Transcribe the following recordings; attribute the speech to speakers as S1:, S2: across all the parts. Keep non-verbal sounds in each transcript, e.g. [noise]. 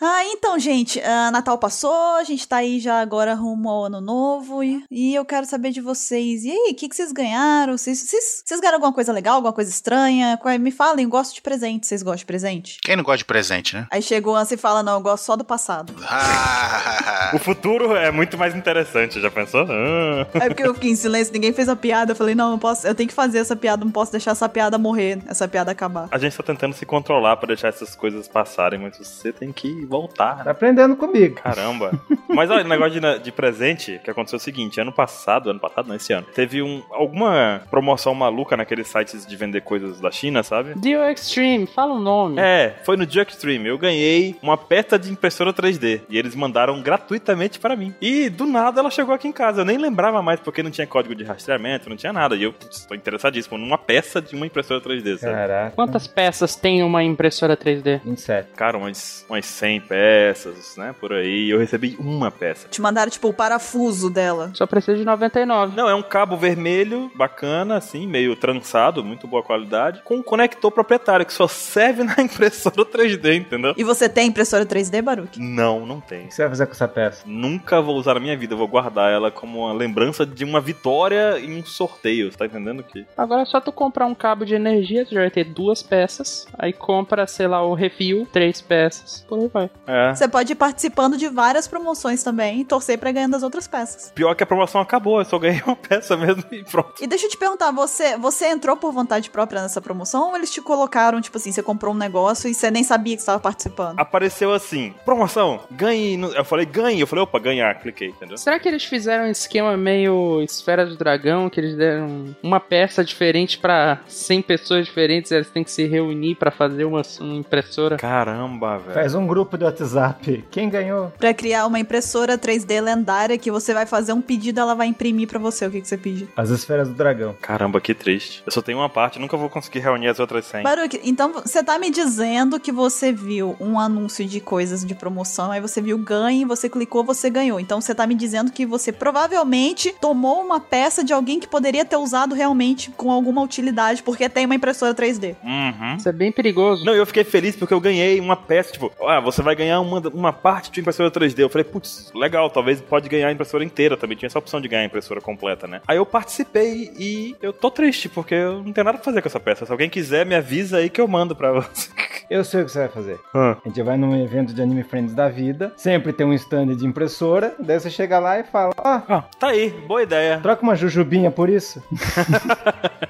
S1: Ah, então, gente, ah, Natal passou, a gente tá aí já agora rumo ao ano novo. E, e eu quero saber de vocês. E aí, o que, que vocês ganharam? Vocês, vocês, vocês ganharam alguma coisa legal, alguma coisa estranha? Qual é? Me falem, eu gosto de presente. Vocês gostam de presente?
S2: Quem não gosta de presente, né?
S1: Aí chegou o Anse e fala: não, eu gosto só do passado.
S2: [laughs] Ah,
S3: O futuro é muito mais interessante, já pensou? Ah.
S1: É porque eu fiquei em silêncio, ninguém fez a piada. Eu falei, não, não posso, eu tenho que fazer essa piada, não posso deixar essa piada morrer, essa piada acabar.
S3: A gente tá tentando se controlar pra deixar essas coisas passarem, mas você tem que voltar,
S4: Tá
S3: né?
S4: aprendendo comigo.
S3: Caramba. Mas olha, o negócio de, de presente, que aconteceu é o seguinte, ano passado, ano passado não, esse ano, teve um, alguma promoção maluca naqueles sites de vender coisas da China, sabe?
S5: Dio Extreme, fala o nome.
S3: [laughs] É, foi no Stream. Eu ganhei uma peça de impressora 3D e eles mandaram gratuitamente pra mim. E do nada ela chegou aqui em casa. Eu nem lembrava mais porque não tinha código de rastreamento, não tinha nada. E eu putz, tô interessadíssimo numa peça de uma impressora 3D, sabe?
S4: Caraca.
S5: Quantas peças tem uma impressora 3D?
S4: 27.
S3: Cara, umas, umas 100 peças, né? Por aí. Eu recebi uma peça.
S1: Te mandaram, tipo, o parafuso dela.
S5: Só precisa de 99.
S3: Não, é um cabo vermelho, bacana, assim, meio trançado, muito boa qualidade, com um conector proprietário que só serve [laughs] na impressora 3D, entendeu?
S1: E você tem impressora 3D, Baruque?
S3: Não, não tem.
S4: O que você vai fazer com essa peça?
S3: Nunca vou usar na minha vida, eu vou guardar ela como uma lembrança de uma vitória em um sorteio, tá entendendo que?
S5: Agora é só tu comprar um cabo de energia, tu já vai ter duas peças. Aí compra, sei lá, o refil, três peças. Por aí vai.
S3: É.
S1: Você pode ir participando de várias promoções também e torcer pra ganhar das outras peças.
S3: Pior que a promoção acabou, eu só ganhei uma [laughs] peça mesmo e pronto.
S1: E deixa eu te perguntar, você, você entrou por vontade própria nessa promoção ou eles te colocaram, tipo assim, você comprou um negócio e você nem sabia que estava participando?
S3: Apareceu assim, promoção, ganhe. no- Eu falei, ganhe. Eu falei, opa, ganhar, cliquei, entendeu?
S5: Será que eles fizeram um esquema meio Esfera do Dragão, que eles deram uma peça diferente pra 100 pessoas diferentes, e elas têm que se reunir pra fazer uma, uma impressora?
S3: Caramba, velho.
S4: Faz um grupo do WhatsApp. Quem ganhou?
S1: Pra criar uma impressora 3D lendária que você vai fazer um pedido, ela vai imprimir pra você o que, que você pediu.
S4: As esferas do dragão.
S3: Caramba, que triste. Eu só tenho uma parte, nunca vou conseguir reunir as outras 100.
S1: Baruque, então você tá me dizendo que você viu um anúncio de coisas de promoção, aí você viu ganhe, você clicou, você ganhou. Então você tá me dizendo que você provavelmente tomou uma peça de alguém que poderia ter usado realmente com alguma utilidade, porque tem uma impressora 3D.
S3: Uhum.
S5: Isso é bem perigoso.
S3: Não, eu fiquei feliz porque eu ganhei uma peça, tipo, ah, você vai ganhar uma, uma parte de impressora 3D. Eu falei, putz, legal, talvez pode ganhar a impressora inteira também. Tinha essa opção de ganhar a impressora completa, né? Aí eu participei e eu tô triste, porque eu não tenho nada pra fazer com essa peça. Se alguém quiser, me avisa aí que eu mando pra você.
S4: Eu sei o que você vai fazer.
S3: Ah.
S4: A gente vai num evento de Anime Friends da vida. Sempre tem um stand de impressora. Daí você chega lá e fala: Ó,
S3: Ah, tá aí, boa ideia.
S4: troca uma jujubinha por isso.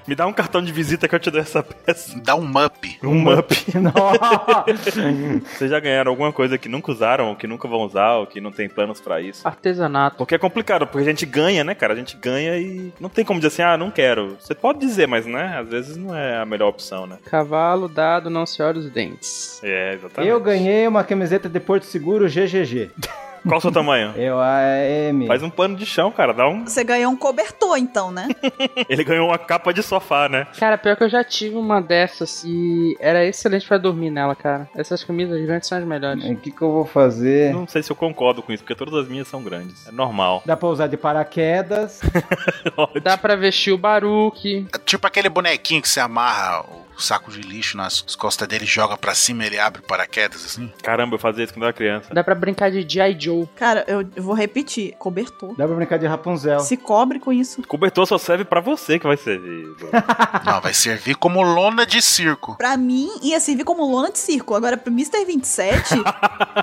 S3: Me dá um cartão de visita que eu te dou essa peça.
S2: dá um up.
S4: [laughs]
S3: Um up.
S4: Não.
S3: Vocês já ganharam alguma coisa que nunca usaram, ou que nunca vão usar, ou que não tem planos pra isso?
S5: Artesanato.
S3: Porque é complicado, porque a gente ganha, né, cara? A gente ganha e não tem como dizer assim, ah, não quero. Você pode dizer, mas, né, às vezes não é a melhor opção, né?
S5: Cavalo dado, não se olha os dentes.
S3: É, exatamente.
S4: Eu ganhei uma camiseta de Porto Seguro GGG.
S3: Qual o seu
S4: [laughs]
S3: tamanho?
S4: Eu, "Ah, é, a M.
S3: Faz um pano de chão, cara, dá um... [laughs]
S1: Você ganhou um cobertor, então, né?
S3: Ele ganhou uma capa de sofá, né?
S5: Cara, pior que eu já tive uma dessas e era excelente pra dormir nela, cara. Essas camisas gigantes são as melhores.
S4: O que, que eu vou fazer?
S3: um Não sei se eu concordo com isso, porque todas as minhas são grandes. É normal. [laughs]
S4: Dá pra usar de paraquedas.
S5: Dá pra vestir o Baruque.
S2: É tipo aquele bonequinho que você amarra o saco de lixo nas costas dele, joga pra cima, ele abre o paraquedas, assim.
S3: Caramba, eu fazia isso quando eu era criança.
S5: Dá pra brincar de G.I. Joe.
S1: Cara, eu, eu vou repetir, cobertor.
S4: Dá pra brincar de Rapunzel.
S1: Se cobre com isso.
S3: Cobertor só serve pra você que vai servir.
S4: [laughs]
S2: Não, vai servir como lona de circo.
S1: Pra mim, ia servir como lona de circo. Agora, pro Mr. 27,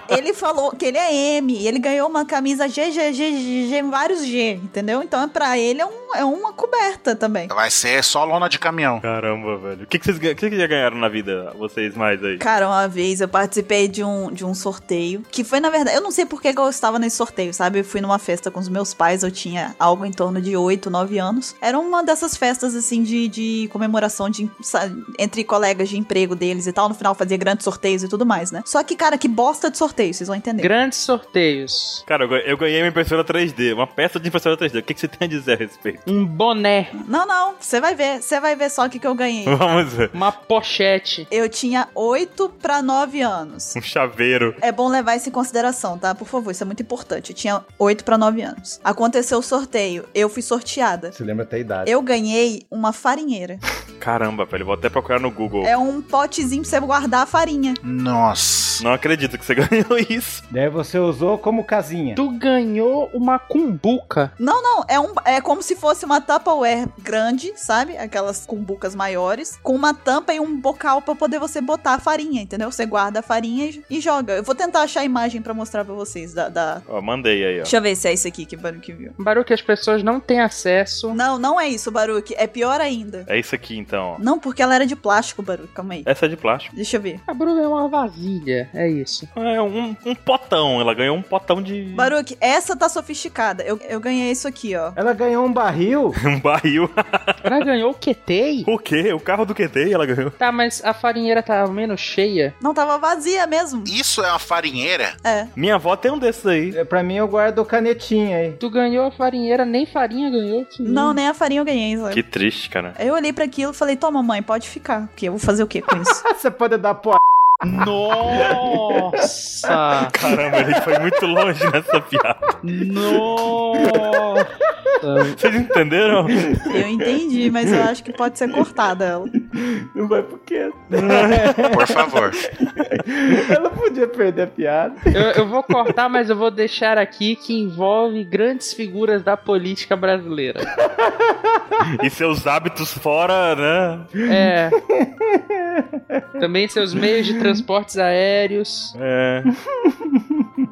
S1: ele falou que ele é M. E ele ganhou uma camisa G, G, G, G, G, vários G, entendeu? Então, pra ele, é, um- é uma coberta também.
S2: Vai ser só lona de caminhão.
S3: Caramba, velho. O que, que vocês gan- o que que já ganharam na vida, vocês mais aí?
S1: Cara, uma vez eu participei de um, de um sorteio, que foi, na verdade, eu não sei por que que eu estava nesse sorteio, sabe? Eu fui numa festa com os meus pais, eu tinha algo em torno de 8, 9 anos. Era uma dessas festas, assim, de, de comemoração de, sa- entre colegas de emprego deles e tal. No final fazia grandes sorteios e tudo mais, né? Só que, cara, que bosta de sorteio, vocês vão entender.
S5: Grandes sorteios.
S3: Cara, eu gan- eu ganhei uma impressora 3D, uma peça de impressora 3D. O que, que você tem a dizer a respeito?
S5: um boné,
S1: Não, não, você vai ver, você vai ver só o que, que eu ganhei.
S3: [laughs] Vamos ver.
S5: uma pochete.
S1: Eu tinha 8 pra 9 anos.
S3: [laughs] Um chaveiro.
S1: É bom levar isso em consideração, tá? Por favor, isso é muito importante. Eu tinha 8 pra 9 anos. Aconteceu o sorteio, eu fui sorteada.
S4: Você lembra até a idade.
S1: Eu ganhei uma farinheira.
S3: Caramba, velho. Vou até procurar no Google.
S1: É um potezinho pra você guardar a farinha.
S2: Nossa.
S3: Não acredito que você [laughs] ganhou isso.
S4: Daí você usou como casinha.
S5: Tu ganhou uma cumbuca.
S1: Não, não, é, um, é como se fosse uma Tupperware grande, sabe? Aquelas cumbucas maiores, com uma tampa e um bocal pra poder você botar a farinha, entendeu? Você guarda a farinha e, e joga. Eu vou tentar achar a imagem pra mostrar pra vocês da... da-
S3: Ó, mandei aí, ó.
S1: Deixa eu ver se é isso aqui que Baruque viu.
S5: Um barulho que as pessoas não têm acesso.
S1: Não, não é isso, Baruque. É pior ainda.
S3: É isso aqui, então, ó.
S1: Não, porque ela era de plástico, Baruque. Calma aí.
S3: Essa é de plástico.
S1: Deixa eu ver.
S5: A Bruna é uma vasilha, é isso.
S3: É um, um potão. Ela ganhou um potão de.
S1: Baruque, essa tá sofisticada. Eu, eu ganhei isso aqui, ó.
S4: Ela ganhou um barril.
S3: [laughs]
S4: [laughs]
S3: Um barril. [laughs]
S5: Ela ganhou o Ketei?
S3: o quê? O carro do QT ela ganhou.
S5: Tá, mas a farinheira tá menos cheia.
S1: Não tava vazia mesmo.
S2: Isso é uma farinheira?
S1: É.
S3: Minha avó tem um desses aí.
S4: É, Pra mim, eu guardo canetinha aí.
S5: Tu ganhou a farinheira, nem farinha ganhou. que
S1: Não,
S5: lindo.
S1: nem a farinha eu ganhei, sabe?
S3: Que triste, cara.
S1: Eu olhei pra aquilo e falei, toma, mãe, pode ficar. Porque eu vou fazer o quê com
S4: [laughs]
S1: isso?
S4: Ah, Você pode dar por.
S5: [laughs] Nossa!
S3: Caramba, ele foi muito longe [laughs] nessa piada.
S5: Nossa!
S3: Vocês entenderam?
S1: eu entendi, mas eu acho que pode ser cortada ela.
S4: Não vai por quê?
S2: Por favor.
S4: Ela podia perder a piada.
S5: Eu, eu vou cortar, mas eu vou deixar aqui que envolve grandes figuras da política brasileira.
S3: E seus hábitos fora, né?
S5: É. Também seus meios de transportes aéreos.
S3: É.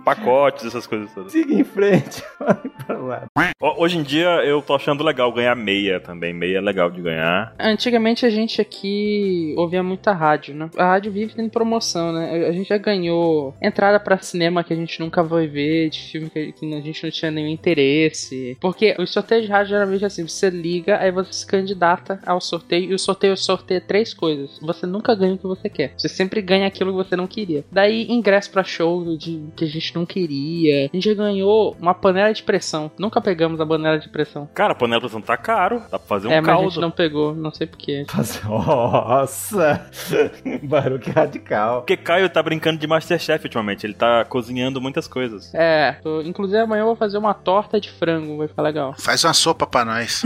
S3: Pacotes, essas coisas todas.
S4: Siga em frente. [laughs] Olha pra lá.
S3: Ho- Hoje em dia eu tô achando legal ganhar meia também. Meia é legal de ganhar.
S5: Antigamente a gente aqui ouvia muita rádio, né? A rádio vive tendo promoção, né? A gente já ganhou entrada pra cinema que a gente nunca vai ver, de filme que que a gente não tinha nenhum interesse. Porque os sorteios de rádio geralmente é assim, você liga, aí você se candidata ao sorteio, e o sorteio sorteia três coisas. Você nunca ganha o que você quer. Você sempre ganha aquilo que você não queria. Daí ingresso pra show de, que a gente não queria. A gente já ganhou uma panela de pressão. Nunca pegamos a panela de pressão.
S3: Cara, a panela de pressão tá caro. Dá pra fazer um
S5: é, mas a gente
S3: caldo.
S5: não pegou, não sei porquê.
S4: Nossa! Baruque radical.
S3: Porque Caio tá brincando de Masterchef ultimamente. Ele tá cozinhando muitas coisas.
S5: É, tô- inclusive amanhã eu vou fazer uma torta de frango, vai ficar [laughs] legal.
S2: Faz uma sopa pra nós.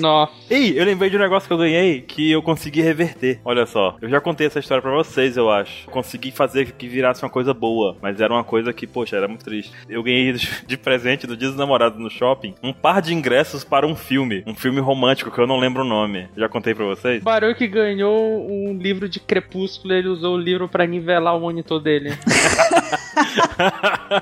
S5: Nossa,
S3: Ei, eu lembrei de um negócio que eu ganhei que eu consegui reverter. Olha só, eu já contei essa história pra vocês, eu acho. Consegui fazer que virasse uma coisa boa, mas era uma coisa que, poxa, era muito triste. Eu ganhei [laughs] de presente do Dia dos Namorados no shopping um par de ingressos para um filme, um filme romântico que eu não lembro o nome. Já contei pra vocês?
S5: o que ganhou um livro de crepúsculo, ele usou o livro pra nivelar o monitor dele.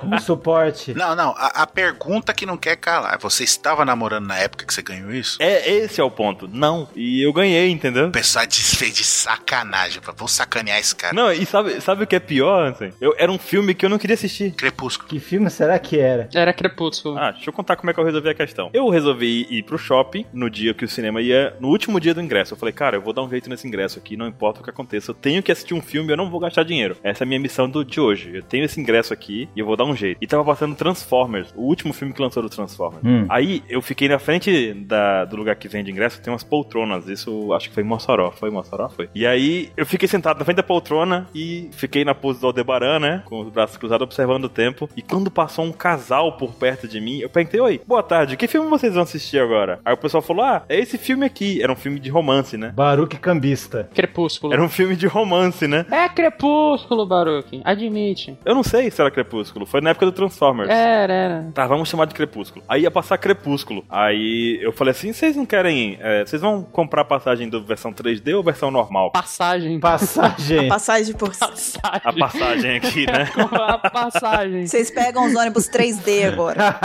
S4: Como Um suporte.
S2: Não, não. A, a pergunta que não quer calar. Você estava namorando na época que você ganhou isso?
S3: É, esse é o ponto. Não. E eu ganhei, entendeu?
S2: O pessoal desfez de sacanagem. pô. Vou sacanear esse cara.
S3: Não, e sabe, sabe o que é pior, assim? Eu, era um filme que eu não queria assistir.
S2: Crepúsculo.
S4: Que filme será que era?
S5: Era crepúsculo.
S3: Ah, deixa eu contar como é que eu resolvi a questão. Eu resolvi ir pro shopping no dia que o cinema ia, no último dia do ingresso. Eu falei, cara, eu vou dar um jeito nesse ingresso aqui, não importa o que aconteça. Eu tenho que assistir um filme, eu não vou gastar dinheiro. Essa é a minha missão do, de hoje. Eu tenho esse ingresso aqui e eu vou dar um jeito. E tava passando Transformers, o último filme que lançou do Transformers.
S4: Hum.
S3: Aí eu fiquei na frente da- do lugar que vende ingresso, tem umas poltronas. Isso acho que foi em Mossoró. Foi em Mossoró? Foi. E aí eu fiquei sentado na frente da poltrona e fiquei na pose do Aldebaran, né? Com os braços cruzados, observando o tempo. E quando passou um casal por perto de mim, eu perguntei: Oi, boa tarde, que filme vocês vão assistir agora? Aí o pessoal falou: Ah, é esse filme aqui. Era um filme de romance, né?
S4: Baruque cambista.
S5: Ah. Crepúsculo.
S3: Era um filme de romance, né?
S5: É crepúsculo, Baruque. Admite.
S3: Eu não sei se era Crepúsculo. Foi na época do Transformers.
S5: Era, era.
S3: Tá, vamos chamar de Crepúsculo. Aí ia passar Crepúsculo. Aí eu falei assim: vocês não querem. é, vocês vão comprar a passagem do versão 3D ou versão normal?
S5: Passagem.
S3: [laughs]
S4: Passagem. [laughs]
S1: Passagem por...
S3: A
S5: [laughs] Passagem.
S3: passagem aqui,
S5: [laughs]
S3: né?
S5: A passagem.
S1: Vocês pegam os ônibus 3D agora.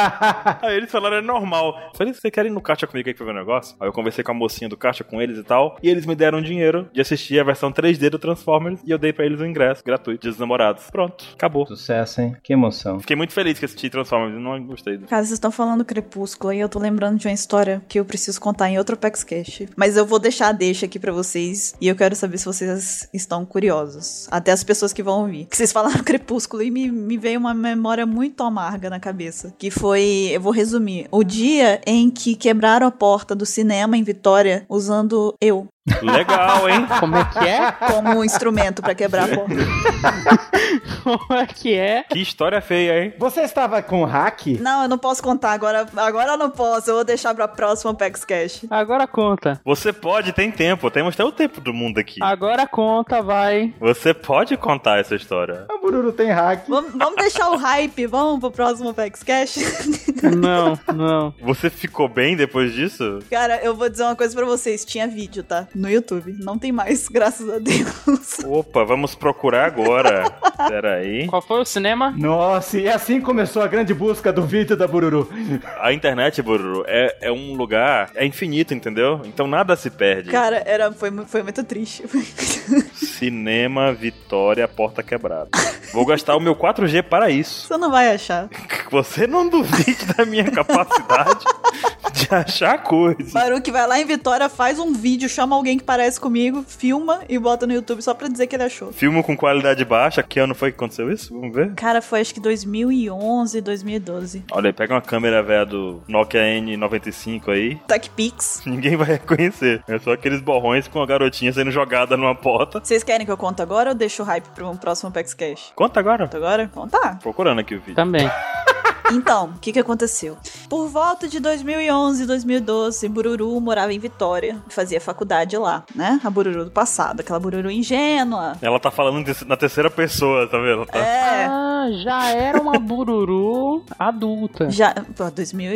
S3: Aí eles falaram, é normal. Eu falei, vocês querem ir no caixa comigo aqui pra ver o negócio? Aí eu conversei com a mocinha do caixa, com eles e tal. E eles me deram dinheiro de assistir a versão 3D do Transformers. E eu dei pra eles o ingresso gratuito, dia dos namorados. Pronto, acabou.
S4: Tu sucesso, hein? Que emoção.
S3: Fiquei muito feliz que assisti Transformers, eu não gostei. do-
S1: Cara, vocês estão falando Crepúsculo e eu tô lembrando de uma história que eu preciso contar em outro Pax Cash. Mas eu vou deixar a deixa aqui pra vocês e eu quero saber se vocês estão curiosos. Até as pessoas que vão ouvir. Que vocês falaram [laughs] Crepúsculo e me, me veio uma memória muito amarga na cabeça. Que foi, eu vou resumir, o dia em que quebraram a porta do cinema em Vitória usando eu
S3: Legal, hein?
S5: Como é que é?
S1: como um instrumento pra quebrar a porta.
S5: Como é que é?
S3: Que história feia, hein?
S4: Você estava com hack?
S1: Não, eu não posso contar agora. Agora eu não posso. Eu vou deixar pra próxima Pax Cash.
S5: Agora conta.
S3: Você pode, tem tempo. Temos até o tempo do mundo aqui.
S5: Agora conta, vai.
S3: Você pode contar essa história.
S4: A Bururu tem hack.
S1: Vamos, vamos deixar o hype, vamos pro próximo Pax Cash?
S5: Não, não.
S3: Você ficou bem depois disso?
S1: [laughs] Cara, eu vou dizer uma coisa pra vocês. Tinha vídeo, tá? No YouTube. Não tem mais, [laughs] graças a Deus.
S3: Opa, vamos procurar agora. Peraí.
S5: Qual foi o cinema?
S4: Nossa, e assim começou a grande busca do vídeo da Bururu.
S3: A internet, Bururu, é, é um lugar. É infinito, entendeu? Então nada se perde.
S1: Cara, era, foi, mu- foi muito triste. [laughs]
S3: Cinema, vitória, porta quebrada. Vou gastar o meu 4G para isso.
S1: Você não vai achar.
S3: Você não duvide da minha capacidade de achar coisa.
S1: Baruque vai lá em Vitória, faz um vídeo, chama alguém que parece comigo, filma e bota no YouTube só pra dizer que ele achou.
S3: Filme com qualidade baixa. Que ano foi que aconteceu isso? Vamos ver.
S1: Cara, foi acho que 2011, 2012.
S3: Olha aí, pega uma câmera velha do Nokia N95 aí.
S1: TechPix.
S3: [laughs] Ninguém vai reconhecer. É só aqueles borrões com a garotinha sendo jogada numa porta.
S1: Vocês querem que eu conte agora ou deixo o hype pro próximo Pax Cash?
S3: Conta agora.
S1: Conto agora? Então tá.
S3: Procurando aqui o vídeo.
S5: Também.
S1: Então, o que, que aconteceu? Por volta de 2011, 2012, Bururu morava em Vitória, fazia faculdade lá, né? A Bururu do passado, aquela Bururu ingênua.
S3: Ela tá falando desse- na terceira pessoa, tá vendo? Ela tá-
S1: É.
S5: Ah, já era uma bururu adulta.
S1: Já, pô,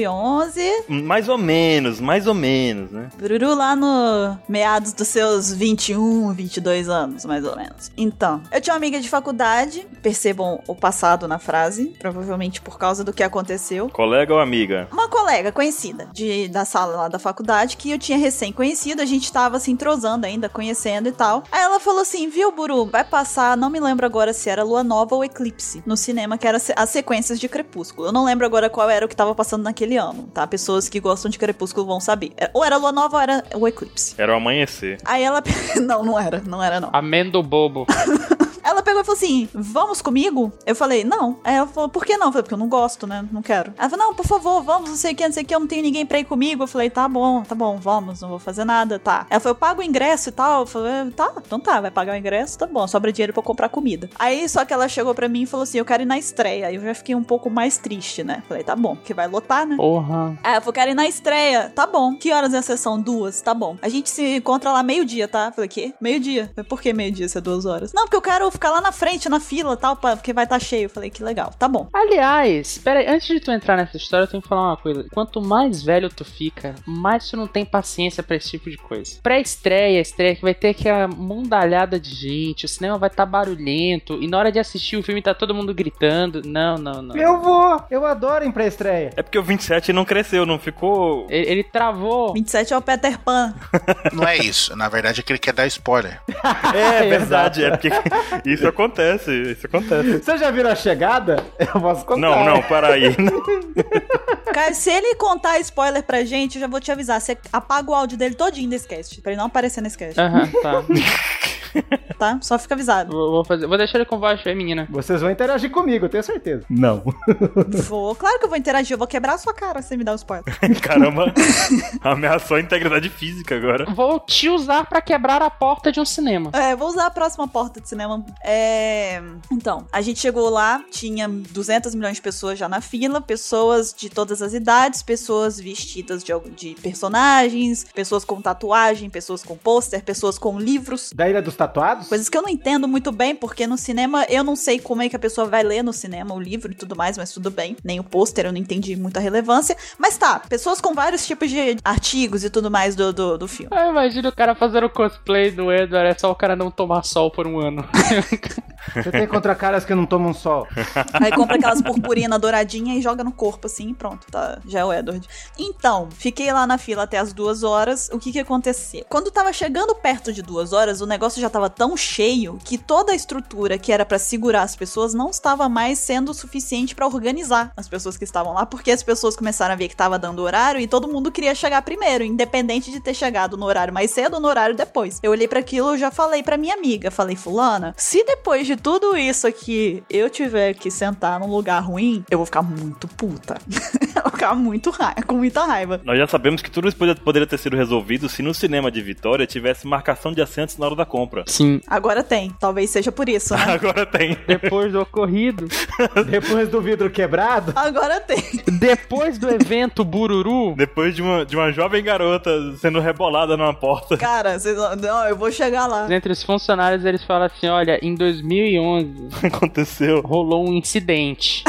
S1: 2011,
S3: Mais ou menos, mais ou menos, né?
S1: Bururu lá no meados dos seus 21, 22 anos, mais ou menos. Então, eu tinha uma amiga de faculdade, percebam o passado na frase, provavelmente por causa do que aconteceu.
S3: Colega ou amiga?
S1: uma colega conhecida de, da sala lá da faculdade, que eu tinha recém conhecido, a gente tava se entrosando ainda, conhecendo e tal. Aí ela falou assim: viu, Buru, vai passar, não me lembro agora se era Lua Nova ou Eclipse, no cinema, que era se- as sequências de Crepúsculo. Eu não lembro agora qual era o que tava passando naquele ano, tá? Pessoas que gostam de Crepúsculo vão saber. Era- Ou era Lua Nova ou era o Eclipse.
S3: Era o amanhecer.
S1: Aí ela. [laughs] pe- Não, não era, não era, não.
S5: Amendo bobo.
S1: Ela pegou e falou assim: Vamos comigo? Eu falei, não. Aí ela falou, por que não? Eu falei, porque eu não gosto, né? Não quero. Ela falou, não, por favor, vamos, não sei o que, não sei o que, eu não tenho ninguém pra ir comigo. Eu falei, tá bom, tá bom, vamos, não vou fazer nada, tá. Ela falou, eu pago o ingresso e tal. Eu falei, tá, então tá, vai pagar o ingresso, tá bom, sobra dinheiro pra eu comprar comida. Aí só que ela chegou pra mim e falou assim: eu quero ir na estreia. Aí eu já fiquei um pouco mais triste, né? Falei, tá bom, porque vai lotar, né?
S5: Porra.
S1: Ah, eu vou quero ir na estreia. Tá bom. Que horas é a sessão? Duas. Tá bom. A gente se encontra lá meio-dia, tá? Falei, quê? Meio-dia. Falei, Por que meio-dia se é duas horas? Não, porque eu quero ficar lá na frente, na fila e tal, pra- porque vai estar cheio. Falei, que legal. Tá bom.
S5: Aliás, peraí, antes de tu entrar nessa história, eu tenho que falar uma coisa. Quanto mais velho tu fica, mais tu não tem paciência pra esse tipo de coisa. Pré-estreia, estreia, que vai ter aquela mundalhada de gente, o cinema vai estar barulhento, e na hora de assistir o filme tá todo mundo gritando. Não, não, não.
S4: Eu vou! Eu adoro em pré-estreia.
S3: É porque o 27 não cresceu, não
S5: [laughs]
S3: ficou.
S5: Ele, ele travou.
S1: 27 é o Peter Pan. [laughs]
S2: Não é isso. Na verdade, é que ele quer dar spoiler.
S3: É verdade, é porque [laughs] isso acontece, isso acontece.
S4: Você já viu a chegada? Eu posso contar.
S3: Não, não, para aí. [laughs]
S1: Cara, se ele contar spoiler pra gente, eu já vou te avisar. Você apaga o áudio dele todinho desse cast, pra ele não aparecer nesse cast,
S5: Aham, tá.
S1: tá? Só fica
S5: [laughs]
S1: avisado.
S5: vou, vou fazer, vou deixar ele com voz feminina.
S4: Vocês vão interagir comigo, eu tenho certeza. Não.
S1: Vou, claro que eu vou interagir, eu vou quebrar a sua cara se você me dar um spoiler.
S3: Caramba, ameaçou a integridade física agora.
S5: Vou te usar pra quebrar a porta de um cinema.
S1: É, vou usar a próxima porta de cinema. É. Então, a gente chegou lá, tinha 200 milhões de pessoas já na fila, pessoas de todas as idades, pessoas vestidas de, al- de personagens, pessoas com tatuagem, pessoas com pôster, pessoas com livros.
S4: Da Ilha dos Tatuados?
S1: Coisas que eu não entendo muito bem, porque no cinema eu não sei como é que a pessoa vai ler no cinema o livro e tudo mais, mas tudo bem. Nem o pôster, eu não entendi muita relevância. Mas tá, pessoas com vários tipos de artigos e tudo mais do, do, do filme.
S5: Ah, imagina o cara fazendo cosplay do Edward, é só o cara não tomar sol por um ano.
S4: Você tem contra caras que não tomam sol.
S1: Aí compra aquelas purpurina douradinha e joga no corpo assim e pronto, tá? Já é o Edward. Então, fiquei lá na fila até as duas horas. O que que aconteceu? Quando tava chegando perto de duas horas, o negócio já tava tão cheio que toda a estrutura que era pra segurar as pessoas não estava mais sendo suficiente pra organizar as pessoas que estavam lá, porque as pessoas começaram a ver que tava dando horário e todo mundo queria chegar primeiro, independente de ter chegado no horário mais cedo ou no horário depois. Eu olhei pra aquilo, eu já falei pra minha amiga, falei fulana, se depois de tudo isso aqui eu tiver que sentar num lugar ruim, eu vou ficar muito puta. [laughs] eu vou ficar muito raiva, com muita raiva.
S3: Nós já sabemos que tudo isso podia- poderia ter sido resolvido se no cinema de Vitória tivesse marcação de assentos na hora da compra.
S5: [laughs] Sim.
S1: Agora tem, talvez seja por isso,
S3: [laughs]
S1: né?
S3: Agora tem.
S5: Depois do ocorrido,
S4: Depois do vidro quebrado,
S1: Agora tem.
S5: depois do evento Bururu,
S3: Depois de uma, de uma jovem garota sendo rebolada numa porta. [laughs]
S1: Cara, vocês vão- não, eu vou chegar lá.
S5: entre os funcionários eles falam assim: olha, em 2011
S3: Aconteceu.
S5: rolou um incidente.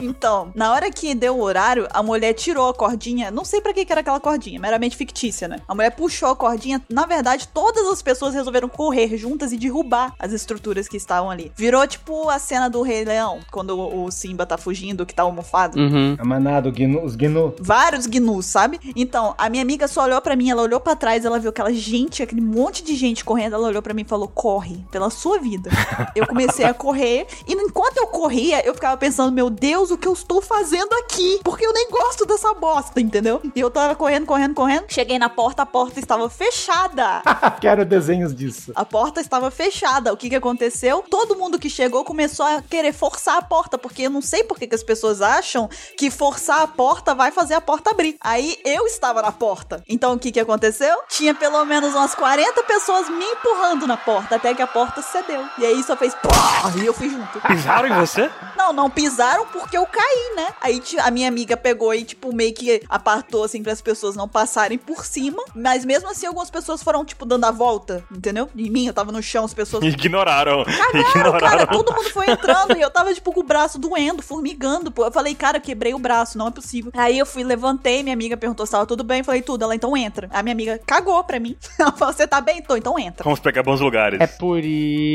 S1: Então, na hora que deu o horário, a mulher tirou a cordinha. Não sei pra que que era aquela cordinha, meramente fictícia, né? A mulher puxou a cordinha. Na verdade, todas as pessoas resolveram correr juntas e derrubar as estruturas que estavam ali. Virou tipo a cena do Rei Leão, quando o o Simba tá fugindo, que tá almofado.
S5: Uhum.
S4: a manada, o gnu- os gnu. [laughs]
S1: Vários gnus, sabe? Então, a minha amiga só olhou pra mim, ela olhou pra trás, ela viu aquela gente, aquele monte de gente correndo, ela olhou pra mim e falou: corre, pela sua vida. Eu comecei a correr, e enquanto eu corria, eu ficava pensando: meu Deus, o que eu estou fazendo aqui? Porque eu nem gosto dessa bosta, entendeu? E eu tava correndo, correndo, correndo. Cheguei na porta, a porta estava fechada.
S4: Quero desenhos disso.
S1: A porta estava fechada. O que, que aconteceu? Todo mundo que chegou começou a querer forçar a porta, porque eu não sei por que que as pessoas acham que forçar a porta vai fazer a porta abrir. Aí eu estava na porta. Então o que, que aconteceu? Tinha pelo menos umas 40 pessoas me empurrando na porta, até que a porta cedeu. E aí só fez. pá, E eu fui junto.
S3: Pisaram em você?
S1: Não, não pisaram porque eu caí, né? Aí ti- a minha amiga pegou e, tipo, meio que apartou, assim, para as pessoas não passarem por cima. Mas mesmo assim, algumas pessoas foram, tipo, dando a volta, entendeu? Em mim, eu tava no chão, as pessoas.
S3: [laughs] Ignoraram.
S1: Cagaram, cara,
S3: Ignoraram.
S1: todo mundo foi entrando e eu tava, tipo, com o braço doendo, formigando. Pô. Eu falei, cara, quebrei o braço, não é possível. Aí eu fui, levantei, minha amiga perguntou se tava tudo bem, falei, tudo. Ela, então entra. A minha amiga cagou pra mim. [laughs] Ela falou, você tá bem? Tô, então entra.
S3: Vamos pegar bons lugares.
S5: É por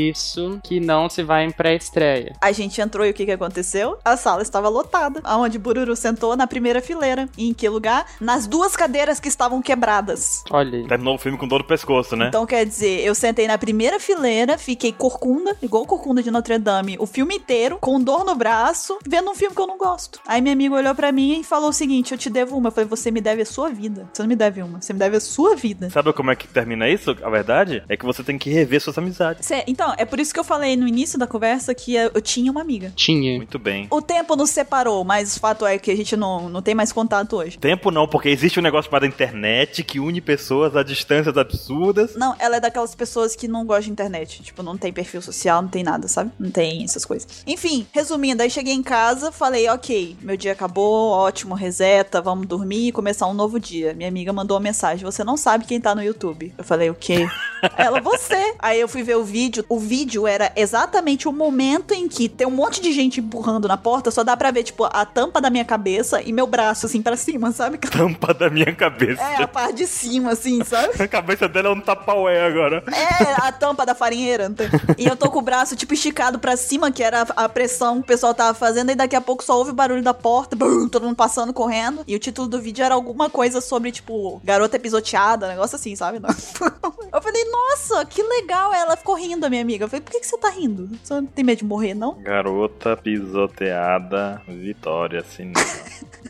S5: isso que não se vai em pré-estreia.
S1: A gente entrou e o que que aconteceu? A sala estava lotada. Aonde Bururu sentou na primeira fileira. E em que lugar? Nas duas cadeiras que estavam quebradas.
S5: Olha aí.
S3: Terminou o filme com dor no pescoço, né?
S1: Então quer dizer, eu sentei na primeira fileira, fiquei corcunda, igual corcunda de Notre Dame, o filme inteiro, com dor no braço, vendo um filme que eu não gosto. Aí minha amiga olhou pra mim e falou o seguinte: eu te devo uma. Eu falei, você me deve a sua vida. Você não me deve uma, você me deve a sua vida.
S3: Sabe como é que termina isso? A verdade é que você tem que rever suas amizades.
S1: Cê- então, é por isso que eu falei no início da conversa que eh, eu tinha uma amiga.
S5: Tinha.
S3: Muito bem.
S1: O tempo nos separou, mas o fato é que a gente não, não tem mais contato hoje.
S3: Tempo não, porque existe um negócio chamado internet que une pessoas a distâncias absurdas.
S1: Não, ela é daquelas pessoas que não gostam de internet. Tipo, não tem perfil social, não tem nada, sabe? Não tem essas coisas. Enfim, resumindo, aí cheguei em casa, falei, ok, meu dia acabou, ótimo, reseta, vamos dormir e começar um novo dia. Minha amiga mandou uma mensagem, você não sabe quem tá no YouTube. Eu falei, o quê? ela, você. Aí eu fui ver o vídeo. O vídeo era exatamente o momento em que tem um monte de gente empurrando na porta, só dá pra ver, tipo, a tampa da minha cabeça e meu braço, assim, pra cima, sabe? [laughs]
S3: Tampa da minha cabeça.
S1: É, a parte de cima, assim, sabe?
S3: [laughs] A cabeça dela é um tapaué agora.
S1: É, a tampa da farinheira. não tem? E eu tô com o braço, tipo, esticado pra cima, que era a a pressão que o pessoal tava fazendo, e daqui a pouco só ouve o barulho da porta, brum, todo mundo passando, correndo. E o título do vídeo era alguma coisa sobre, tipo, garota pisoteada, negócio assim, sabe? [laughs] Não. Eu falei, nossa, que legal. Ela ficou rindo, a minha amiga. Eu falei, por que, que você tá rindo? Você não tem medo de morrer, não?
S3: Garota pisoteada, Vitória Cinema.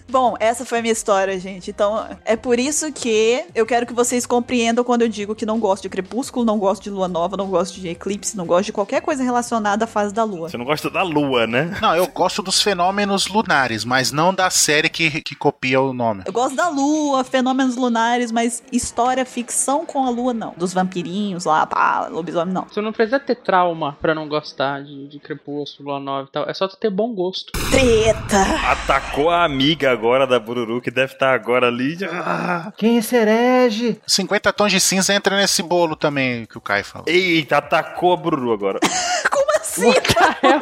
S1: Bom, essa foi a minha história, gente. Então, é por isso que eu quero que vocês compreendam quando eu digo que não gosto de crepúsculo, não gosto de lua nova, não gosto de eclipse, não gosto de qualquer coisa relacionada à fase da lua.
S3: Você não gosta da lua, né?
S2: Não, eu gosto dos fenômenos lunares, mas não da série que, que copia o nome.
S1: Eu gosto da lua, fenômenos lunares, mas história, ficção com a lua, não. Dos vampirinhos lá, pá, lobisomem, não.
S5: Tu não precisa ter trauma pra não gostar de, de Crepúsculo, Lua 9 e tal. É só tu ter bom [laughs] gosto.
S1: Treta!
S3: Atacou a amiga agora da Bururu, que deve estar agora ali. Ah!
S4: Quem é esse herege?
S2: 50 tons de cinza entra nesse bolo também que o Kai falou.
S3: Eita, atacou a Bururu agora.
S1: Como assim?
S5: É [laughs] Caralho!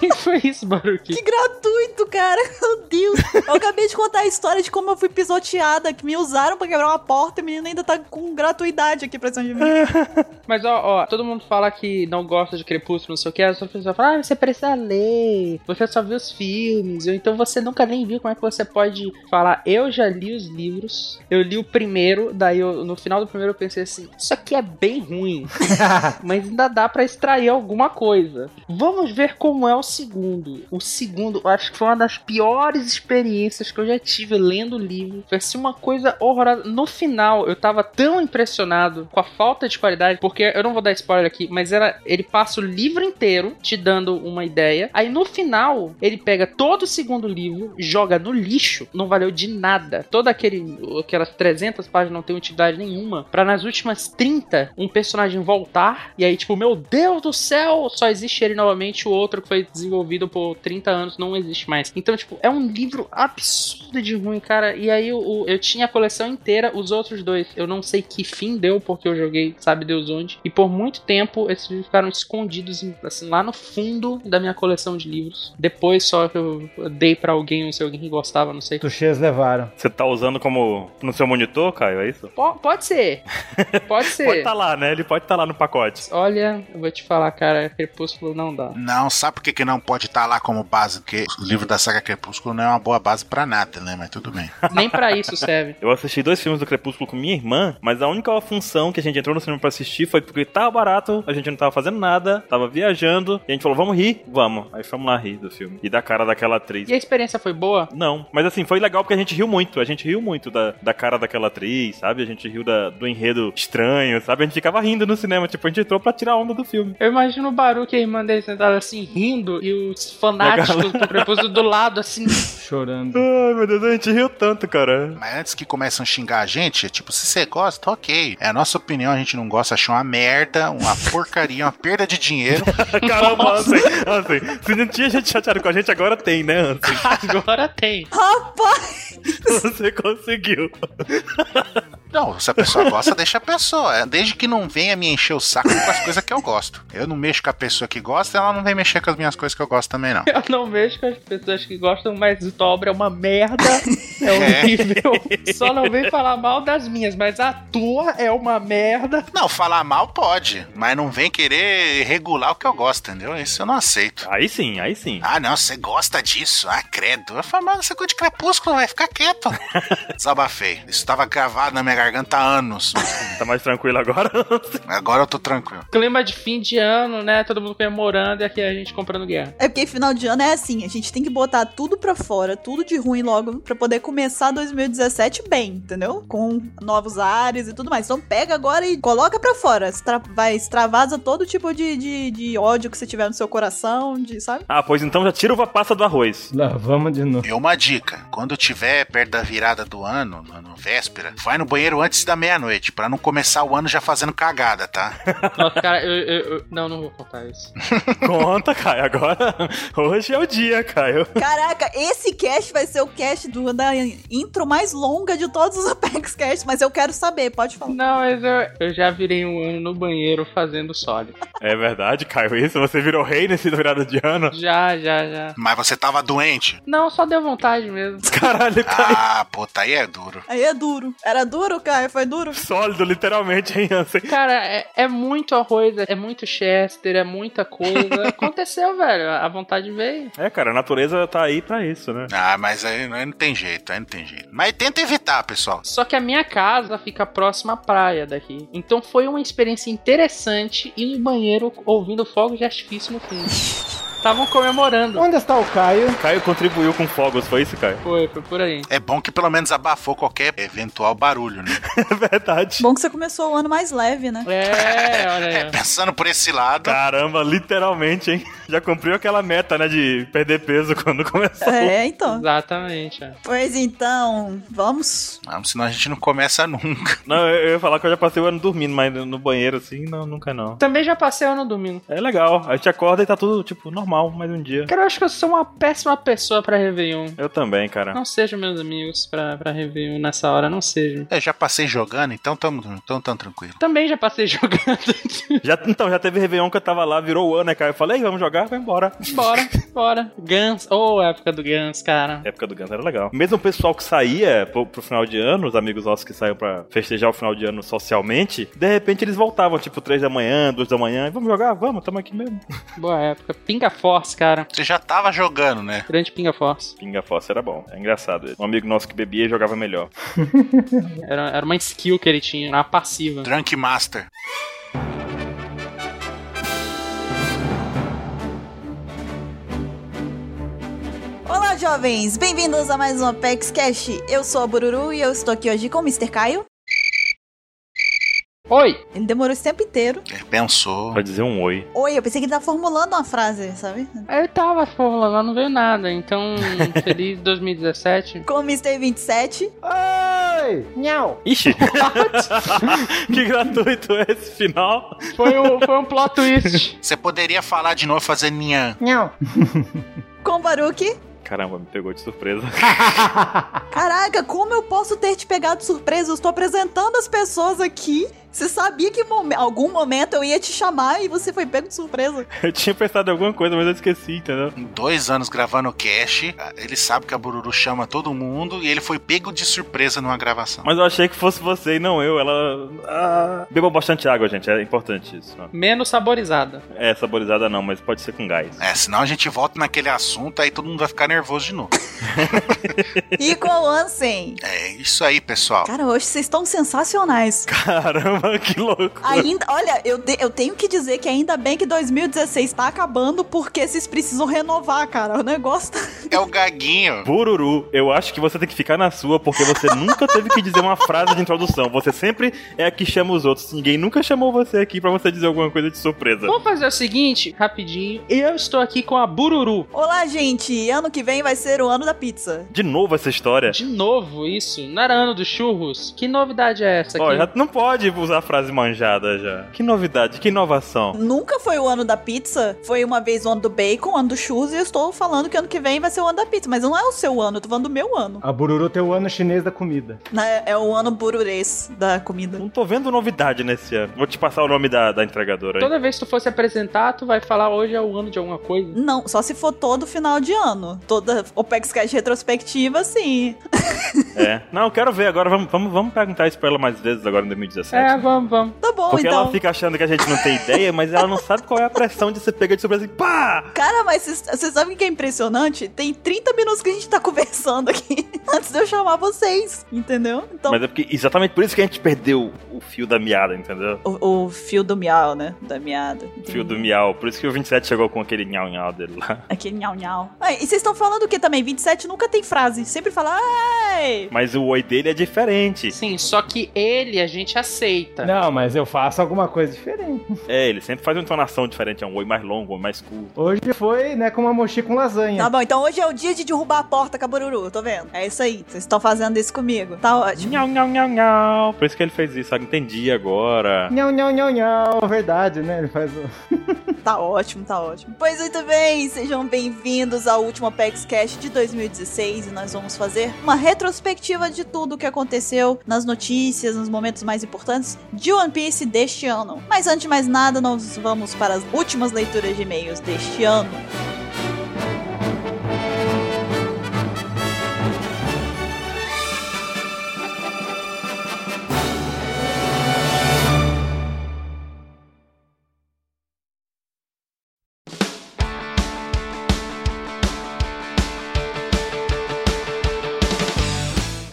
S5: Quem foi isso, Baruki?
S1: Que gratuito, cara. [laughs] Meu Deus. Eu acabei de contar a história de como eu fui pisoteada, que me usaram pra quebrar uma porta e o menino ainda tá com gratuidade aqui pra cima de mim.
S5: Mas ó, ó, todo mundo fala que não gosta de Crepúsculo, não sei o que, as outras pessoas falam, ah, você precisa ler, você só viu os filmes, ou então você nunca nem viu, como é que você pode falar, eu já li os livros, eu li o primeiro, daí eu- no final do primeiro eu pensei assim, isso aqui é bem ruim, mas ainda dá pra extrair alguma coisa. Vamos ver como é o segundo. O segundo, eu acho que foi uma das piores experiências que eu já tive lendo o livro. Foi assim uma coisa horrorosa. No final, eu tava tão impressionado com a falta de qualidade, porque eu não vou dar spoiler aqui, mas era, ele passa o livro inteiro te dando uma ideia. Aí no final, ele pega todo o segundo livro, joga no lixo, não valeu de nada. Toda aquele aquelas 300 páginas não tem um utilidade nenhuma, Pra nas últimas 30 um personagem voltar e aí tipo, meu Deus do céu, só existe ele novamente, o outro que foi desenvolvido por 30 anos não existe mais. Então, tipo, é um livro absurdo de ruim, cara. E aí o- o- eu tinha a coleção inteira, os outros dois, eu não sei que fim deu porque eu joguei, sabe Deus onde. E por muito tempo esses livros ficaram escondidos assim lá no fundo da minha coleção de livros. Depois só que eu dei pra alguém, não sei alguém que gostava, não sei.
S4: Tuxês levaram.
S3: Você tá usando como no seu monitor, Caio, é isso?
S5: Po- pode ser. Pode ser.
S3: Pode tá lá, né? Ele pode tá lá no pacote.
S5: Olha, eu vou te falar, cara, Crepúsculo não dá.
S2: Não, sabe por que, que não pode estar lá como base? Porque o livro da saga Crepúsculo não é uma boa base pra nada, né? Mas tudo bem.
S5: Nem pra isso serve.
S3: Eu assisti dois filmes do Crepúsculo com minha irmã, mas a única função que a gente entrou no cinema pra assistir foi porque tava barato, a gente não tava fazendo nada, tava viajando, e a gente falou, vamos rir? Vamos. Aí fomos lá rir do filme. E da cara daquela atriz.
S5: E a experiência foi boa?
S3: Não, mas assim, foi legal porque a gente riu muito. A gente riu muito da, da cara daquela atriz, sabe? A gente riu da- do enredo estranho, sabe? A gente ficava rindo no cinema, tipo, a gente entrou pra tirar onda do filme.
S5: Eu imagino o Baru que a irmã dele sentada assim, rindo, e os fanáticos do Crepúsculo do lado, assim.
S4: Chorando.
S3: Ai, meu Deus, a gente riu tanto, cara.
S2: Mas antes que começam a xingar a gente, é tipo, se você gosta, ok. É a nossa opinião, a gente não gosta, achou uma merda, uma porcaria, uma perda de dinheiro.
S3: [laughs] Caramba, Ansem, Ansem, se não tinha gente chateada com a gente, agora tem, né, [laughs] Ansem?
S5: Agora tem.
S1: Rapaz!
S3: Você conseguiu.
S2: Não, se a pessoa gosta, deixa a pessoa. É, Desde que não venha me encher o saco com as coisas que eu gosto. Eu não mexo com a pessoa que gosta, ela não vem mexer com as minhas coisas que eu gosto também, não.
S5: Eu não mexo com as pessoas que gostam, mas a tua obra é uma merda. É horrível. Só não vem falar mal das minhas, mas a tua é uma merda.
S2: Não, falar mal pode, mas não vem querer regular o que eu gosto, entendeu? Isso eu não aceito.
S3: Aí sim, aí sim.
S2: Ah, não, você gosta disso. Ah, credo. Eu falo, mano, você gosta de crepúsculo, vai ficar quieto. [laughs] Desabafei. Isso tava gravado na minha garganta há anos.
S3: Tá mais tranquilo agora?
S2: Agora eu tô tranquilo.
S5: Clima de fim de ano, né? Todo mundo comemorando e aqui a gente comprando guerra.
S1: É porque final de ano é assim, a gente tem que botar tudo pra fora, tudo de ruim logo, pra poder começar 2017 bem, entendeu? Com novos ares e tudo mais. Então pega agora e coloca pra fora. Estra- vai, extravasa todo tipo de, de, de ódio que você tiver no seu coração, de,
S3: [laughs]
S1: sabe?
S3: [laughs] ah, pois então já tira o passa do arroz.
S4: Lá, vamos de novo.
S2: E uma dica: quando tiver perto da virada do ano, na na véspera, vai no banheiro antes da meia-noite, pra não começar o ano já fazendo cagada, tá?
S5: Nossa, cara, eu- eu- eu... Não, não vou contar isso.
S3: Conta, Caio, agora. Hoje é o dia, Caio.
S1: Caraca, esse cast vai ser o cast do, da intro mais longa de todos os Apex Cast, mas eu quero saber, pode falar.
S5: Não, mas eu, eu já virei um ano no banheiro fazendo sólido.
S3: É verdade, Caio, isso? Você virou rei nesse virado de ano?
S5: Já, já, já.
S2: Mas você tava doente?
S5: Não, só deu vontade mesmo.
S3: Caralho, tá Caio.
S2: Ah, puta, aí é duro.
S1: Aí é duro. Era duro, Caio? Foi duro?
S3: Sólido, literalmente, hein, Ansem?
S5: Cara, é, é muito arroz, é muito Chester, é muita [laughs] coisa. Aconteceu, velho. A vontade veio.
S3: É, cara, a natureza tá aí pra isso, né?
S2: Ah, mas aí aí não tem jeito, aí não tem jeito. Mas tenta evitar, pessoal.
S5: Só que a minha casa fica próxima à praia daqui. Então foi uma experiência interessante ir no banheiro ouvindo fogo de artifício no fundo. Estavam comemorando.
S4: Onde está o Caio?
S3: Caio contribuiu com fogos, foi isso, Caio?
S5: Foi, foi por aí.
S2: É bom que pelo menos abafou qualquer eventual barulho, né?
S3: [laughs] É verdade.
S1: Bom que você começou o ano mais leve, né?
S5: É, olha aí. ó.
S2: Pensando por esse lado,
S3: Tá. Caramba, literalmente, hein? Já cumpriu aquela meta, né, de perder peso [laughs] quando começou.
S1: É, então.
S5: Exatamente. ó.
S1: Pois então, vamos.
S2: não, ah, senão a gente não começa nunca. [laughs]
S3: Não, eu eu ia falar que eu já passei o ano dormindo, mas no banheiro, assim, não, nunca não.
S5: Também já passei o ano domingo.
S3: É legal, a gente acorda e tá tudo, tipo, normal, mas um dia.
S5: Cara, eu acho que eu sou uma péssima pessoa pra Réveillon.
S3: Eu também, cara.
S5: Não sejam meus amigos pra, pra Réveillon nessa hora, não sejam.
S2: Eu já passei jogando, então tamo tão, tão tranquilo.
S5: Também já passei [laughs] jogando.
S3: Já, então, já teve Réveillon que eu tava lá, virou o ano, né, cara? Eu falei, "Ei, vamos jogar, vai embora.
S5: bora, bora. Guns. Ô, época do Guns, cara.
S3: A época do Guns era legal. Mesmo o pessoal que saía pro, pro final de ano, os amigos nossos que saíam pra festejar o final de ano socialmente, de repente eles voltavam, tipo, três da manhã, duas da manhã, e vamos jogar? Vamos, tamo aqui mesmo.
S5: Boa época. Pinga Force, cara.
S2: Você já tava jogando, né?
S5: Grande Pinga Force.
S3: Pinga Fossa era bom. É engraçado. Um amigo nosso que bebia jogava melhor.
S5: Era, era uma skill que ele tinha, era uma passiva.
S2: Drunk Master.
S1: Olá, jovens! Bem-vindos a mais um Apex Cash. Eu sou a Bururu e eu estou aqui hoje com o Mr. Caio.
S5: Oi!
S1: Ele demorou esse tempo inteiro.
S2: Ele é, pensou.
S3: Pra dizer um oi.
S1: Oi, eu pensei que ele tava formulando uma frase, sabe?
S5: Eu tava fórmula, mas não veio nada. Então, feliz 2017.
S1: Com o Mr. 27.
S4: Oi! Nhau!
S3: Ixi! [laughs] que gratuito é esse final.
S5: Foi um, foi um plot twist.
S2: Você poderia falar de novo fazendo minha.
S4: Nhau!
S1: Com o Baruque.
S3: Caramba, me pegou de surpresa. [laughs]
S1: Caraca, como eu posso ter te pegado de surpresa? Eu estou apresentando as pessoas aqui. Você sabia que momen- algum momento eu ia te chamar e você foi pego de surpresa.
S3: Eu tinha pensado em alguma coisa, mas eu esqueci, entendeu?
S2: Em Dois anos gravando o cast, ah, ele sabe que a Bururu chama todo mundo e ele foi pego de surpresa numa gravação.
S3: Mas eu achei que fosse você e não eu. Ela. Ah. Beba bastante água, gente. É importante isso.
S5: Menos saborizada.
S3: É saborizada não, mas pode ser com gás. [laughs]
S2: É, senão a gente volta naquele assunto, aí todo mundo vai ficar nervoso de novo.
S1: E com o Ansem.
S2: É isso aí, pessoal.
S1: Cara, hoje vocês estão sensacionais.
S3: Caramba, que louco.
S1: Ainda, olha, eu, te- eu tenho que dizer que ainda bem que 2016 tá acabando, porque vocês precisam renovar, cara. O negócio tá.
S2: É o Gaguinho.
S3: Bururu, eu acho que você tem que ficar na sua, porque você nunca teve que dizer uma frase de introdução. Você sempre é a que chama os outros. Ninguém nunca chamou você aqui pra você dizer alguma coisa de surpresa.
S5: Vamos fazer o seguinte, rapidinho. Eu estou aqui com a Bururu.
S1: Olá, gente. Ano que vem vai ser o ano da pizza.
S3: De novo essa história.
S5: De novo isso? Não era ano dos churros? Que novidade é essa aqui?
S3: Ó, já não pode usar a frase manjada já. Que novidade, que inovação.
S1: Nunca foi o ano da pizza. Foi uma vez o ano do bacon, o ano do churros, e eu estou falando que ano que vem vai ser o ano da pizza. Mas não é o seu ano, eu tô falando do meu ano.
S4: A Bururu tem o ano chinês da comida.
S1: né? É o ano bururês da comida.
S3: Não tô vendo novidade nesse ano. Vou te passar o nome da, da entregadora aí.
S5: Toda vez que tu fosse apresentar, tu vai falar hoje é o ano de alguma coisa.
S1: Não, só se for todo final de ano. Toda OPEX Cash retrospectiva, sim.
S3: É. Não, eu quero ver agora. Vamos, vamos, vamos perguntar isso pra ela mais vezes agora em 2017.
S5: É, vamos, vamos.
S1: Tá bom,
S3: Porque
S1: então.
S3: ela fica achando que a gente não tem ideia, mas ela não sabe qual é a pressão de se pegar de surpresa e pá!
S1: Cara, mas vocês sabem o que é impressionante? Tem 30 minutos que a gente tá conversando aqui [laughs] antes de eu chamar vocês, entendeu? Então,
S3: Mas é porque exatamente por isso que a gente perdeu o fio da meada, entendeu?
S1: o, o fio do miau, né? Da miada.
S3: O fio do miau. Por isso que o 27 chegou com aquele nhau nhau dele lá. [laughs]
S1: Aquele nhau nhau. Ah, e vocês estão falando o que também? 27 nunca tem frase. Sempre fala, ai!
S3: Mas o oi dele é diferente.
S5: Sim, só que ele a gente
S1: Tá.
S5: aceita.
S4: Não, mas eu faço alguma coisa diferente.
S3: É, ele sempre faz uma entonação diferente. É um oi mais longo, um mais curto.
S4: Hoje foi, né, com uma mochi com lasanha.
S1: Tá bom, então hoje é o dia de derrubar a porta, Cabururu, tô vendo. É isso aí, vocês estão fazendo isso comigo. Tá ótimo.
S3: Nhau nhau nhau nhau. Por isso que ele fez isso. sabe? Entendi agora.
S4: [laughs] Nhau, nhau, nhau, nhau. Verdade, né? Ele faz o...
S1: Tá ótimo, tá ótimo. Pois muito bem, sejam bem-vindos ao último Apex Cash de 2016 e nós vamos fazer uma retrospectiva de tudo o que aconteceu nas notícias, nos momentos mais importantes de One Piece deste ano. Mas antes de mais nada, nós vamos para as últimas leituras de e-mails deste ano.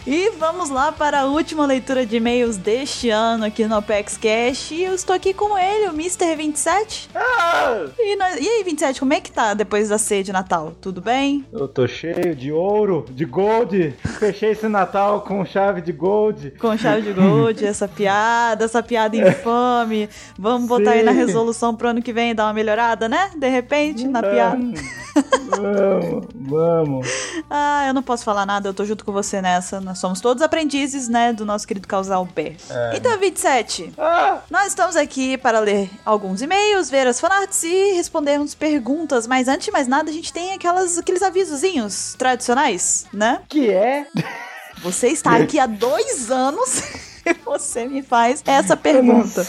S1: E vamos lá para a última leitura de e-mails deste ano aqui no Apex Cash. E eu estou aqui com ele, o Mr. 27. E, nós- e aí, 27, como é que tá depois da ceia de Natal? Tudo bem?
S4: Eu tô cheio de ouro, de gold. Fechei esse Natal com chave de gold.
S1: Com chave de gold, essa piada, essa piada infame. Vamos botar aí na
S4: Sim.
S1: resolução pro ano que vem e dar uma melhorada, né? De repente, na
S4: É.
S1: piada.
S4: Vamos, vamos.
S1: Ah, eu não posso falar nada, eu tô junto com você nessa. Nós somos todos todos aprendizes, né, do nosso querido casal B. Então, 27.
S4: Ah,
S1: Nós estamos aqui para ler alguns e-mails, ver as fanarts e respondermos perguntas. Mas antes de mais nada, a gente tem aquelas, aqueles avisozinhos tradicionais, né?
S4: Que é.
S1: Você está aqui há dois anos [laughs] e você me faz essa pergunta.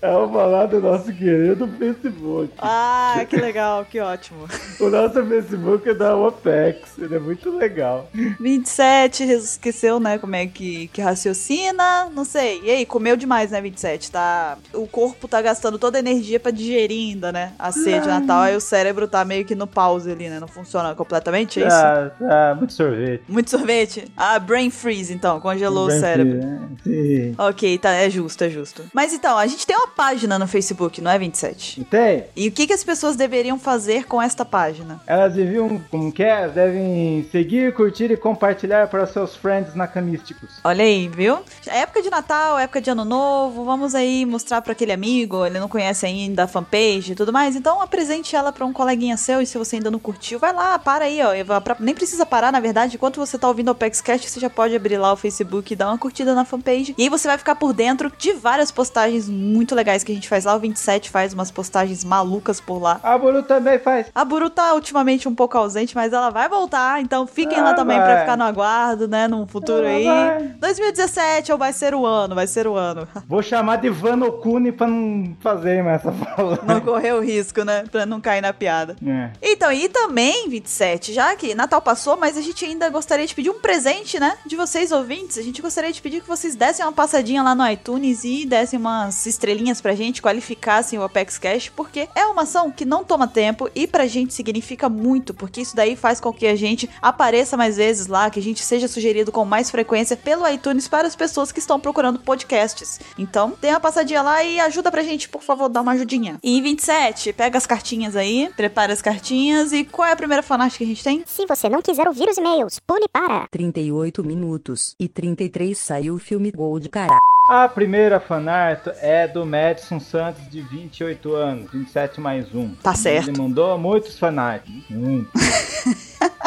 S4: É o falar do nosso querido Facebook.
S1: Ah, que legal, que [laughs] ótimo.
S4: O nosso Facebook é da OPEX. Ele é muito legal.
S1: 27, esqueceu, né, como é que, que raciocina, não sei. E aí, comeu demais, né, 27? Tá, o corpo tá gastando toda a energia pra digerir ainda, né, a sede de natal, aí o cérebro tá meio que no pause ali, né, não funciona completamente, é isso?
S4: Ah, ah, muito sorvete.
S1: Muito sorvete? Ah, brain freeze, então, congelou o cérebro.
S4: é. né? Sim.
S1: Ok, tá, é justo, é justo. Mas então, a gente tem uma página no Facebook, não é, 27?
S4: Tem.
S1: E o que, que as pessoas deveriam fazer com esta página?
S4: Elas deviam, como que é? Devem seguir, curtir e compartilhar para seus friends nacamísticos.
S1: Olha aí, viu? É época de Natal, é época de Ano Novo, vamos aí mostrar para aquele amigo, ele não conhece ainda a fanpage e tudo mais, então apresente ela para um coleguinha seu e se você ainda não curtiu, vai lá, para aí, ó. Eva, pra- nem precisa parar, na verdade, enquanto você tá ouvindo o ApexCast, você já pode abrir lá o Facebook e dar uma curtida na fanpage, e aí você vai ficar por dentro de várias postagens muito legais que a gente faz lá, o 27 faz umas postagens malucas por lá.
S4: A Buru também faz.
S1: A Buru tá ultimamente um pouco ausente, mas ela vai voltar, então fiquem lá
S4: Ah,
S1: também
S4: vai.
S1: pra ficar no aguardo, né, num futuro
S4: Ah,
S1: aí.
S4: vai.
S1: 2017 ou vai ser o ano, vai ser o ano. [laughs]
S4: Vou chamar de Vanokuni pra não fazer mais essa fala.
S1: Não correr o risco, né, pra não cair na piada.
S4: É.
S1: Então, e também, 27, já que Natal passou, mas a gente ainda gostaria de pedir um presente, né? De vocês ouvintes. A gente gostaria de pedir que vocês dessem uma passadinha lá no iTunes e dessem umas estrelinhas pra gente, qualificassem o Apex Cash, porque é uma ação que não toma tempo e pra gente significa muito, porque isso daí faz com que a gente apareça mais vezes lá, que a gente seja sugerido com mais frequência pelo iTunes para as pessoas que estão procurando podcasts. Então, dê uma passadinha lá e ajuda pra gente, por favor, dá uma ajudinha. E 27, pega as cartinhas aí, prepara as cartinhas e qual é a primeira fanart que a gente tem?
S6: Se você não quiser ouvir os e-mails, pule para.
S7: 38 minutos e 33 saiu o filme Gold Cara.
S4: A primeira fanart é do Madison Santos, de 28 anos, 27 mais 1.
S1: Tá certo.
S4: Ele mandou muitos fanarts. Um. [laughs]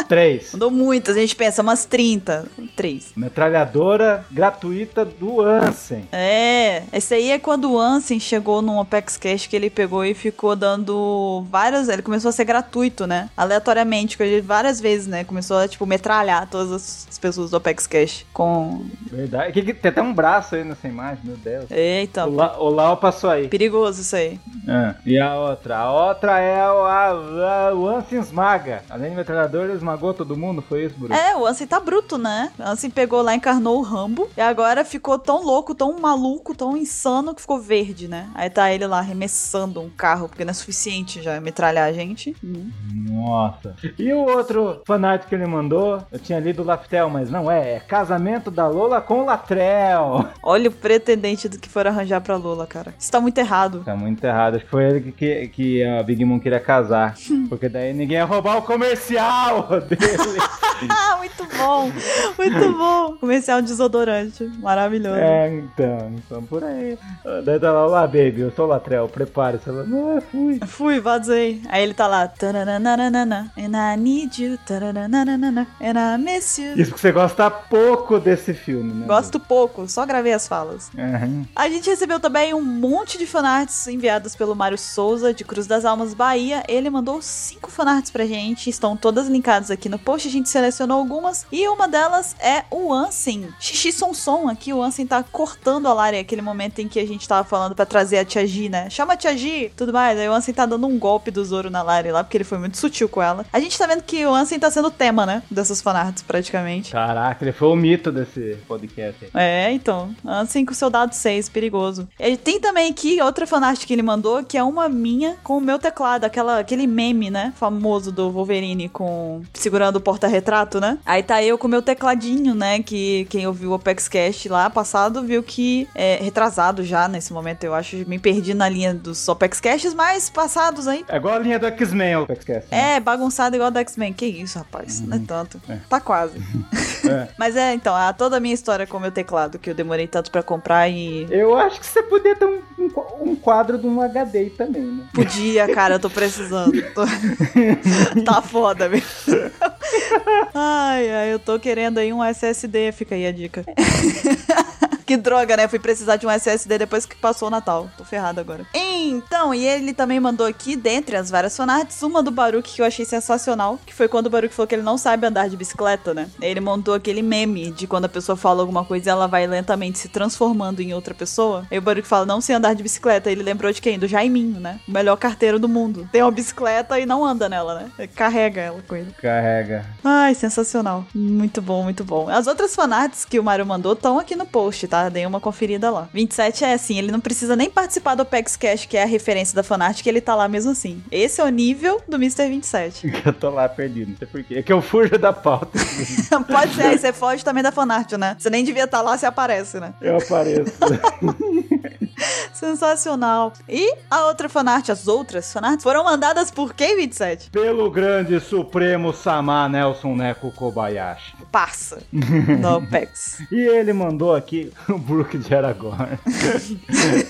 S4: Três.
S1: Mandou muitas, a gente pensa umas 30, três.
S4: Metralhadora gratuita do Ansem.
S1: É, esse aí é quando o Ansem chegou num Apex Cash que ele pegou e ficou dando várias. Ele começou a ser gratuito, né? Aleatoriamente, que ele- várias vezes, né? Começou a, tipo, metralhar todas as as pessoas do Apex Cash com.
S4: Verdade. Que- que- Tem até um braço aí nessa imagem, meu Deus.
S1: Eita,
S4: O La- O Lau passou aí.
S1: perigoso isso aí.
S4: Ah, E a outra? A outra é a, a, a, o Ansem esmaga. Além de metralhador, ele esmagou todo mundo, foi isso, Bruno?
S1: É, o Ansem tá bruto, né? O Ansem pegou lá, encarnou o Rambo. E agora ficou tão louco, tão maluco, tão insano que ficou verde, né? Aí tá ele lá arremessando um carro, porque não é suficiente já metralhar a gente.
S4: Nossa. E o outro fanart que ele mandou, eu tinha lido Laftel, mas não é. É Casamento da Lola com Latrel. [laughs]
S1: Olha o pretendente do que foram arranjar pra Lula, cara. Isso tá muito errado.
S4: Tá muito errado. Acho que foi ele que, que, que a Big Mom queria casar. Porque daí ninguém ia roubar o comercial [laughs] dele.
S1: [laughs] Ah, muito bom! Muito bom! Comercial de desodorante. Maravilhoso.
S4: é, então, então por aí. Daí tá lá, lá, baby, eu sou Latrel, prepare-se. Ela, ah, fui.
S1: Fui, vazei. Aí ele tá lá. É "Tarananana, And I need you. tarananana, And I miss you.
S4: Isso que você gosta pouco desse filme, né?
S1: Gosto pouco, só gravei as falas.
S4: Aham.
S1: A gente recebeu também um monte de fanarts enviadas pelo Mário Souza, de Cruz das Almas, Bahia. Ele mandou cinco fanarts pra gente, estão todas linkadas aqui no post, a gente selecionou algumas. E uma delas é o Ansem. Xixi Sonson, aqui o Ansem tá cortando a Lari, aquele momento em que a gente tava falando pra trazer a Tia G, né? Chama a Tia G, tudo mais. Aí o Ansem tá dando um golpe do Zoro na Lari lá, porque ele foi muito sutil com ela. A gente tá vendo que o Ansem tá sendo o tema, né? Dessas fanarts, praticamente.
S4: Caraca, ele foi o mito desse podcast.
S1: É, então. Ansem com seu dado 6, perigoso. Ele tem também aqui outra fanart que ele mandou, que é uma minha com o meu teclado, aquela, aquele meme, né? Famoso do Wolverine com segurando o porta-retrato, né? Aí tá eu com o meu tecladinho, né? Que quem ouviu o Apex Cast lá passado viu que é retrasado já nesse momento, eu acho. Me perdi na linha dos Apex Casts, mas passados aí.
S4: É igual a linha do X-Men, o podcast. né?
S1: É, bagunçado igual a do X-Men. Que isso, rapaz? Não é tanto. Tá quase.
S4: É.
S1: [laughs] Mas é, então, a, toda a minha história com o meu teclado, que eu demorei tanto pra comprar e.
S4: Eu acho que você podia ter um, um qua- um quadro de um HD aí também, né?
S1: [laughs] Podia, cara, eu tô precisando. Tô- tá foda, mesmo. Ai, ai, eu tô querendo aí um SSD, fica aí a dica. [laughs] Que droga, né? Fui precisar de um SSD depois que passou o Natal. Tô ferrado agora. Então, e ele também mandou aqui, dentre as várias fanarts, uma do Baruch que eu achei sensacional, que foi quando o Baruch falou que ele não sabe andar de bicicleta, né? Ele montou aquele meme de quando a pessoa fala alguma coisa e ela vai lentamente se transformando em outra pessoa. Aí o Baruch fala, não sei andar de bicicleta. Ele lembrou de quem? Do Jaiminho, né? O melhor carteiro do mundo. Tem uma bicicleta e não anda nela, né? Ele Carrega ela com ele.
S4: Carrega. [laughs]
S1: Ai, sensacional. Muito bom, muito bom. As outras fanarts que o Mário mandou estão aqui no post, tá? Dei uma conferida lá. 27 é assim, ele não precisa nem participar do Opex Cash, que é a referência da fanart, que ele tá lá mesmo assim. Esse é o nível do Mr. 27.
S4: Eu tô lá perdido, não sei porquê. É que eu fujo da pauta.
S1: [laughs] Pode ser, aí você foge também da fanart, né? Você nem devia estar lá, você aparece, né?
S4: Eu apareço.
S1: Sensacional. E a outra fanart, as outras fanarts, foram mandadas por quem, 27?
S4: [laughs] Pelo grande supremo Samar Nelson Neco Kobayashi.
S1: Parça. No Opex.
S4: E ele mandou aqui [laughs] o Brook de Aragorn. [laughs]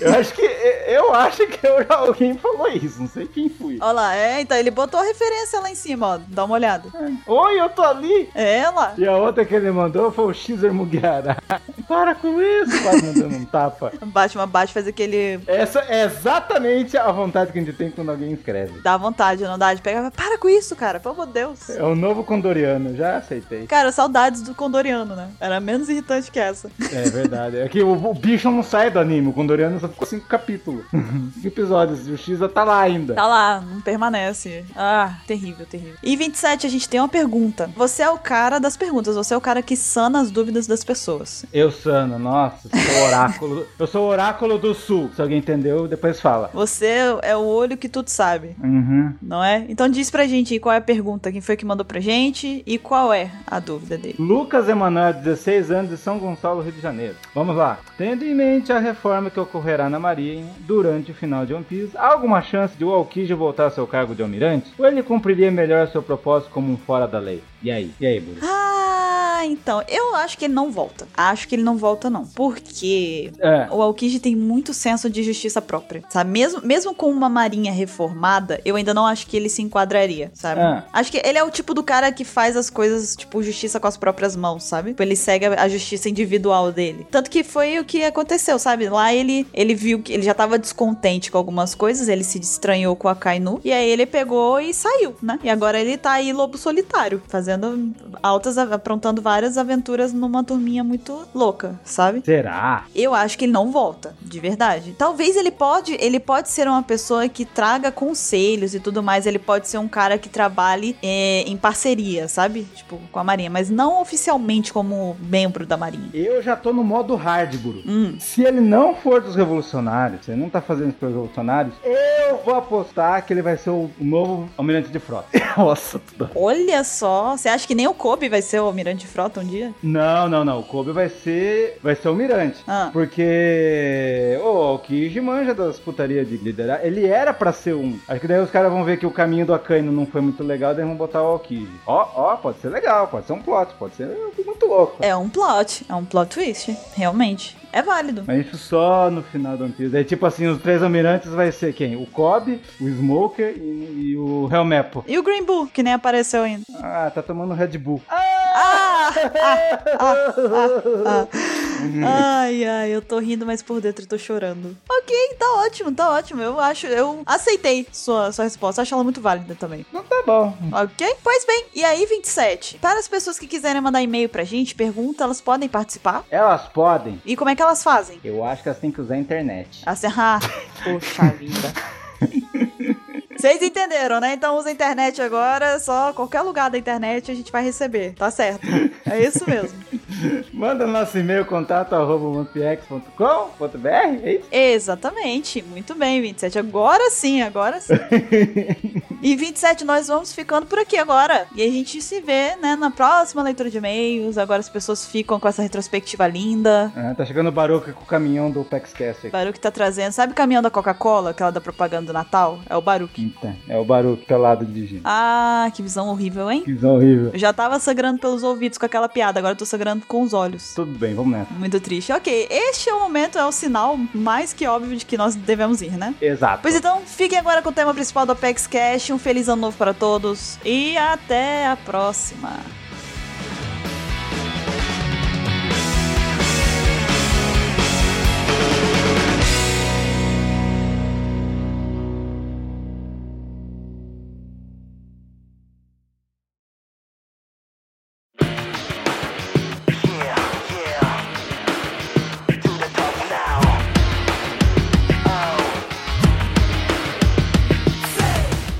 S4: eu acho que eu acho que eu- alguém falou isso, não sei quem fui.
S1: Olha lá, é, então ele botou a referência lá em cima, ó. Dá uma olhada.
S4: Oi, eu tô ali.
S1: É lá.
S4: E a outra que ele mandou foi o Xer Mugiara. Para com isso, quase mandando um tapa.
S1: Batman bate, faz aquele
S4: Essa é exatamente a vontade que a gente tem quando alguém escreve.
S1: Dá vontade, não dá? De pegar. Para com isso, cara, pelo amor de Deus.
S4: É o novo Condoriano, já aceitei.
S1: Cara, saudades do Condoriano, né? Era menos irritante que essa.
S4: É verdade. É que o, o bicho não sai do anime, o Condoriano só ficou cinco capítulos. Cinco Uhum. episódios, e o X tá lá ainda.
S1: Tá lá, não permanece. Ah, terrível, terrível. E 27, a gente tem uma pergunta. Você é o cara das perguntas, você é o cara que sana as dúvidas das pessoas.
S4: Eu, Sano, nossa, sou o oráculo. Eu sou o oráculo do sul. Se alguém entendeu, depois fala.
S1: Você é o olho que tudo sabe,
S4: Uhum.
S1: não é? Então diz pra gente aí qual é a pergunta, quem foi que mandou pra gente e qual é a dúvida dele.
S4: Lucas Emanuel, 16 anos, de São Gonçalo, Rio de Janeiro. Vamos lá. Tendo em mente a reforma que ocorrerá na Marinha durante o final de One Piece, há alguma chance de o Aokiji voltar ao seu cargo de almirante? Ou ele cumpriria melhor seu propósito como um fora da lei? E aí? E aí, Bruno?
S1: Ah, então, eu acho que ele não volta. Acho que ele não volta, não. Porque
S4: É.
S1: O Aokiji tem muito senso de justiça própria, sabe? Mesmo, mesmo com uma marinha reformada, eu ainda não acho que ele se enquadraria, sabe?
S4: Ah.
S1: Acho que ele é o tipo do cara que faz as coisas, tipo, justiça com as próprias mãos, sabe? Tipo, Ele segue a a justiça individual dele. Tanto que foi o que aconteceu, sabe? Lá ele, ele viu que ele já tava descontente com algumas coisas, ele se estranhou com a Kainu, e aí ele pegou e saiu, né? E agora ele tá aí lobo solitário, fazendo altas, aprontando várias aventuras numa turminha muito louca, sabe?
S4: Será?
S1: Eu acho que ele não volta, de verdade. Talvez ele pode, ele pode ser uma pessoa que traga conselhos e tudo mais. Ele pode ser um cara que trabalhe é, em parceria, sabe? Tipo, com a Marinha, mas não oficialmente como membro da Marinha.
S4: Eu já tô no modo hard, Guru.
S1: Hum.
S4: Se ele não for dos revolucionários, se ele não tá fazendo isso pelos revolucionários, eu vou apostar que ele vai ser o novo almirante de frota. Nossa, tudo.
S1: Olha só, você acha que nem o Kobe vai ser o almirante frota um dia?
S4: Não, não, não. O Kobe vai ser. Vai ser almirante.
S1: Ah.
S4: Porque. Ô, o Kiji manja das putarias de liderar. Ele era pra ser um. Acho que daí os caras vão ver que o caminho do Akainu não foi muito legal, daí vão botar o Aokiji. Ó, ó, pode ser legal, pode ser um plot, pode ser muito louco.
S1: É um plot, é um plot twist, realmente. É válido.
S4: Mas isso só no final do One Piece. É tipo assim, os três almirantes vai ser quem? O Kobe, o Smoker e, e o Helmepo.
S1: E o Green Bull, que nem apareceu ainda.
S4: Ah, tá tomando Red Bull.
S1: Ah! ah, ah, ah, [laughs] ah. Ai, ai, eu tô rindo, mas por dentro eu tô chorando. Ok, tá ótimo, tá ótimo. Eu acho, eu aceitei sua, sua resposta. Acho ela muito válida também.
S4: Não tá bom.
S1: Hum. Ok? Pois bem, e aí, 27? Para as pessoas que quiserem mandar e-mail pra gente, pergunta, elas podem participar?
S4: Elas podem.
S1: E como é que elas fazem?
S4: Eu acho que elas têm que usar a internet.
S1: Assim, [laughs] ah, poxa vida. Vocês entenderam, né? Então usa a internet agora, só qualquer lugar da internet a gente vai receber, tá certo? É isso mesmo.
S4: Manda nosso e-mail, contato arroba onepx.com.br, é isso?
S1: Exatamente. Muito bem, 27. Agora sim, agora sim. e 27, nós vamos ficando por aqui agora. E a gente se vê, né, na próxima leitura de e-mails. Agora as pessoas ficam com essa retrospectiva linda.
S4: Ah, tá chegando o Baruca com o caminhão do Pexcast aqui.
S1: Baruque tá trazendo. Sabe o caminhão da Coca-Cola, aquela da propaganda do Natal? É o Baruque.
S4: Eita, é o Baruca pelado dirigindo.
S1: Ah, que visão horrível, hein?
S4: Que visão horrível.
S1: Eu já tava sangrando pelos ouvidos com aquela piada, agora eu tô sangrando chorando com os olhos.
S4: Tudo bem, vamos nessa.
S1: Muito triste. Ok, este é o momento, é o sinal mais que óbvio de que nós devemos ir, né?
S4: Exato.
S1: Pois então, fiquem agora com o tema principal do Apex Cash. Um feliz ano novo para todos e até a próxima.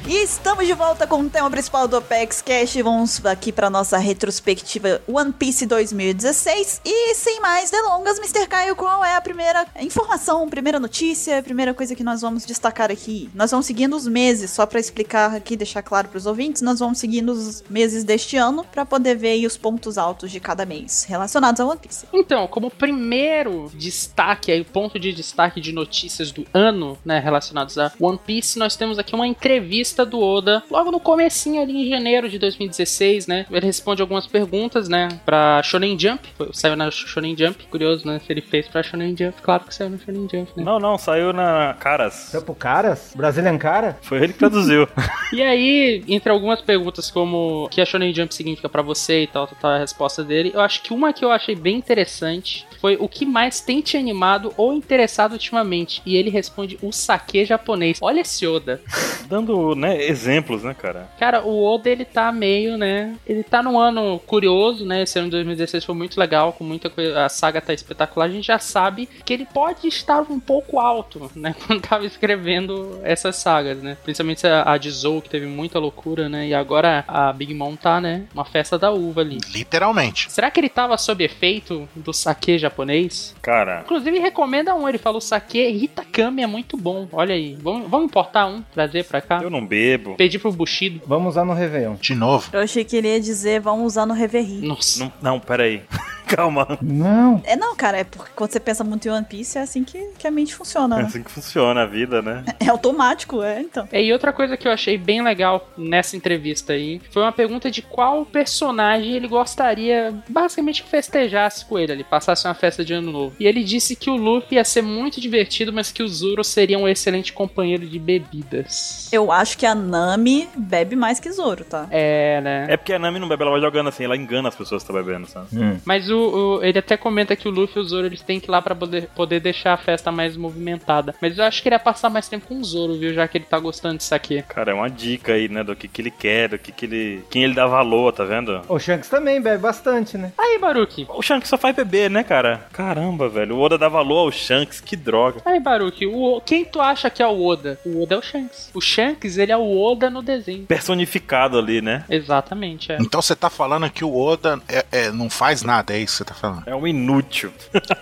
S1: E estamos de volta com o tema principal do Apex Cash. Vamos aqui para nossa retrospectiva One Piece 2016. E sem mais delongas, Mr. Caio, qual é a primeira informação, primeira notícia, primeira coisa que nós vamos destacar aqui? Nós vamos seguindo os meses, só para explicar aqui, deixar claro para os ouvintes, nós vamos seguindo os meses deste ano para poder ver aí os pontos altos de cada mês relacionados a One Piece.
S5: Então, como primeiro destaque, aí, ponto de destaque de notícias do ano, né, relacionados a One Piece, nós temos aqui uma entrevista do Oda, logo no comecinho ali em janeiro de 2016, né, ele responde algumas perguntas, né, pra Shonen Jump, Foi- saiu na Shonen Jump, curioso, né, se ele fez pra Shonen Jump, claro que saiu na Shonen Jump, né.
S3: Não, não, saiu na Caras.
S4: Então, pro caras? Brazilian cara?
S3: Foi ele que traduziu.
S5: E aí, entre algumas perguntas como o que a Shonen Jump significa pra você e tal, tal, tal, a resposta dele, eu acho que uma que eu achei bem interessante foi o que mais tem te animado ou interessado ultimamente. E ele responde o saque japonês. Olha esse Oda.
S3: Dando, né, exemplos, né, cara?
S5: Cara, o Oda ele tá meio, né? Ele tá num ano curioso, né? Esse ano de 2016 foi muito legal, com muita coisa. A saga tá espetacular. A gente já sabe que ele pode estar um pouco alto, né? [laughs] Quando tava escrevendo essas sagas, né? Principalmente a, a de Zou, que teve muita loucura, né? E agora a Big Mom tá, né? Uma festa da uva ali.
S2: Literalmente.
S5: Será que ele tava sob efeito do saque japonês?
S3: Cara,
S5: Inclusive, recomenda um. Ele falou: saque Hitakami é muito bom. Olha aí. Vamos, vamos importar um? Trazer pra cá?
S3: eu não bebo.
S5: Pedi pro Bushido.
S4: Vamos usar no Réveillon.
S2: De novo.
S1: Eu achei que ele ia dizer, vamos usar no Reverri.
S3: Hum.
S5: Nossa.
S3: Não, não peraí. [laughs] Calma.
S4: Não.
S1: É, não, cara, é porque quando você pensa muito em One Piece, é assim que, que a mente funciona,
S3: É
S1: né?
S3: assim que funciona a vida, né?
S1: É automático, é, então.
S5: É, E outra coisa que eu achei bem legal nessa entrevista aí foi uma pergunta de qual personagem ele gostaria, basicamente, que festejasse com ele ali, passasse uma festa de ano novo. E ele disse que o Luffy ia ser muito divertido, mas que o Zoro seria um excelente companheiro de bebidas.
S1: Eu acho que a Nami bebe mais que Zoro, tá?
S5: É, né?
S3: É porque a Nami não bebe, ela vai jogando assim, ela engana as pessoas que tá bebendo, sabe?
S5: Mas o, o- ele até comenta que o Luffy e o Zoro eles têm que ir lá pra poder, poder deixar a festa mais movimentada. Mas eu acho que ele ia passar mais tempo com o Zoro, viu? Já que ele tá gostando disso aqui.
S3: Cara, é uma dica aí, né, do que, que ele quer, do que, que ele. Quem ele dá valor, tá vendo?
S4: O Shanks também bebe bastante, né?
S5: Aí, Baruki.
S3: O Shanks só faz beber, né, cara? Caramba, velho. O Oda dá valor ao Shanks, que droga.
S5: Aí, Baruki, o, quem tu acha que é o Oda? O Oda é o Shanks. O Shanks, ele é o Oda no desenho.
S3: Personificado ali, né?
S5: Exatamente, é.
S2: Então você tá falando que o Oda é- é, não faz nada, é isso que você tá falando?
S3: É um inútil.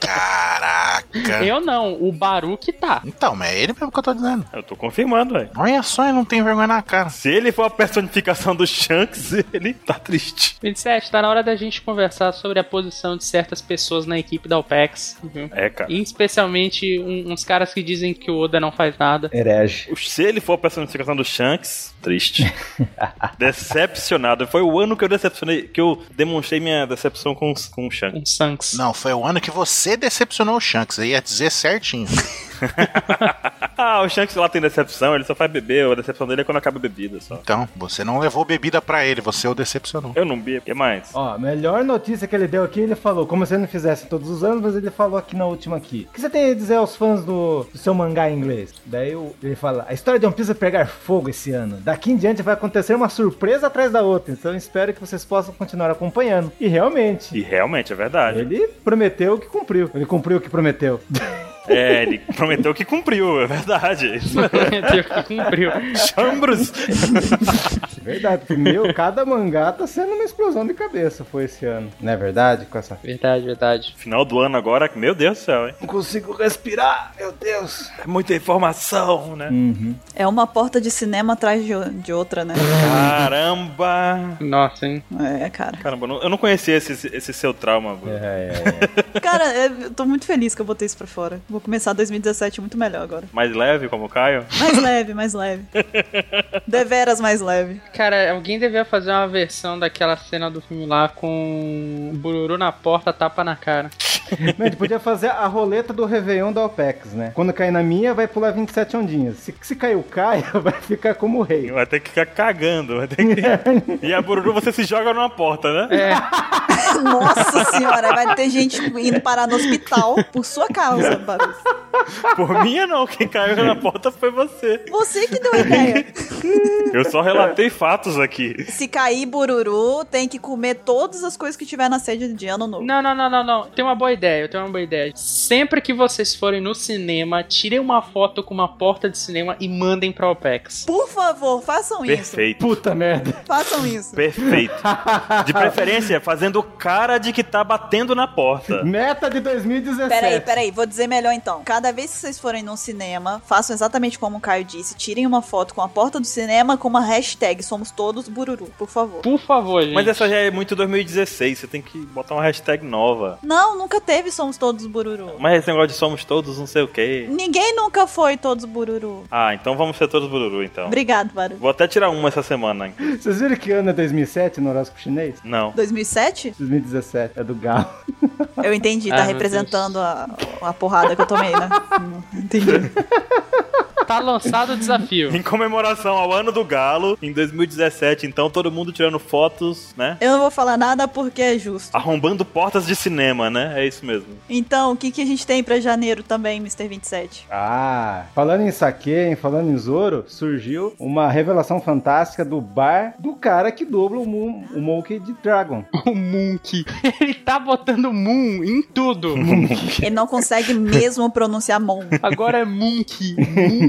S2: Caraca.
S5: Eu não, o Baruki tá.
S2: Então, mas é ele mesmo que eu tô dizendo.
S3: Eu tô confirmando, velho.
S2: Olha só, ele não tem vergonha na cara.
S3: Se ele for a personificação do Shanks, [laughs] ele tá triste.
S5: 27, tá na hora da gente conversar sobre a posição de certas pessoas na equipe da OPEX. viu?
S3: É, cara.
S5: E especialmente um- uns caras que dizem que o Oda não faz nada.
S4: Herege.
S3: Se ele for a personificação do Shanks, triste. Decepcionado. Foi o ano que eu decepcionei, que eu demonstrei minha decepção com, com o Shanks.
S5: Um Shanks. [laughs]
S2: Não, foi o ano que você decepcionou o Shanks. Aí ia dizer certinho.
S3: [laughs] Ah, o Shanks lá tem decepção, ele só faz beber. A decepção dele é quando acaba a bebida só.
S2: Então, você não levou bebida pra ele, você o decepcionou.
S3: Eu não bebo. O que mais?
S4: Ó, a melhor notícia que ele deu aqui, ele falou, como se ele não fizesse todos os anos, mas ele falou aqui na última aqui. O que você tem a dizer aos fãs do, do seu mangá em inglês? Daí o- ele fala, a história de One Piece vai pegar fogo esse ano. Daqui em diante vai acontecer uma surpresa atrás da outra, então espero que vocês possam continuar acompanhando. E realmente,
S3: E realmente, é verdade.
S4: ele prometeu o que cumpriu. Ele cumpriu o que prometeu.
S3: É, ele prometeu que cumpriu, é verdade. Isso.
S5: Teve que cumprir.
S3: Chambros!
S4: É Verdade, porque, meu, cada mangá tá sendo uma explosão de cabeça foi esse ano. Não é verdade? Com essa...
S5: Verdade, verdade.
S3: Final do ano agora, meu Deus do céu, hein?
S4: Não consigo respirar, meu Deus.
S3: É muita informação, né?
S1: É uma porta de cinema atrás de, o- de outra, né?
S3: Caramba!
S5: Nossa, hein?
S1: É, cara.
S3: Caramba, eu não- eu não conhecia esse, esse seu trauma, Bruno.
S4: É.
S1: Cara, é, eu tô muito feliz que eu botei isso pra fora. Vou começar 2017 muito melhor agora.
S3: [laughs] Mais leve, como o Caio?
S1: Mais leve, mais leve. Deveras mais leve.
S5: Cara, alguém devia fazer uma versão daquela cena do filme lá com bururu na porta, tapa na cara.
S4: Não, a gente podia fazer a roleta do Réveillon da OPEX, né? Quando cair na minha, vai pular 27 ondinhas. Se, se cair o Caio, [laughs] vai ficar como o rei.
S3: Vai ter que ficar cagando. Vai ter que... e a Bururu, você se joga numa porta, né?
S5: É,
S1: Nossa senhora, vai ter gente indo parar no hospital por sua causa, Bagus.
S3: Por minha não, quem caiu na porta foi você.
S1: Você que deu a ideia.
S3: Eu só relatei fatos aqui.
S1: Se cair bururu, tem que comer todas as coisas que tiver na sede de ano novo.
S5: Não, não, não, não, não. Tem uma boa ideia, eu tenho uma boa ideia. Sempre que vocês forem no cinema, tirem uma foto com uma porta de cinema e mandem pra OPEX.
S1: Por favor, façam isso.
S3: Perfeito.
S4: Puta merda.
S1: Façam isso.
S3: Perfeito. De preferência, fazendo cara de que tá batendo na porta.
S4: [laughs] Meta de 2017.
S1: Peraí, peraí, vou dizer melhor então. Cada vez que vocês forem num cinema, façam exatamente como o Caio disse. Tirem uma foto com a porta do cinema com uma hashtag Somos Todos Bururu, por favor.
S5: Por favor, gente.
S3: Mas essa já é muito 2016, você tem que botar uma hashtag nova.
S1: Não, nunca teve Somos Todos Bururu.
S3: Mas esse negócio de somos todos não sei o quê.
S1: Ninguém nunca foi Todos Bururu.
S3: Ah, então vamos ser todos bururu, então.
S1: Obrigado, Baru.
S3: Vou até tirar uma essa semana. hein?
S4: Vocês viram que ano é 2007 no horóscopo chinês?
S3: Não.
S1: 2007?
S4: 2017 é do [laughs] galo.
S1: Eu entendi,
S5: Ah,
S1: tá
S5: meu
S1: representando a, a porrada que eu tomei, né? [laughs] entendi.
S5: Tá lançado
S3: [laughs]
S5: o desafio.
S3: Em comemoração ao ano do galo, em 2017, então todo mundo tirando fotos, né?
S1: Eu não vou falar nada porque é justo.
S3: Arrombando portas de cinema, né? É isso mesmo.
S1: Então, o que, que a gente tem pra janeiro também, Mr. 27?
S4: Ah, falando em saque, falando em Zoro, surgiu uma revelação fantástica do bar do cara que dubla o, Mon o Monkey de Dragon.
S5: O Monkey. Ele tá botando Moon em tudo.
S1: Ele não consegue mesmo pronunciar Mon.
S5: Agora é Monkey.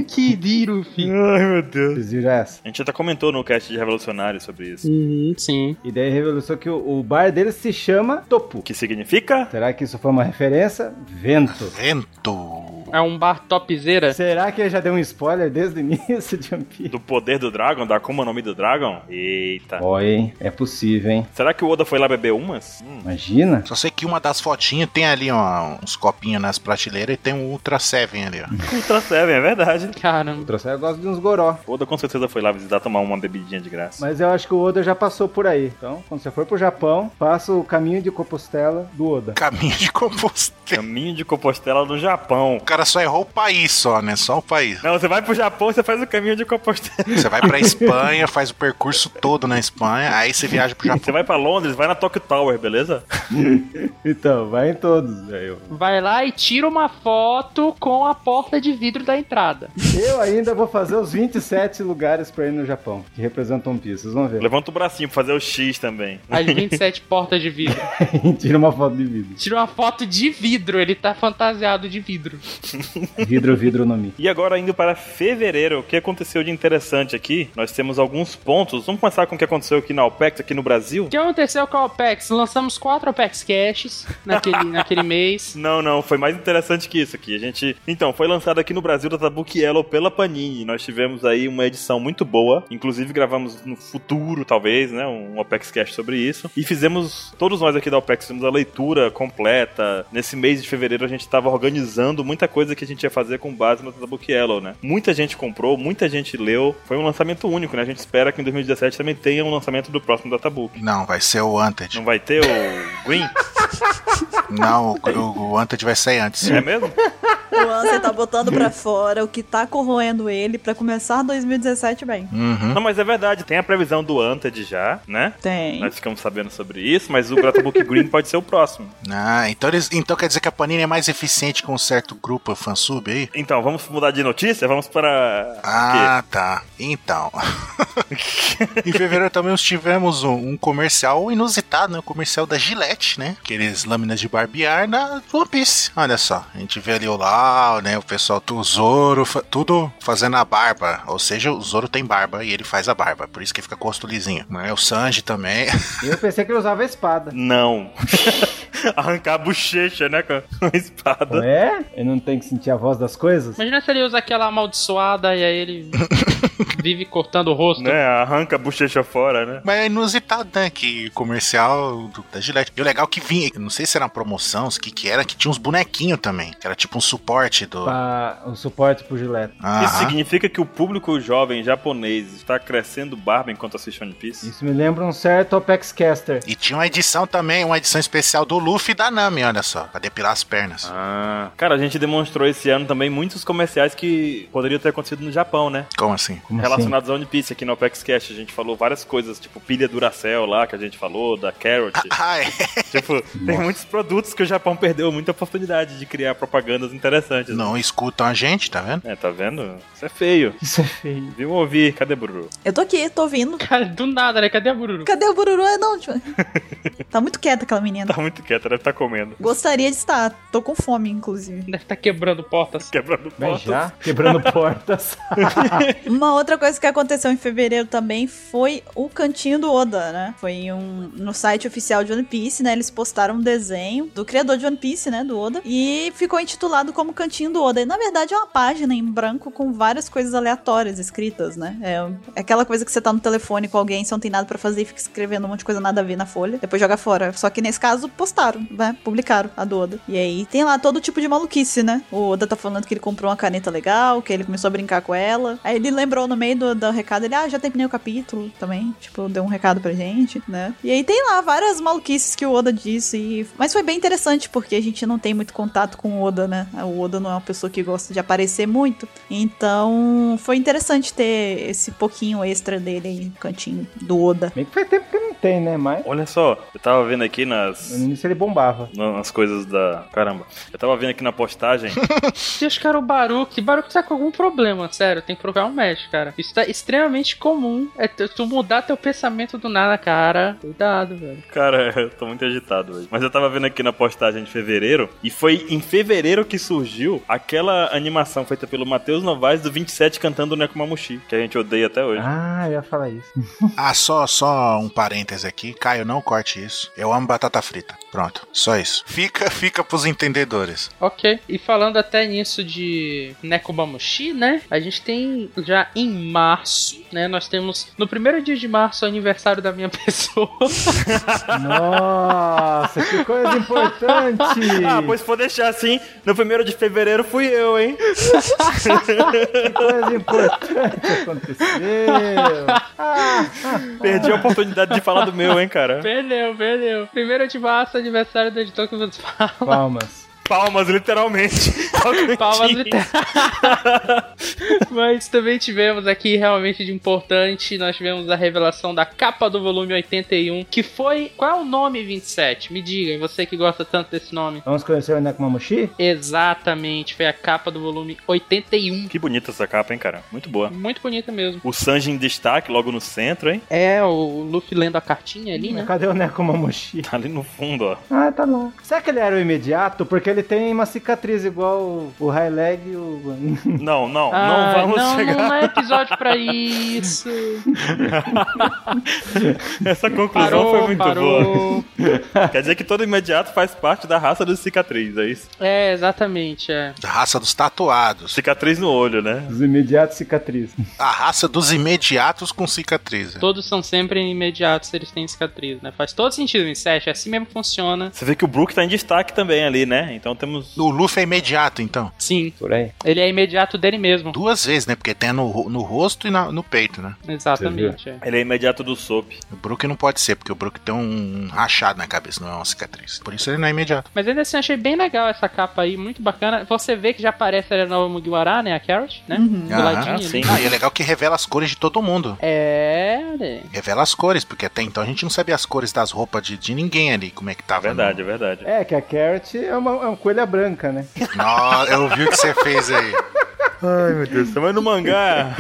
S5: Monkey Diro, filho.
S3: Ai, meu Deus.
S4: Vocês viram essa?
S3: A gente até comentou no cast de Revolucionário sobre isso.
S5: Uhum, sim.
S4: E daí revelou que o, o bar dele se chama Topu.
S3: O que significa?
S4: Será que isso foi uma referência? Vento.
S2: Vento.
S5: É um bar topzera.
S4: Será que ele já deu um spoiler desde o início de One Piece?
S3: Do poder do Dragon, da Akuma no Mi do Dragon? Eita.
S4: Ó, hein? É possível, hein?
S3: Será que o Oda foi lá beber umas? [laughs] Hum.
S4: Imagina.
S2: Só sei que uma das fotinhas tem ali ó, uns copinhos nas prateleiras e tem um Ultra Seven ali, ó.
S3: Ultra Seven, é verdade.
S5: Caramba.
S4: Trouxeram eu gosto de uns goró.
S3: O Oda com certeza foi lá visitar tomar uma bebidinha de graça.
S4: Mas eu acho que o Oda já passou por aí. Então, quando você for pro Japão, faça o caminho de Compostela do Oda.
S2: Caminho de Compostela.
S3: Caminho de Compostela no Japão.
S2: O cara só errou o país só, né? Só o país.
S3: Não, você vai pro Japão, você faz o caminho de Compostela.
S2: Você vai pra Espanha, faz o percurso todo na Espanha, aí você viaja pro
S3: Você
S2: Japão.
S3: vai pra Londres, vai na Tokyo Tower, beleza?
S4: Então, vai em todos. Eu.
S5: Vai lá e tira uma foto com a porta de vidro da entrada.
S4: eu ainda vou fazer os 27 lugares pra ir no Japão, que representam One Piece. Vocês vão ver.
S3: Levanta o bracinho pra fazer o X também.
S5: As 27 portas de vidro.
S4: [laughs] Tira uma foto de vidro.
S5: Tira uma foto de vidro, ele tá fantasiado de vidro.
S4: Vidro, vidro no Mi.
S3: E agora indo para fevereiro, o que aconteceu de interessante aqui? Nós temos alguns pontos. Vamos começar com o que aconteceu aqui na OPEX, aqui no Brasil?
S5: O que aconteceu com a OPEX? Lançamos quatro OPEX Caches naquele, naquele mês.
S3: Não, não, foi mais interessante que isso aqui. A gente. Então, foi lançado aqui no Brasil da Tabuki Yellow pela Panini. Nós tivemos aí uma edição muito boa. Inclusive, gravamos no futuro, talvez, né? Um Opex Cast sobre isso. E fizemos. Todos nós aqui da Opex fizemos a leitura completa. Nesse mês de fevereiro a gente estava organizando muita coisa que a gente ia fazer com base no Tabuki Yellow, né? Muita gente comprou, muita gente leu. Foi um lançamento único, né? A gente espera que em 2017 também tenha um lançamento do próximo da Tabuki.
S2: Não, vai ser o Anted.
S3: Não vai ter o Green?
S2: Não, o, o, o Anted vai sair antes.
S3: É mesmo?
S1: O Ansem tá botando pra fora o que tá corroendo ele pra começar 2017 bem.
S2: Uhum.
S3: Não, mas é verdade, tem a previsão do Anted já, né?
S1: Tem.
S3: Nós ficamos sabendo sobre isso, mas o Gratabook Green pode ser o próximo.
S2: Ah, então, eles, então quer dizer que a Panini é mais eficiente com um certo grupo fansub aí?
S3: Então, vamos mudar de notícia? Vamos para.
S2: Ah, tá. Então. [laughs] em fevereiro também nós tivemos um, um comercial inusitado, né? Um comercial da Gillette, né? Aqueles lâminas de barbear na One Piece. Olha só. A gente vê ali o Lau, né? O pessoal do Zoro, fa- tudo fazendo a barba. Ou seja, o Zoro tem barba e ele faz a barba. Por isso que fica com o rosto lisinho. Né? O Sanji também. [laughs]
S4: Eu pensei que ele usava a espada.
S3: Não. [laughs] arrancar a bochecha, né? Com a espada.
S4: É? Ele não tem que sentir a voz das coisas?
S5: Imagina se ele usa aquela amaldiçoada e aí ele vive cortando o rosto.
S3: Né? Arranca a bochecha fora, né?
S2: Mas é inusitado, né? Que comercial do- da Gillette. E o legal é que vinha, eu não sei se era uma promoção, o que que era, que tinha uns bonequinhos também. Que era tipo um suporte do.
S4: Ah, Pra o suporte pro Gillette.
S2: Aham.
S3: Isso significa que o público jovem japonês está crescendo barba enquanto assiste One Piece?
S4: Isso me lembra um certo Apex Caster.
S2: E tinha uma edição também, uma edição especial do Luffy e da Nami, olha só, pra depilar as pernas.
S3: Ah, cara, a gente demonstrou esse ano também muitos comerciais que poderiam ter acontecido no Japão, né?
S2: Como assim?
S4: Como assim?
S3: Relacionados a One Piece aqui no Apex Cash, a gente falou várias coisas, tipo pilha Duracell lá, que a gente falou, da Carrot.
S2: Ah, é.
S3: tipo, tem muitos produtos que o Japão perdeu muita oportunidade de criar propagandas interessantes. né?
S2: Não escutam a gente, tá vendo?
S3: É, tá vendo? Isso é feio.
S4: Isso é feio.
S3: Viu ouvir? Cadê Bruno? [laughs]
S1: Eu tô aqui, tô ouvindo.
S5: Cara, do nada, né? Cadê a Bururu?
S1: Cadê o Bururu? É, não, tipo... Tá muito quieta aquela menina.
S3: Tá muito quieto, deve estar comendo.
S1: Gostaria de estar. Tô com fome, inclusive.
S5: Deve estar quebrando portas.
S3: Quebrando
S4: Mas
S3: portas.
S4: já? Quebrando portas.
S1: Uma outra coisa que aconteceu em fevereiro também foi o cantinho do Oda, né? Foi em um, no site oficial de One Piece, né? Eles postaram um desenho do criador de One Piece, né? Do Oda. E ficou intitulado como Cantinho do Oda. E na verdade é uma página em branco com várias coisas aleatórias escritas, né? É aquela coisa que você tá no telefone com alguém, você não tem nada pra fazer e fica escrevendo um monte de coisa nada a ver na folha. Depois joga fora. Só que nesse caso postaram, né? Publicaram a do Oda. E aí tem lá todo tipo de maluquice, né? O Oda tá falando que ele comprou uma caneta legal, que ele começou a brincar com ela. Aí ele lembrou no meio do, do recado, ele, ah, já terminei o capítulo também. Tipo, deu um recado pra gente, né? E aí tem lá várias maluquices que o Oda disse. e- Mas foi bem interessante, porque a gente não tem muito contato com o Oda, né? O Oda não é uma pessoa que gosta de aparecer muito. Então foi interessante ter esse pouquinho extra dele aí no cantinho do Oda.
S4: Meio que faz tempo que não tem, né? Mas
S3: Olha só, eu tava vendo aqui
S4: no
S3: nas.
S4: início ele bombava.
S3: Nas coisas da. Caramba. Eu tava vendo aqui na postagem.
S5: Deus, cara, o Baruque. Baruque tá com algum problema, sério. Tem que procurar um médico, cara. Isso tá extremamente comum. É tu tu mudar teu pensamento do nada, cara. Cuidado, velho.
S3: Cara, [laughs] eu tô muito agitado hoje. Mas eu tava vendo aqui na postagem de fevereiro, e foi em fevereiro que surgiu aquela animação feita pelo Matheus Novaes do 27 cantando Nekomamushi, que a gente odeia até hoje.
S4: Ah, eu ia falar isso.
S2: Ah, só, só um parêntese aqui. Caio, não corte isso. Eu amo batata frita. Pronto, só isso. Fica, fica pros entendedores.
S5: Ok. E falando até nisso de Nekomamushi, né? A gente tem já em março, né? Nós temos no primeiro dia de março o aniversário da minha [laughs] pessoa.
S4: Nossa, que coisa [laughs] importante!
S3: Ah, pois se for deixar assim, no primeiro de fevereiro fui eu, hein?
S4: Que coisa importante aconteceu! Ah,
S3: Perdi a oportunidade de falar do meu, hein,
S5: [laughs]
S3: cara?
S5: perdeu, perdeu. Primeiro de março, aniversário do editor que você fala. [laughs]
S4: palmas.
S3: Palmas, [laughs] literalmente. Palmas,
S5: Palmas literais. Mas também tivemos aqui realmente de importante, nós tivemos a revelação da capa do volume 81, que foi. Qual é o nome 27? Me digam, você que gosta tanto desse nome.
S4: Vamos conhecer o Nekomamushi?
S5: Exatamente, foi a capa do volume 81.
S3: Que bonita essa capa, hein, cara? Muito boa.
S5: Muito bonita mesmo.
S3: O Sanji em destaque, logo no centro, hein? [laughs]
S5: É, o Luffy lendo a cartinha ali,
S4: Mas
S5: né?
S4: Cadê o Nekomamushi?
S3: Tá ali no fundo, ó.
S4: Ah, tá lá. Será que ele era o imediato? Porque ele tem uma cicatriz igual o- o High Leg e o.
S3: Não, não,
S5: Ah,
S3: não vamos
S5: não,
S3: chegar.
S5: não é episódio
S3: [laughs]
S5: pra isso.
S3: Essa conclusão foi
S5: Parou,
S3: muito boa.
S5: parou.
S3: Quer dizer que todo imediato faz parte da raça dos cicatriz, é isso?
S5: É, exatamente, é.
S2: A raça dos tatuados.
S3: Cicatriz no olho, né?
S4: Os imediatos cicatriz.
S2: A raça dos imediatos com cicatriz.
S5: Todos são sempre imediatos, eles têm cicatriz, né? Faz todo sentido, Incest, é assim mesmo que funciona.
S3: Você vê que o Brook tá em destaque também ali, né? Então temos.
S2: O Luffy é imediato, então.
S5: Sim,
S4: Por aí.
S5: ele é imediato dele mesmo.
S2: Duas vezes, né? Porque tem no, ro- no rosto e na- no peito, né?
S5: Exatamente. é.
S3: Ele é imediato do Soap.
S2: O Brook não pode ser, porque o Brook tem um rachado na cabeça, não é uma cicatriz. Por isso ele não é imediato.
S5: Mas ainda assim, achei bem legal essa capa aí, muito bacana. Você vê que já aparece a nova Mugiwara, né? A Carrot, né? Do
S2: Aham,
S5: ladinho ali.
S3: Uhum. sim.
S2: Ah, e é legal que revela as cores de todo mundo.
S5: É, né?
S2: Revela as cores, porque até então a gente não sabia as cores das roupas de, de ninguém ali, como é que tava.
S3: Verdade, é verdade.
S4: É, que a Carrot é uma, é uma coelha branca, né?
S2: Nossa, eu vi o que você fez aí.
S3: Ai, meu Deus. Mas no mangá.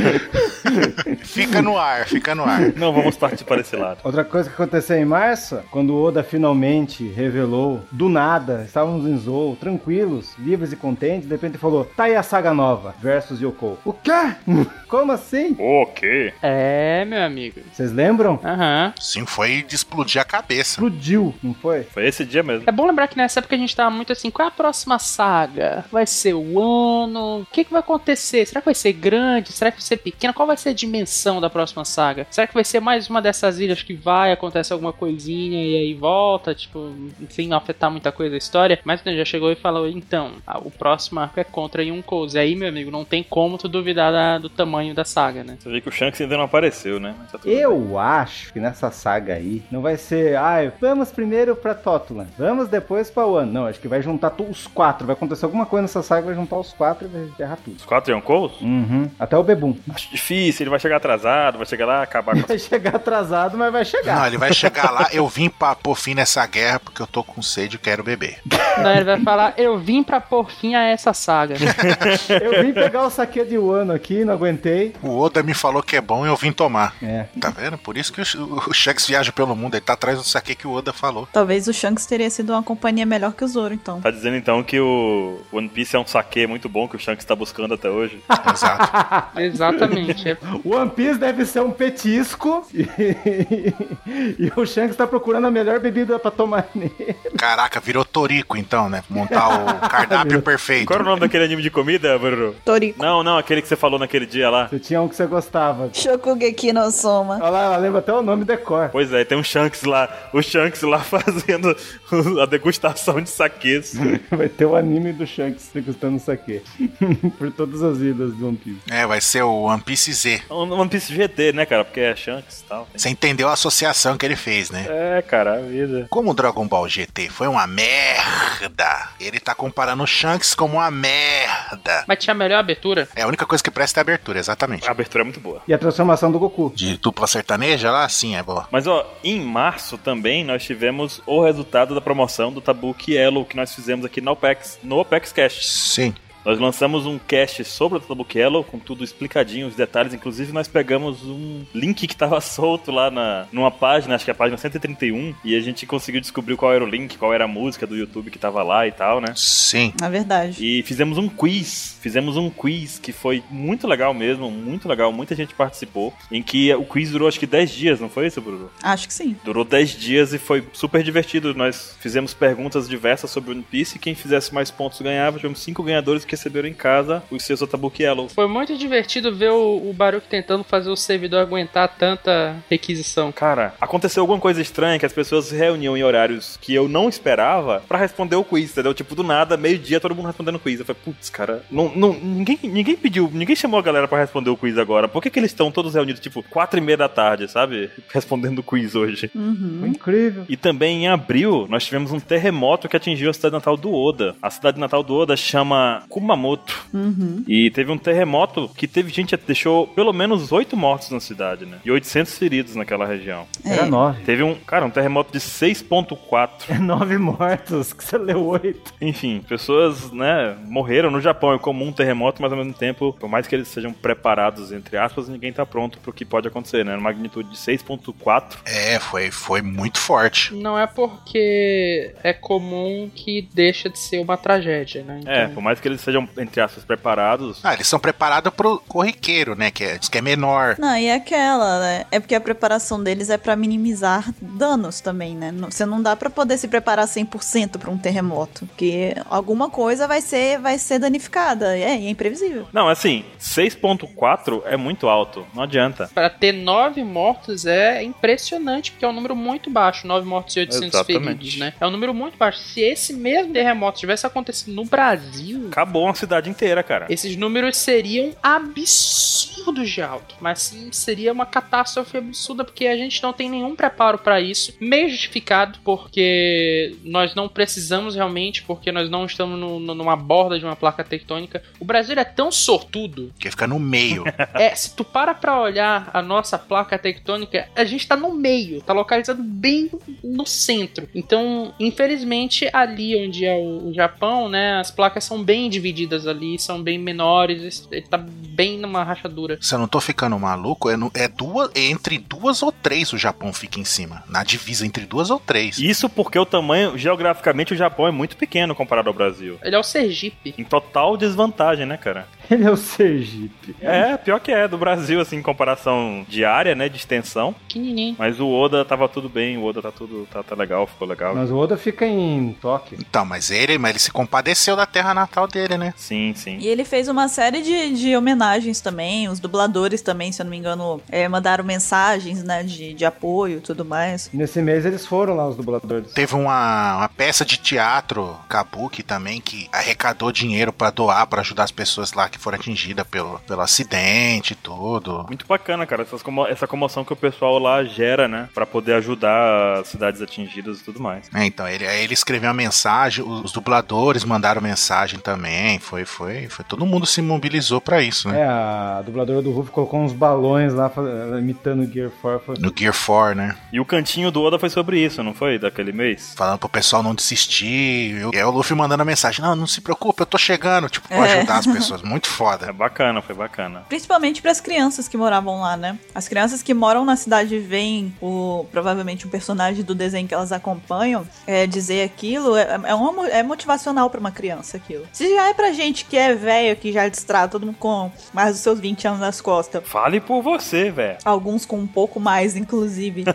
S2: Fica no ar, fica no ar.
S3: [laughs] Não vamos partir para esse lado.
S4: Outra coisa que aconteceu em março, quando o Oda finalmente revelou, do nada, estávamos em Zou, tranquilos, livres e contentes, de repente falou, tá aí a saga nova, versus Yoko. O quê? [laughs] Como assim?
S3: Ok.
S5: É, meu amigo.
S4: Vocês lembram?
S5: Aham.
S2: Sim, foi de explodir a cabeça.
S4: Explodiu, não foi?
S3: Foi esse dia mesmo.
S5: É bom lembrar que nessa época a gente tava muito assim, qual é a próxima saga? Vai ser o ano? O que, que vai acontecer? Será que vai ser grande? Será que vai ser pequena? Qual vai ser a dimensão da próxima saga? Será que vai ser mais uma dessas ilhas que vai, acontece alguma coisinha e aí volta? Tipo, sem afetar muita coisa a história. Mas né, já chegou e falou, então, ah, o próximo arco é contra Yunkous. E aí, meu amigo, não tem como tu duvidar da- do tamanho da saga, né?
S3: Você vê que o Shanks ainda não apareceu, né? Mas tá tudo bem.
S4: Eu acho que nessa saga aí não vai ser, ai, vamos primeiro pra Totulan, vamos depois pra One. Não, acho que vai juntar to- os quatro. Vai acontecer alguma coisa nessa saga, vai juntar os quatro e vai enterrar tudo.
S3: Os quatro Yonkous?
S4: Uhum. Até o Bebum. [laughs]
S3: Acho difícil, ele vai chegar atrasado, vai chegar lá, acabar com
S4: Vai chegar atrasado, mas vai
S2: Não,
S4: chegar.
S2: ele vai chegar lá, eu vim pra pôr fim nessa guerra porque eu tô com sede e quero beber.
S5: Não, ele vai falar, eu vim pra por fim a essa saga. [laughs]
S4: Eu vim pegar o saque de Wano aqui, não aguentei.
S2: O Oda me falou que é bom e eu vim tomar.
S4: É.
S2: Tá vendo? Por isso que o, o Shanks viaja pelo mundo, ele tá atrás do saque que o Oda falou.
S1: Talvez o Shanks teria sido uma companhia melhor que o Zoro, então.
S3: [laughs] Tá dizendo então que o One Piece é um saque muito bom que o Shanks tá buscando até hoje.
S2: Exato.
S5: Exatamente. É
S4: One Piece deve ser um petisco e, e [laughs] o Shanks tá procurando a melhor bebida pra tomar [laughs] nele.
S2: Caraca, virou Torico então, né? Montar o cardápio perfeito.
S3: Qual era o nome daquele anime de comida, Bruno?
S1: Toriko.
S3: Não, não, aquele que você falou naquele dia lá.
S4: Você tinha um que você gostava.
S1: Shokugeki no Soma.
S4: Olha lá, ela lembra até o nome decor. [laughs]
S3: Pois é, tem um Shanks lá, o Shanks lá [laughs] fazendo a degustação de saques.
S4: Vai ter o anime do Shanks degustando saque [laughs] por todas as vidas do One Piece.
S2: É, vai ser o One Piece Z.
S3: Um One Piece GT, né, cara? Porque é Shanks e tal.
S2: Você entendeu a associação que ele fez, né?
S3: É, cara, a vida.
S2: Como o Dragon Ball GT foi uma merda, ele tá comparando o Shanks como uma merda.
S5: Mas tinha a melhor abertura.
S2: É a única coisa que presta é a abertura, exatamente.
S3: A abertura é muito boa.
S4: E a transformação do Goku.
S2: De dupla sertaneja lá, sim, é boa.
S3: Mas ó, em março também nós tivemos o resultado da promoção do Tabuki Yellow que nós fizemos aqui na OPEX, no OPEX Cash.
S2: Sim.
S3: Nós lançamos um cast sobre o Tabuki Yellow, com tudo explicadinho, os detalhes. Inclusive, nós pegamos um link que tava [laughs] solto lá na, numa página, acho que é a página 131, e a gente conseguiu descobrir qual era o link, qual era a música do YouTube que tava lá e tal, né?
S2: Sim.
S1: Na verdade.
S3: E fizemos um quiz, fizemos um quiz que foi muito legal mesmo, muito legal, muita gente participou, em que o quiz durou acho que 10 dias, não foi isso, Bruno?
S1: Acho que sim.
S3: Durou 10 dias e foi super divertido. Nós fizemos perguntas diversas sobre One Piece e quem fizesse mais pontos ganhava. Tivemos cinco ganhadores que receberam em casa os seus Otabuki Yellow.
S5: Foi muito divertido ver o, o Baruch tentando fazer o servidor aguentar tanta requisição.
S3: Cara, aconteceu alguma coisa estranha que as pessoas se reuniam em horários que eu não esperava pra responder o quiz, entendeu? Tipo, do nada, meio-dia, todo mundo respondendo o quiz. Eu falei, putz, cara, não, não, ninguém, ninguém pediu, ninguém chamou a galera pra responder o quiz agora. Por que, que eles estão todos reunidos, tipo, quatro e meia da tarde, sabe? Respondendo o quiz hoje.
S1: Uhum.
S4: Foi incrível.
S3: E também em abril, nós tivemos um terremoto que atingiu a cidade natal do Oda. A cidade natal do Oda chama Kumamoto.
S1: Uhum.
S3: E teve um terremoto que teve gente que deixou pelo menos oito mortos na cidade, né? E 800 feridos naquela região.
S1: É.
S4: Era nove.
S3: Teve um, cara, um terremoto de 6.4.
S4: É nove mortos, que você leu oito.
S3: [laughs] Enfim, pessoas, né, morreram no Japão. É comum um terremoto, mas ao mesmo tempo, por mais que eles sejam preparados, entre aspas, ninguém tá pronto pro que pode acontecer, né? Uma magnitude de 6.4.
S2: É, foi, foi muito forte.
S5: Não é porque é comum que deixa de ser uma tragédia, né?
S3: É,
S5: Então,
S3: por mais que eles sejam, entre aspas, preparados,
S2: Ah, eles são preparados pro corriqueiro, né? Que é, diz que é menor.
S1: Não, e é aquela, né? É porque a preparação deles é pra minimizar danos também, né? Não- Você não dá pra poder se preparar 100% pra um terremoto, porque alguma coisa vai ser vai ser danificada, é, e é imprevisível.
S3: Não, assim, 6.4 é muito alto, não adianta.
S5: Pra ter nove mortos é impressionante, porque é um número muito baixo, nove mortos e 800
S3: Exatamente.
S5: feridos, né? É um número muito baixo. Se esse mesmo terremoto tivesse acontecido no Brasil,
S3: Acabou uma cidade inteira, cara.
S5: esses números seriam absurdos de alto. Mas sim, seria uma catástrofe absurda, porque a gente não tem nenhum preparo pra isso. Meio justificado, porque nós não precisamos realmente, porque nós não estamos no- no- numa borda de uma placa tectônica. O Brasil é tão sortudo
S2: Que fica no meio.
S5: é, se tu para pra olhar a nossa placa tectônica, a gente tá no meio, tá localizado bem no centro. Então, infelizmente, ali onde é o, o Japão, né, as placas são bem divididas ali, são bem menores, ele tá bem numa rachadura.
S2: Se eu não tô ficando maluco, é, no- é duas, é entre duas ou três o Japão fica em cima. Na divisa entre duas ou três.
S3: Isso porque o tamanho, geograficamente, o Japão é muito pequeno comparado ao Brasil.
S5: Ele é o Sergipe.
S3: Em total desvantagem, né, cara?
S4: Ele é o Sergipe.
S3: É, pior que é, do Brasil, assim, em comparação de área, né, de extensão.
S5: Pequenininho.
S3: Mas o Oda tava tudo bem, o Oda tá tudo, tá, tá legal, ficou legal.
S4: Mas o Oda fica em Tóquio.
S2: Então, mas ele, mas ele se compadeceu da terra natal dele, né?
S3: Sim, sim.
S1: E ele fez uma série de, de homenagens também, os dubladores também, se eu não me engano, é, mandaram mensagens, né, de, de apoio e tudo mais.
S4: Nesse mês eles foram lá, os dubladores.
S2: Teve uma, uma peça de teatro Kabuki também que arrecadou dinheiro pra doar, pra ajudar as pessoas lá que foram atingidas pelo, pelo acidente e tudo.
S3: Muito bacana, cara, essas como- essa comoção que o pessoal lá gera, né, Pra poder ajudar as cidades atingidas e tudo mais.
S2: É, então, ele, aí ele escreveu a mensagem, os, os dubladores mandaram mensagem também, foi, foi, foi. Todo mundo se mobilizou pra isso, né?
S4: É, a dubladora do Ruff colocou uns balões lá, fa- ela imitando o Gear 4. Foi...
S2: No Gear 4, né?
S3: E o cantinho do Oda foi sobre isso, não foi? Daquele mês?
S2: Falando pro pessoal não desistir. Eu, e aí o Luffy mandando a mensagem: Não, não se preocupe, eu tô chegando. Tipo, pra
S1: É.
S2: ajudar as pessoas. Muito
S3: [laughs] É
S2: foda.
S3: bacana, foi bacana.
S1: Principalmente para as crianças que moravam lá, né? As crianças que moram na cidade veem o provavelmente um personagem do desenho que elas acompanham é, dizer aquilo é, é, uma mo- é motivacional para uma criança aquilo. Se já é pra gente que é velho que já destrata todo mundo com mais dos seus 20 anos nas costas,
S3: Fale por você, velho.
S1: alguns com um pouco mais inclusive,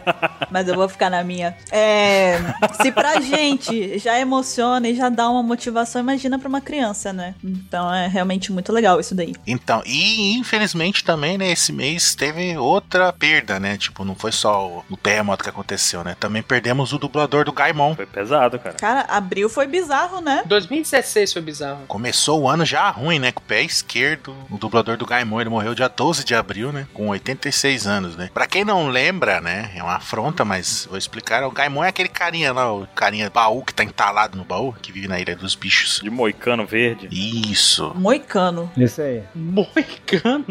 S1: mas eu vou ficar na minha. É, se pra gente já emociona e já dá uma motivação, imagina pra uma criança, né? Então é realmente muito legal isso daí.
S2: Então, e infelizmente também, né, esse mês teve outra perda, né? Tipo, não foi só o, o terremoto que aconteceu, né? Também perdemos o dublador do Gaimon.
S3: Foi pesado, cara.
S1: Cara, abril foi bizarro, né?
S5: 2016 foi bizarro. [laughs]
S2: Começou o ano já ruim, né? Com o pé esquerdo. O dublador do Gaimon, ele morreu dia 12 de abril, né? Com 86 anos, né? Pra quem não lembra, né? É uma afronta, mas vou explicar. O Gaimon é aquele carinha lá, o carinha baú que tá entalado no baú, que vive na Ilha dos Bichos.
S3: De moicano verde. [laughs]
S2: Isso.
S1: Moicano.
S4: Isso assim, aí.
S5: Moicano?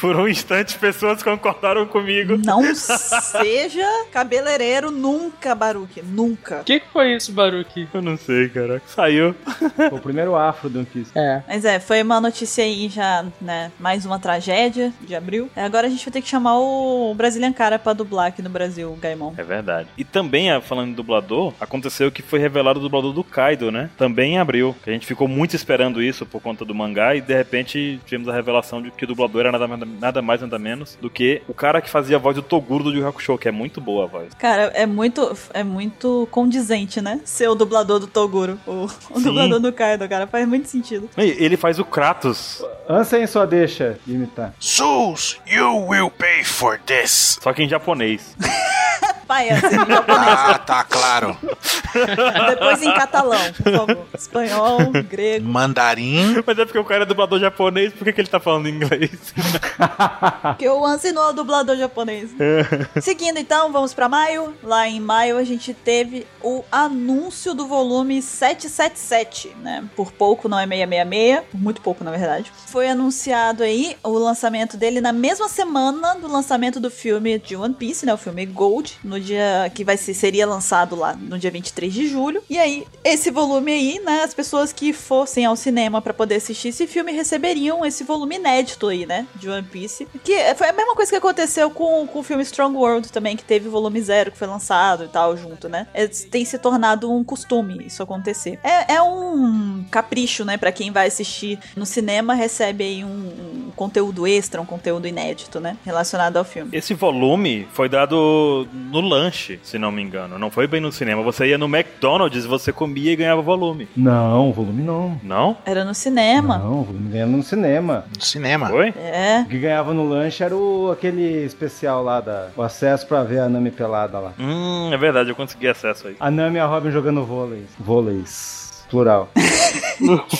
S3: Por um instante, pessoas concordaram comigo.
S1: Não seja cabeleireiro nunca, Baruque. Nunca.
S5: O que, que foi isso, Baruki?
S3: Eu não sei, cara. Saiu.
S4: Foi o primeiro afro do One Piece.
S5: É,
S1: Mas é, foi uma notícia aí já, né? Mais uma tragédia de abril. É, Agora a gente vai ter que chamar o Brazilian Cara pra dublar aqui no Brasil, o Gaimon.
S3: É verdade. E também, ah, falando em dublador, aconteceu que foi revelado o dublador do Kaido, né? Também em abril. A gente ficou muito esperando isso por conta do mangá e de repente tivemos a revelação de que o dublador era nada, mais- nada mais, nada menos do que o cara que fazia a voz do Toguro do Yu Yu Hakusho, que é muito boa a voz.
S1: Cara, é muito, é muito condizente, né? Ser o dublador do Toguro. O, o
S3: Sim.
S1: dublador do Kaido, cara. Faz muito sentido.
S3: E Ele faz o Kratos.
S4: Ansem só deixa de imitar.
S2: Souls, you will pay for
S3: [laughs]
S2: this.
S3: Só que em japonês.
S1: Pai, assim, [laughs]
S2: Ah, tá claro.
S1: depois em catalão, por favor. Espanhol, grego.
S2: Mandarim.
S3: Mas é porque o cara é dublador japonês, por que, que ele tá falando em inglês?
S1: Porque o Ansem não é o dublador japonês. Seguindo então, vamos pra maio. Lá em maio a gente teve o anúncio do volume 777, né? Por pouco não é 666, por muito pouco na verdade. Foi anunciado aí o lançamento dele na mesma semana do lançamento do filme de One Piece, né? O filme Gold, no dia que vai ser seria lançado lá no dia 23 de julho. E aí esse volume aí, né, as pessoas que fossem ao cinema pra poder assistir esse filme receberiam esse volume inédito aí, né, de One Piece, que foi a mesma coisa que aconteceu com, com o filme Strong World também, que teve volume zero que foi lançado e tal junto, né? É, tem se tornado um costume isso acontecer. É, é um capricho, né, Pra quem vai assistir no cinema recebe aí um, um conteúdo extra, um conteúdo inédito, né, relacionado ao filme.
S3: Esse volume foi dado no lanche, se não me engano. Não foi bem no cinema. Você ia no McDonald's, você comia e ganhava volume.
S4: Não, volume não.
S3: Não?
S1: Era no cinema.
S4: Não, volume ganhando no cinema.
S2: No cinema.
S3: Foi?
S1: É.
S4: O que ganhava no lanche era o, aquele especial lá, da, o acesso pra ver a Nami pelada lá.
S3: Hum, é verdade, eu consegui acesso aí.
S4: A Nami e a Robin jogando vôlei. Vôleis. Plural.
S5: [laughs]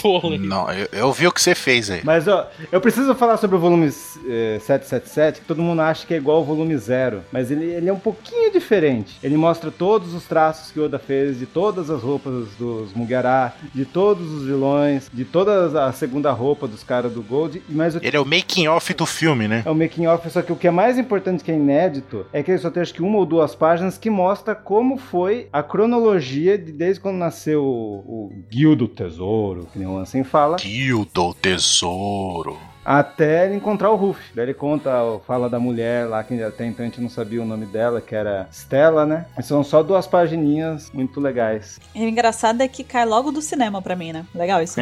S5: vôlei.
S2: Não, eu, eu vi o que você fez aí.
S4: Mas ó, eu preciso falar sobre o volume eh, 777, que todo mundo acha que é igual ao volume zero, mas ele, ele é um pouquinho diferente. Ele mostra todos os traços que Oda fez de todas as roupas dos Mugiará, de todos os vilões, de toda a segunda roupa dos caras do Gold, mas o
S2: Ele é o making off do filme, né?
S4: é o making off, só que o que é mais importante que é inédito é que ele só tem acho que uma ou duas páginas que mostra como foi a cronologia de desde quando nasceu o, Guildo Tesouro, que nem o Ansem fala,
S2: Guildo, tesouro.
S4: até ele encontrar o Ruff. Daí ele conta, fala da mulher lá, que até então a gente não sabia o nome dela, que era Stella, né? E são só duas pagininhas muito legais.
S1: E o engraçado é que cai logo do cinema pra mim, né? Legal isso.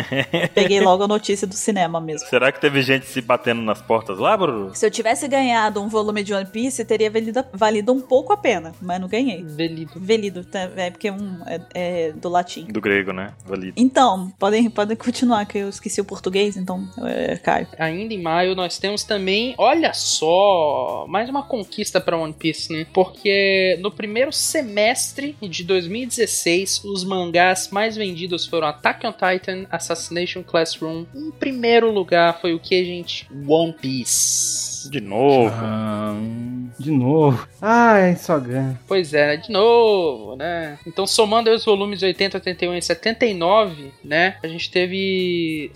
S1: Peguei logo a notícia do cinema mesmo.
S3: Será que teve gente se batendo nas portas lá, Bruno?
S1: Se eu tivesse ganhado um volume de One Piece, teria valido, valido um pouco a pena, mas não ganhei.
S5: Velido.
S1: Velido, tá? é porque um é, é do latim.
S3: Do grego, né? Valido.
S1: Então, podem, podem continuar, que eu esqueci o português, então é, Caio.
S5: Ainda em maio nós temos também, olha só, mais uma conquista pra One Piece, né? Porque no primeiro semestre de 2016, os mangás mais vendidos foram Attack on Titan, Assassination Classroom. Em primeiro lugar foi o que, gente? One Piece.
S3: De novo.
S4: De novo. Ai, só ganha.
S5: Pois é, né? de novo, né? Então, somando aí os volumes 80, 81 e 79, né? A gente teve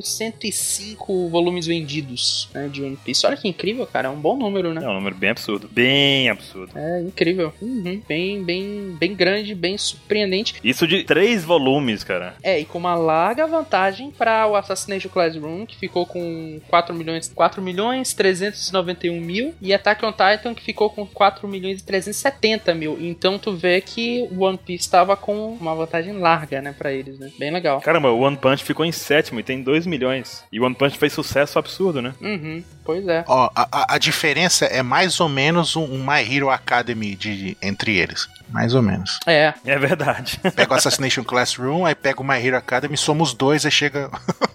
S5: 6.470.105 volumes vendidos né, de One Piece. Olha que incrível, cara. É um bom número, né?
S3: É um número bem absurdo. Bem absurdo.
S5: É incrível. Uhum. Bem, bem, bem grande, bem surpreendente.
S3: Isso de três volumes, cara.
S5: É, e com uma larga vantagem para o Assassination Classroom, que ficou com 4 milhões, 4 milhões 391 mil, e Attack on Titan, que ficou com 4 milhões e 370 mil. Então tu vê que o One Piece estava com uma vantagem larga, né, pra eles, né? Bem legal.
S3: Caramba, o One Punch ficou em sétimo e tem 2 milhões. E o One Punch fez sucesso absurdo, né?
S5: Uhum, pois é.
S2: Ó, a, a- a diferença é mais ou menos um, um My Hero Academy de, entre eles. Mais ou menos.
S5: É,
S3: É verdade.
S2: Pega o Assassination Classroom, aí pega o My Hero Academy, somos dois, aí chega. [laughs]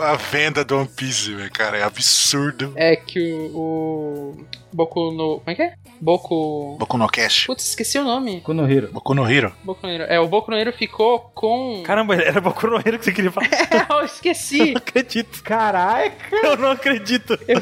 S2: A venda do One Piece, velho, cara, é absurdo.
S5: é que o, o Boku no... Como é que é? Boku...
S2: Boku no Cash.
S5: Putz, esqueci o nome.
S4: Konohiro.
S2: Boku no Hero.
S5: Boku no Hero. É, o Boku no Hero ficou com...
S3: Caramba, era Boku no Hero que você queria [laughs] falar.
S5: [laughs] eu esqueci.
S3: Não acredito.
S4: Caraca!
S3: Eu não acredito.
S5: Eu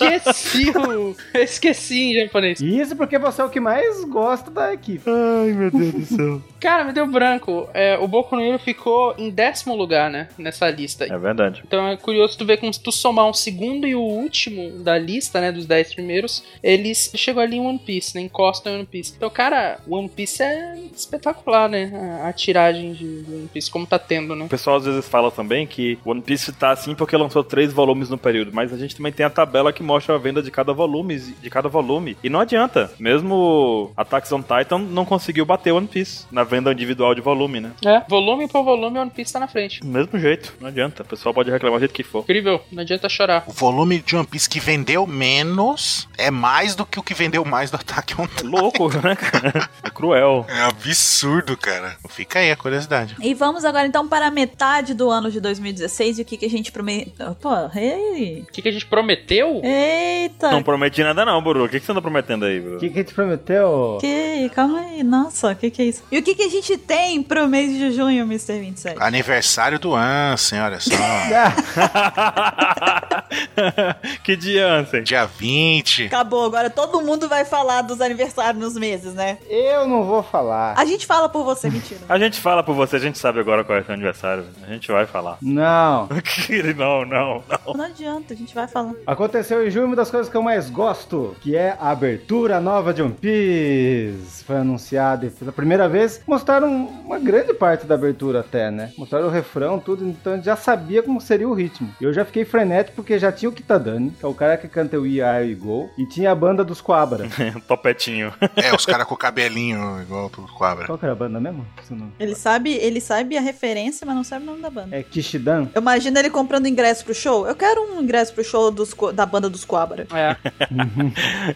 S5: esqueci o... Eu esqueci em japonês.
S4: Isso porque você é o que mais gosta da equipe.
S3: Ai, meu Deus do céu.
S5: Cara, me deu branco. É, o Boku no Hero ficou em décimo lugar, né? Nessa lista.
S3: É verdade.
S5: Então é curioso tu ver como se tu somar um segundo e o último da lista, né? Dos 10 primeiros, eles chegam ali em One Piece, né? Encostam em One Piece. Então, cara, One Piece é espetacular, né? A, a tiragem de de One Piece, como tá tendo, né?
S3: O pessoal às vezes fala também que One Piece tá assim porque lançou três volumes no período, mas a gente também tem a tabela que mostra a venda de cada volume, de cada volume. E não adianta, mesmo Attacks on Titan não conseguiu bater One Piece na venda individual de volume, né?
S5: É. Volume por volume, One Piece tá na frente.
S3: Do mesmo jeito, não adianta. O pessoal pode reclamar do jeito que for.
S5: Incrível, não adianta chorar.
S2: O volume de One Piece que vendeu menos é mais do que o que vendeu mais do Attack on Titan.
S3: Louco, [laughs] né, cara? É cruel.
S2: É absurdo, cara. Fica aí a curiosidade.
S1: E vamos agora então para a metade do ano de 2016 e o que, que a gente prometeu. Pô, ei!
S5: O que, que a gente prometeu?
S1: Eita!
S3: Não prometi nada não, Buru. O que, que você anda prometendo aí,
S4: O
S3: Buru?
S4: que, que a gente prometeu?
S1: Que, calma aí, nossa, o que, que é isso? E o que, que a gente tem pro mês de junho, Mr. 27?
S2: Ah. Aniversário do Ansem, olha só.
S4: Ah,
S3: [laughs] que dia, Ansem?
S2: Dia 20.
S1: Acabou, agora todo mundo vai falar dos aniversários nos meses, né?
S4: eu não vou falar.
S1: A gente fala por você, mentira.
S3: A gente fala por você, a gente sabe agora qual é o seu aniversário. A gente vai falar. [laughs]
S4: Não.
S3: não, não, não.
S1: Não adianta, a gente vai falar.
S4: Aconteceu em junho uma das coisas que eu mais gosto, que é a abertura nova de One Piece. Foi anunciada e pela primeira vez mostraram uma grande parte da abertura até, né? Mostraram o refrão, tudo, então eu já sabia como seria o ritmo. E Eu já fiquei frenético porque já tinha o Kitadani, que é o cara que canta o Ia e Go, e tinha a banda dos Coabra.
S3: [laughs] Topetinho.
S2: É, os caras com o cabelinho igual pro cobra.
S4: Qual que era a banda mesmo? Esse nome.
S1: Ele sabe, ele sabe a referência, mas não sabe o nome da banda.
S4: É Kishidan.
S1: Eu imagino ele comprando ingresso pro show. Eu quero um ingresso pro show dos co- da banda dos Coabra.
S5: É.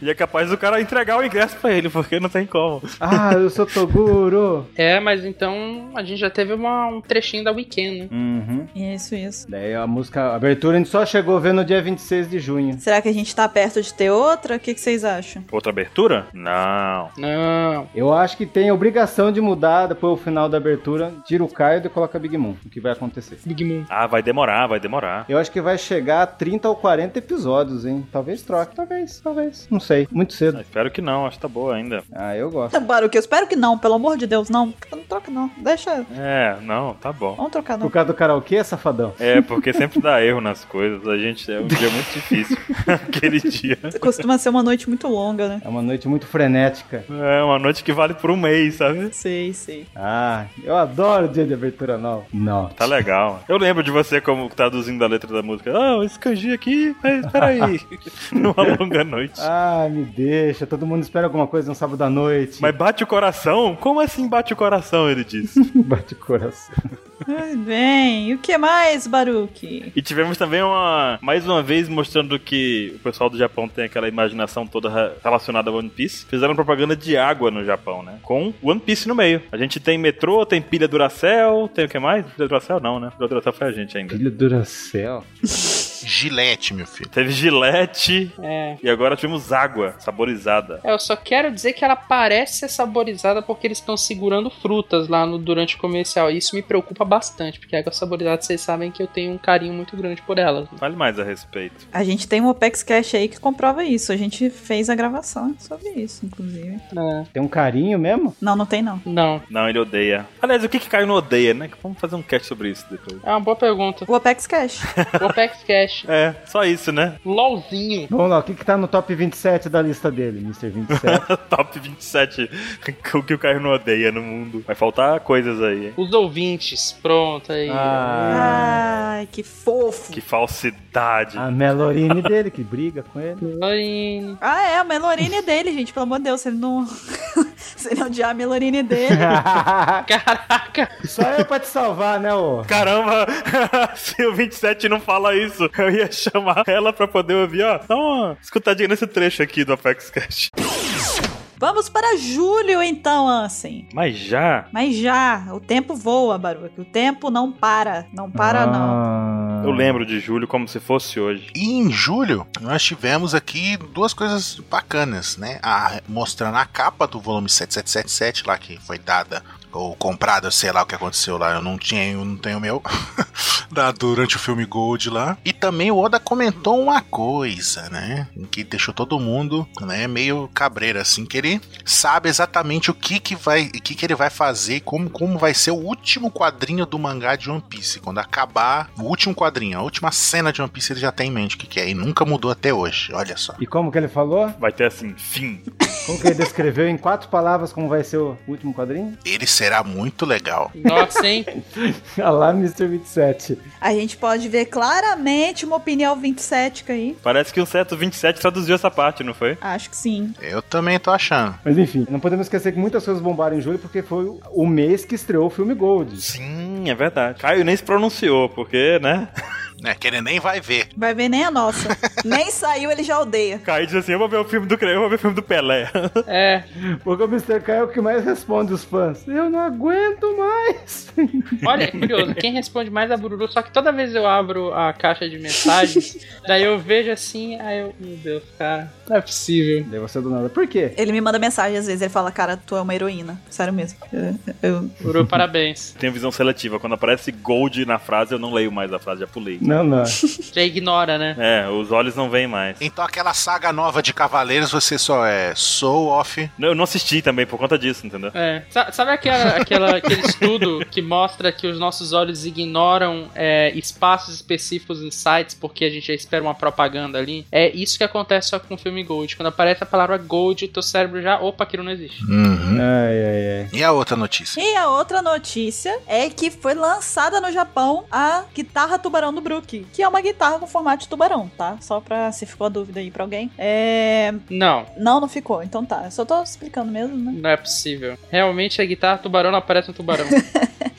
S3: E é capaz do cara entregar o ingresso pra ele, porque não tem como.
S4: Ah, eu sou Toguro.
S5: É, mas então a gente já teve uma- um trechinho da Weekend, né?
S4: Uhum.
S1: Isso, isso.
S4: Daí a música, a abertura, a gente só chegou vendo no dia 26 de junho.
S1: Será que a gente tá perto de ter outra? O que, que vocês acham?
S3: Outra abertura? Não.
S5: Não.
S4: Eu acho que tem obrigação de mudar depois o final da abertura, tira o Kaido e coloca Big Mom, o que vai acontecer.
S5: Big Moon.
S3: Ah, vai demorar, vai demorar.
S4: Eu acho que vai chegar a 30 ou 40 episódios, hein? Talvez troque, talvez, talvez. Não sei, muito
S3: Ah,
S4: cedo.
S3: espero que não, acho que tá boa ainda.
S4: Ah, eu gosto.
S1: Tá, Baruque, eu espero que não, pelo amor de Deus, não. Não troca, não. Deixa.
S3: É, não, tá bom.
S1: Vamos trocar, não.
S4: Por causa do karaokê, safadão?
S3: É, por porque sempre dá erro nas coisas. A gente é um dia muito difícil. [laughs] Aquele dia.
S1: Costuma ser uma noite muito longa, né?
S4: É uma noite muito frenética.
S3: É uma noite que vale por um mês, sabe?
S1: Sei, sei.
S4: Ah, eu adoro o dia de abertura nova. Não.
S3: Tá legal. Eu lembro de você como traduzindo a letra da música. Ah, esse kanji aqui, mas peraí. Numa longa noite.
S4: Ah, me deixa. Todo mundo espera alguma coisa no sábado à noite.
S3: Mas bate o coração? Como assim bate o coração? Ele disse.
S4: [laughs] Bate o coração.
S1: Ai, bem, e o que mais, Baruque?
S3: E tivemos também uma. Mais uma vez mostrando que o pessoal do Japão tem aquela imaginação toda re- relacionada a One Piece. Fizeram propaganda de água no Japão, né? Com One Piece no meio. A gente tem metrô, tem pilha Duracell, tem o que mais? Pilha Duracell não, né? Pilha Duracell foi a gente ainda.
S4: Filho Duracel.
S2: Gilete, meu filho.
S3: Teve gilete
S5: É.
S3: e agora tivemos água saborizada.
S5: É, Eu só quero dizer que ela parece ser saborizada porque eles estão segurando frutas lá no, durante o comercial. E isso me preocupa bastante, porque a água saborizada, vocês sabem que eu tenho um carinho muito grande por né? ela.
S3: Fale mais a respeito.
S1: A gente tem um Opex Cash aí que comprova isso. A gente fez a gravação sobre isso, inclusive.
S5: É.
S4: Tem um carinho mesmo?
S1: Não, não tem não.
S5: Não.
S3: Não, ele odeia. Aliás, o que que Caio não odeia, né? Vamos fazer um cast sobre isso depois.
S5: É uma boa pergunta.
S1: O Opex Cash.
S5: O Opex Cash.
S3: É, só isso, né? [laughs]
S5: LOLzinho.
S4: Vamos lá, o que que tá no top 27 da lista dele,
S3: [laughs]
S4: Mr. 27?
S3: Top 27. [laughs] O que o Caio não odeia no mundo. Vai faltar coisas aí, hein?
S5: Os ouvintes. Pronto, aí.
S4: [laughs] ah,
S1: Ai, que fofo.
S3: Que falsidade.
S4: a Melorine dele, que briga com ele.
S5: Lorine.
S1: Ah, é, a Melorine dele, gente. Pelo amor de Deus, se ele não. [laughs] se ele não odiar a Melorine é
S4: [laughs]
S1: dele.
S5: Caraca.
S4: [laughs] Só eu pra te salvar, né, ô?
S3: Caramba, [laughs] se o 27 não fala isso, eu ia chamar ela pra poder ouvir, ó. Dá uma escutadinha nesse trecho aqui do Apex Cash.
S1: Vamos para julho, então, Ansem.
S3: Mas já?
S1: Mas já, o tempo voa, Baruque. O tempo não para. Não para, não.
S4: Ah.
S3: Eu lembro de julho como se fosse hoje.
S2: E em julho, nós tivemos aqui duas coisas bacanas, né? A, mostrando a capa do volume 7777 lá que foi dada ou comprada, sei lá o que aconteceu lá. Eu não tinha, eu não tenho o meu. [laughs] da, durante o filme Gold lá. E também o Oda comentou uma coisa, né? Que deixou todo mundo, né, meio cabreiro assim, que ele sabe exatamente o que que vai, o que que ele vai fazer, como como vai ser o último quadrinho do mangá de One Piece, quando acabar o último quadrinho, a última cena de One Piece, ele já tem em mente o que que é e nunca mudou até hoje. Olha só.
S4: E como que ele falou?
S3: Vai ter assim, fim.
S4: Como que ele descreveu em quatro palavras como vai ser o último quadrinho? [laughs]
S2: Ele será muito legal.
S5: Nossa, hein?
S4: Olha lá, Mr. 27.
S1: A gente pode ver claramente uma opinião 27 aí.
S3: Parece que um certo 27 traduziu essa parte, não foi?
S1: Acho que sim.
S2: Eu também tô achando.
S4: Mas enfim, não podemos esquecer que muitas coisas bombaram em julho porque foi o mês que estreou o filme Gold.
S3: Sim, é verdade. Caio nem se pronunciou, porque, né?
S2: É, que ele nem vai ver.
S1: Vai ver nem a
S4: [laughs]
S1: nossa. nem saiu, ele já odeia.
S3: Caio diz assim: eu vou ver o filme do Creio, eu vou ver o filme do Pelé. [laughs]
S5: É.
S4: Porque o Mr. K é o que mais responde os fãs. Eu não aguento [laughs] mais.
S5: Olha, é curioso, quem responde mais é a Bururu, só que toda vez eu abro a caixa de mensagens, [laughs] daí eu vejo assim, aí eu. Meu Deus, cara, não é possível.
S4: Daí você do nada. Por quê?
S1: Ele me manda mensagem às vezes, ele fala, cara, tu é uma heroína. Sério mesmo. Eu- eu-
S5: Bururu, parabéns.
S3: Tenho visão seletiva. Quando aparece gold na frase, eu não leio mais a frase, já pulei.
S4: Não, não.
S5: Já ignora, né?
S3: É, os olhos não veem mais.
S2: Então aquela saga nova de Cavaleiros, você só é Soul Off.
S3: Eu não assisti também por conta disso, entendeu?
S5: É. Sa- Sabe aquela, [laughs] aquela- aquele estudo que mostra que os nossos olhos ignoram é, espaços específicos em sites porque a gente já espera uma propaganda ali? É isso que acontece só com o filme Gold. Quando aparece a palavra Gold, o teu cérebro já. Opa, aquilo não existe.
S4: Ai, ai, ai.
S2: E a outra notícia?
S1: E a outra notícia é que foi lançada no Japão a guitarra tubarão do Brook, que é uma guitarra com formato de tubarão, tá? Só pra se ficou a dúvida aí pra alguém. É.
S5: Não,
S1: Não, não ficou, então tá. Eu só tô explicando mesmo, né?
S5: não é possível. Realmente a guitarra tubarão não aparece um tubarão.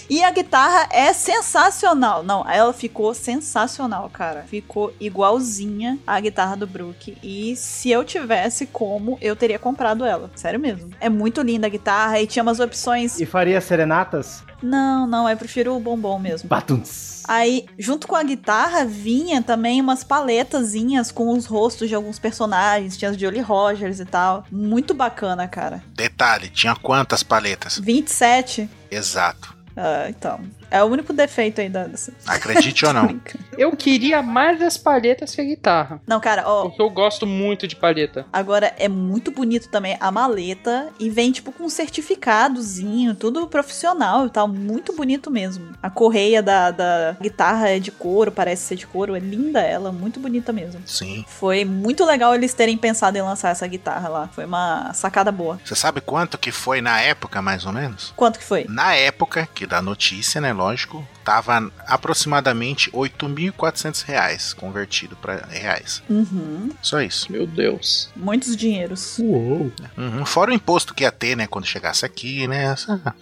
S1: E a guitarra é sensacional. Não, ela ficou sensacional, cara. Ficou igualzinha à guitarra do Brook. E se eu tivesse como, eu teria comprado ela. Sério mesmo. É muito linda a guitarra e tinha umas opções.
S4: E faria serenatas?
S1: Não, não, eu prefiro o bombom mesmo.
S4: Batuns.
S1: Aí, junto com a guitarra, vinha também umas paletazinhas com os rostos de alguns personagens. Tinha as Jolly Rogers e tal. Muito bacana, cara.
S2: Detalhe, tinha quantas paletas?
S1: 27.
S2: Exato.
S1: Ah, então. É o único defeito aí da. dessa-
S2: Acredite
S1: [laughs]
S2: ou não.
S5: [laughs] Eu queria mais as palhetas que a guitarra.
S1: Não, cara, ó.
S5: Porque eu gosto muito de palheta.
S1: Agora é muito bonito também a maleta e vem tipo com um certificadozinho, tudo profissional e tal, muito bonito mesmo. A correia da, da guitarra é de couro, parece ser de couro, é linda ela, muito bonita mesmo.
S2: Sim.
S1: Foi muito legal eles terem pensado em lançar essa guitarra lá, foi uma sacada boa.
S2: Você sabe quanto que foi na época, mais ou menos?
S1: Quanto que foi?
S2: Na época, que da notícia, né, lógico, tava aproximadamente 8.400 reais convertido para reais.
S1: Uhum,
S2: Só isso.
S5: Meu Deus.
S1: muitos dinheiros.
S5: Uou.
S2: Uhum. Fora o imposto que ia ter, né, quando chegasse aqui, né, essa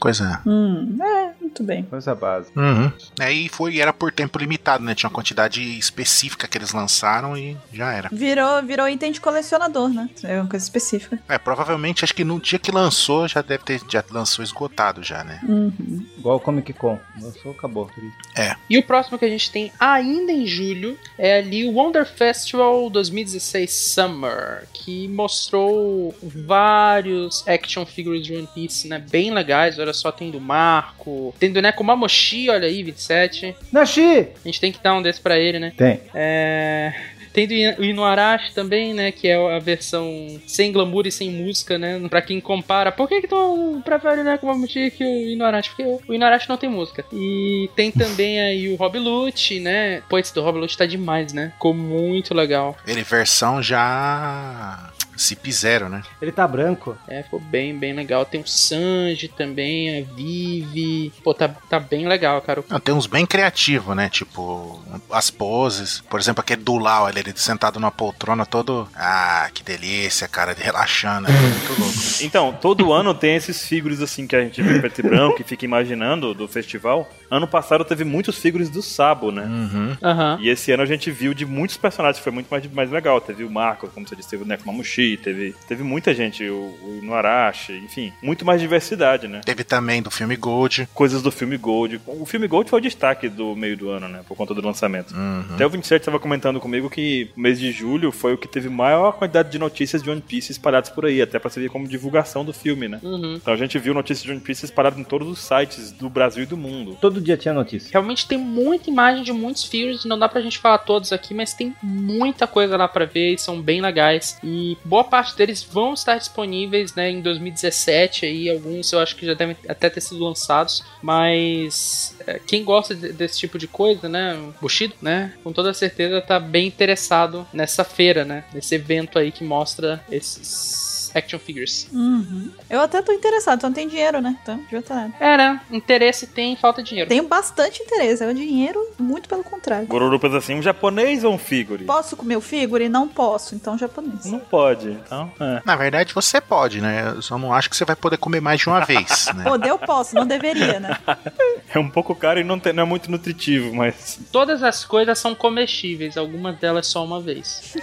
S2: coisa...
S1: Hum, é, muito bem.
S4: Foi essa base.
S2: Uhum. Aí foi, era por tempo limitado, né, tinha uma quantidade específica que eles lançaram e já era.
S1: Virou, virou item de colecionador, né? É uma coisa específica.
S2: É, provavelmente, acho que no dia que lançou, já deve ter, já lançou esgotado já, né.
S1: Uhum.
S4: Igual o Comic Con. Lançou, acabou.
S5: E o próximo que a gente tem ainda em julho é ali o Wonder Festival 2016 Summer, que mostrou vários action figures de One Piece, né? Bem legais, olha só, tem do Marco, tem do Neko Mamoshi, olha aí, 27.
S4: Nashi!
S5: A gente tem que dar um desse pra ele, né?
S4: Tem.
S5: É, Tem do Inu- Inuarashi também, né? Que é a versão sem glamour e sem música, né? Pra quem compara, por que que tu prefere, né? Como que o Inuarashi? Porque o Inuarashi não tem música. E tem também aí o Rob Lute, né? Pô, esse do Rob Lute tá demais, né? Ficou muito legal.
S2: Ele versão já... Cip zero, né?
S4: Ele tá branco.
S5: É, ficou bem, bem legal. Tem o Sanji também, a Vivi. Pô, tá, tá bem legal, cara.
S2: Não, tem uns bem criativos, né? Tipo, as poses. Por exemplo, aquele do Lau, ele ele sentado numa poltrona todo. Ah, que delícia, cara, de relaxando. É muito louco.
S3: Então, todo ano tem esses figures assim que a gente vê em preto e branco e fica imaginando do festival. Ano passado teve muitos figures do Sabo, né?
S2: Uhum.
S5: Aham.
S3: E esse ano a gente viu de muitos personagens, foi muito mais, mais legal. Teve o Marco, como você disse, teve o Nekomamushi, teve, teve muita gente, o, o Inuarashi, enfim, muito mais diversidade, né?
S2: Teve também do filme Gold.
S3: Coisas do filme Gold. O filme Gold foi o destaque do meio do ano, né? Por conta do lançamento.
S2: Uhum.
S3: Até o 27 estava comentando comigo que o mês de julho foi o que teve maior quantidade de notícias de One Piece espalhadas por aí, até pra servir como divulgação do filme, né?
S5: Uhum.
S3: Então a gente viu notícias de One Piece espalhadas em todos os sites do Brasil e do mundo.
S4: Todo dia tinha notícia.
S5: Realmente tem muita imagem de muitos figures, não dá pra gente falar todos aqui, mas tem muita coisa lá pra ver e são bem legais. E boa parte deles vão estar disponíveis, né, em 2017 aí, alguns eu acho que já devem até ter sido lançados, mas é, quem gosta de- desse tipo de coisa, né, o Bushido, né, com toda certeza tá bem interessado nessa feira, né, nesse evento aí que mostra esses action figures.
S1: Uhum. Eu até tô interessado, então tem dinheiro, né? Então, não adianta nada.
S5: É, né, interesse tem, falta dinheiro.
S1: Tenho bastante interesse, é o dinheiro, muito pelo contrário.
S3: Gororo pensa assim, um japonês ou um figure?
S1: Posso comer o figure? Não posso, então japonês.
S3: Não pode, então... É.
S2: Na verdade, você pode, né? Eu só não acho que você vai poder comer mais de uma vez,
S1: [laughs]
S2: né?
S1: Poder eu posso, não deveria, né?
S3: É um pouco caro e não, tem- não é muito nutritivo, mas.
S5: Todas as coisas são comestíveis, algumas delas só uma vez.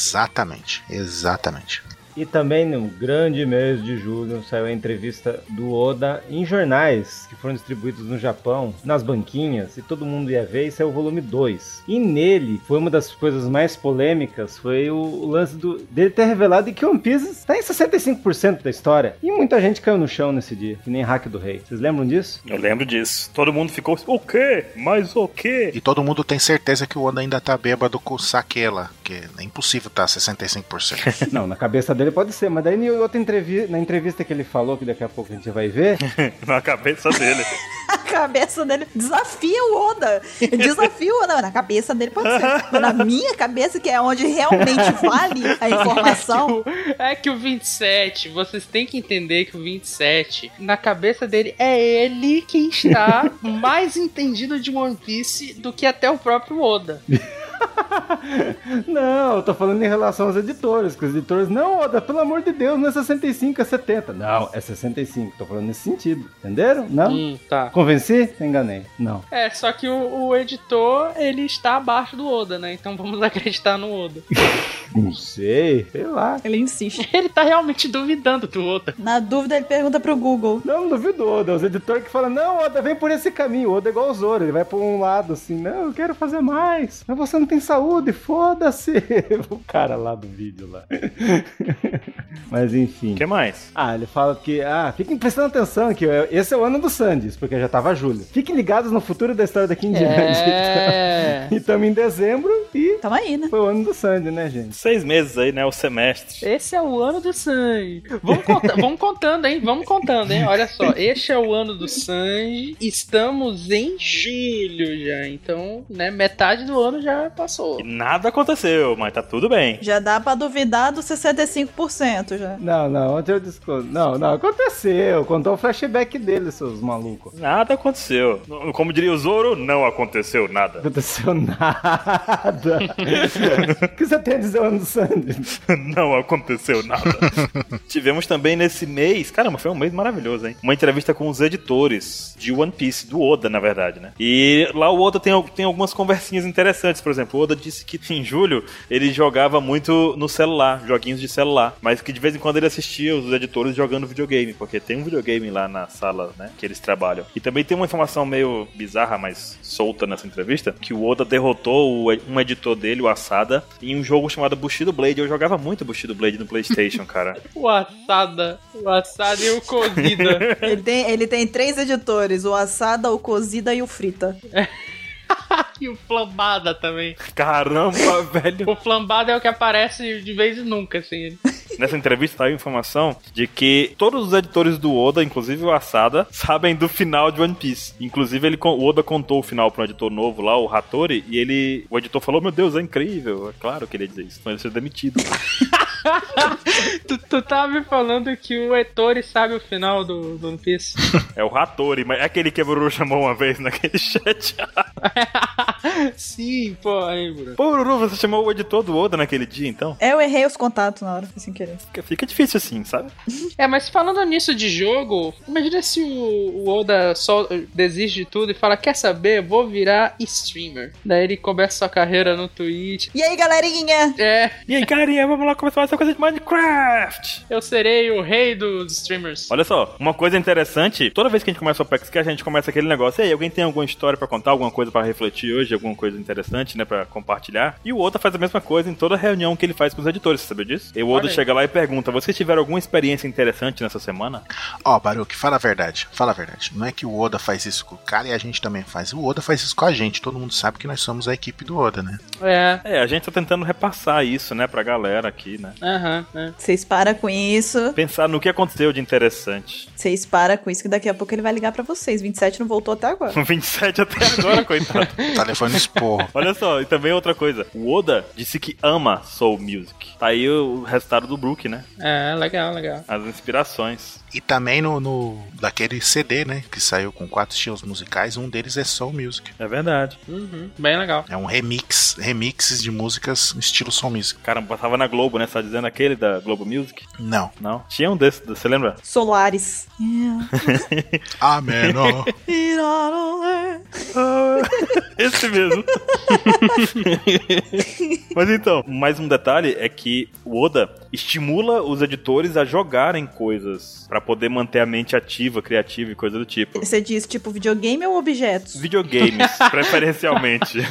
S2: Exatamente, exatamente.
S4: E também no grande mês de julho saiu a entrevista do Oda em jornais que foram distribuídos no Japão, nas banquinhas, e todo mundo ia ver, e saiu o volume 2. E nele, foi uma das coisas mais polêmicas, foi o- o lance do, dele ter revelado que One Piece está em 65% da história. E muita gente caiu no chão nesse dia, que nem Hack do Rei. Vocês lembram disso?
S3: Eu lembro disso. Todo mundo ficou. O quê? Mas o quê? [laughs]
S2: E todo mundo tem certeza que o Oda ainda tá bêbado com o saquela, que é impossível tá 65%.
S4: [laughs] Não, na cabeça dele pode ser, mas daí em outra entrevista, na entrevista que ele falou, que daqui a pouco a gente vai ver,
S3: Na cabeça dele.
S1: A cabeça dele desafia o Oda. Desafia o Oda. Na cabeça dele pode ser. Mas na minha cabeça, que é onde realmente vale [laughs] a informação.
S5: É que o 27, vocês têm que entender que o 27, na cabeça dele, é ele quem está mais entendido de One Piece do que até o próprio Oda.
S4: Não, eu tô falando em relação aos editores, que os editores, não, Oda, pelo amor de Deus, não é 65, é 70. Não, é 65, tô falando nesse sentido, entenderam? Não?
S5: Hum, tá.
S4: Convenci? Enganei. Não.
S5: É, só que o, o editor, ele está abaixo do Oda, né? Então vamos [laughs] acreditar no Oda.
S4: Não sei, sei lá.
S1: Ele insiste.
S5: Ele tá realmente duvidando do Oda.
S1: Na dúvida, ele pergunta pro Google.
S4: Não, não duvido, do Oda. Os editores que falam, não, Oda, vem por esse caminho. O Oda é igual o Zoro, ele vai por um lado assim, não, eu quero fazer mais. Mas você não tem tem saúde, foda-se. [laughs] O cara lá do vídeo lá. [laughs] Mas enfim.
S3: O que mais?
S4: Ah, ele fala que, ah, fiquem prestando atenção que esse é o ano dos Sandys, porque já tava julho. Fiquem ligados no futuro da história daqui em diante. tá?
S5: É.
S4: E estamos em dezembro e
S1: Tamo aí, né?
S4: foi o ano do Sandy, né, gente?
S3: Seis meses aí, né? O semestre.
S5: Esse é o ano do Sanji. Vamos, conta- vamos contando, hein? Vamos contando, hein? Olha só, este é o ano do Sanji. Estamos em julho já. Então, né, metade do ano já passou.
S3: E nada aconteceu, mas tá tudo bem.
S1: Já dá pra duvidar dos 65% já.
S4: Não, não, ontem eu discordo. Não, não, aconteceu. Contou o flashback dele, seus malucos.
S3: Nada aconteceu. Como diria o Zoro, não aconteceu nada. [laughs]
S4: Aconteceu nada. o que você tem a dizer o ano do Sandy?
S3: Não aconteceu nada. [laughs] Tivemos também nesse mês, caramba, foi um mês maravilhoso, hein? Uma entrevista com os editores de One Piece, do Oda, na verdade, né? E lá o Oda tem, al- tem algumas conversinhas interessantes, por exemplo. O Oda disse que [laughs] em julho ele jogava muito no celular, joguinhos de celular, mas que de vez em quando ele assistia os editores jogando videogame, porque tem um videogame lá na sala, né, que eles trabalham. E também tem uma informação meio bizarra, mas solta nessa entrevista, que o Oda derrotou o- um editor dele, o Asada, em um jogo chamado Bushido Blade. Eu jogava muito Bushido Blade no PlayStation, [laughs] cara.
S5: O Assada. O Assada e o Cozida.
S1: Ele tem, ele tem três editores: o assada, o cozida e o frita.
S5: [laughs] e o Flambada também.
S3: Caramba, velho.
S5: O Flambada é o que aparece de vez em nunca, assim.
S3: Nessa entrevista saiu informação de que todos os editores do Oda, inclusive o Asada, [laughs] sabem do final de One Piece. Inclusive, ele, con- o Oda contou o final para um editor novo lá, o Hattori, e ele. O editor falou: Meu Deus, é incrível. É claro que ele ia dizer isso, senão ele ia ser demitido.
S5: Tu, tu tá me falando que o Ettore sabe o final do, do One Piece? [laughs]
S3: é o Hattori, mas é aquele que a Bururu chamou uma vez naquele [laughs] chat.
S5: Sim, pô, aí, Bruno.
S3: Pô, Bururu, você chamou o editor do Oda naquele dia, então?
S1: É, eu errei os contatos na hora, foi sem querer.
S3: Fica- Fica difícil assim, sabe?
S5: É, mas falando nisso de jogo, imagina se o, o Oda só desiste de tudo e fala: Quer saber? Vou virar streamer. Daí ele começa sua carreira no Twitch.
S1: E aí, galerinha?
S5: É,
S3: E aí, galerinha, vamos lá começar essa coisa de Minecraft!
S5: eu serei o rei dos streamers.
S3: Olha só, uma coisa interessante, toda vez que a gente começa o Apex Cash, a gente começa aquele negócio, ei, alguém tem alguma história pra contar, alguma coisa pra refletir hoje, alguma coisa interessante, né, Pra compartilhar? E o Oda faz a mesma coisa em toda reunião que ele faz com os editores, você sabia disso? E o Oda
S5: Olha aí.
S3: chega lá e pergunta, vocês tiveram alguma experiência interessante nessa semana?
S2: Ó, Baruque, fala a verdade. Fala a verdade. Não é que o Oda faz isso com o cara e a gente também faz. O Oda faz isso com a gente. Todo mundo sabe que nós somos a equipe do Oda, né?
S5: É,
S3: É, a gente tá tentando repassar isso, né, pra galera aqui, né?
S5: aham, é.
S1: Vocês param com isso,
S3: Pensar no que aconteceu de interessante. [laughs]
S1: vocês param com isso, que daqui a pouco ele vai ligar pra vocês. 27 não voltou até agora.
S3: Com 27 até agora, coitado.
S2: Tá levando esporro.
S3: Olha só, e também outra coisa. O Oda disse que ama Soul Music. Tá aí o resultado do Brook, né?
S5: É, legal, legal.
S3: As inspirações.
S2: E também no, no- daquele CD, né? Que saiu com quatro estilos musicais. Um deles é Soul Music.
S3: É verdade.
S5: Uhum, bem legal.
S2: É um remix, remixes de músicas estilo Soul Music.
S3: Caramba, passava na Globo, né? Você tá dizendo aquele da Globo Music?
S2: Não.
S3: Não. Tinha um desse, você lembra?
S1: Solares.
S2: Amém. ó.
S3: [laughs] Esse mesmo. [laughs] Mas então, mais um detalhe é que o Oda estimula os editores a jogarem coisas pra poder manter a mente ativa, criativa e coisa do tipo.
S1: Você diz tipo videogame ou objetos?
S3: [laughs] Videogames, preferencialmente. [laughs]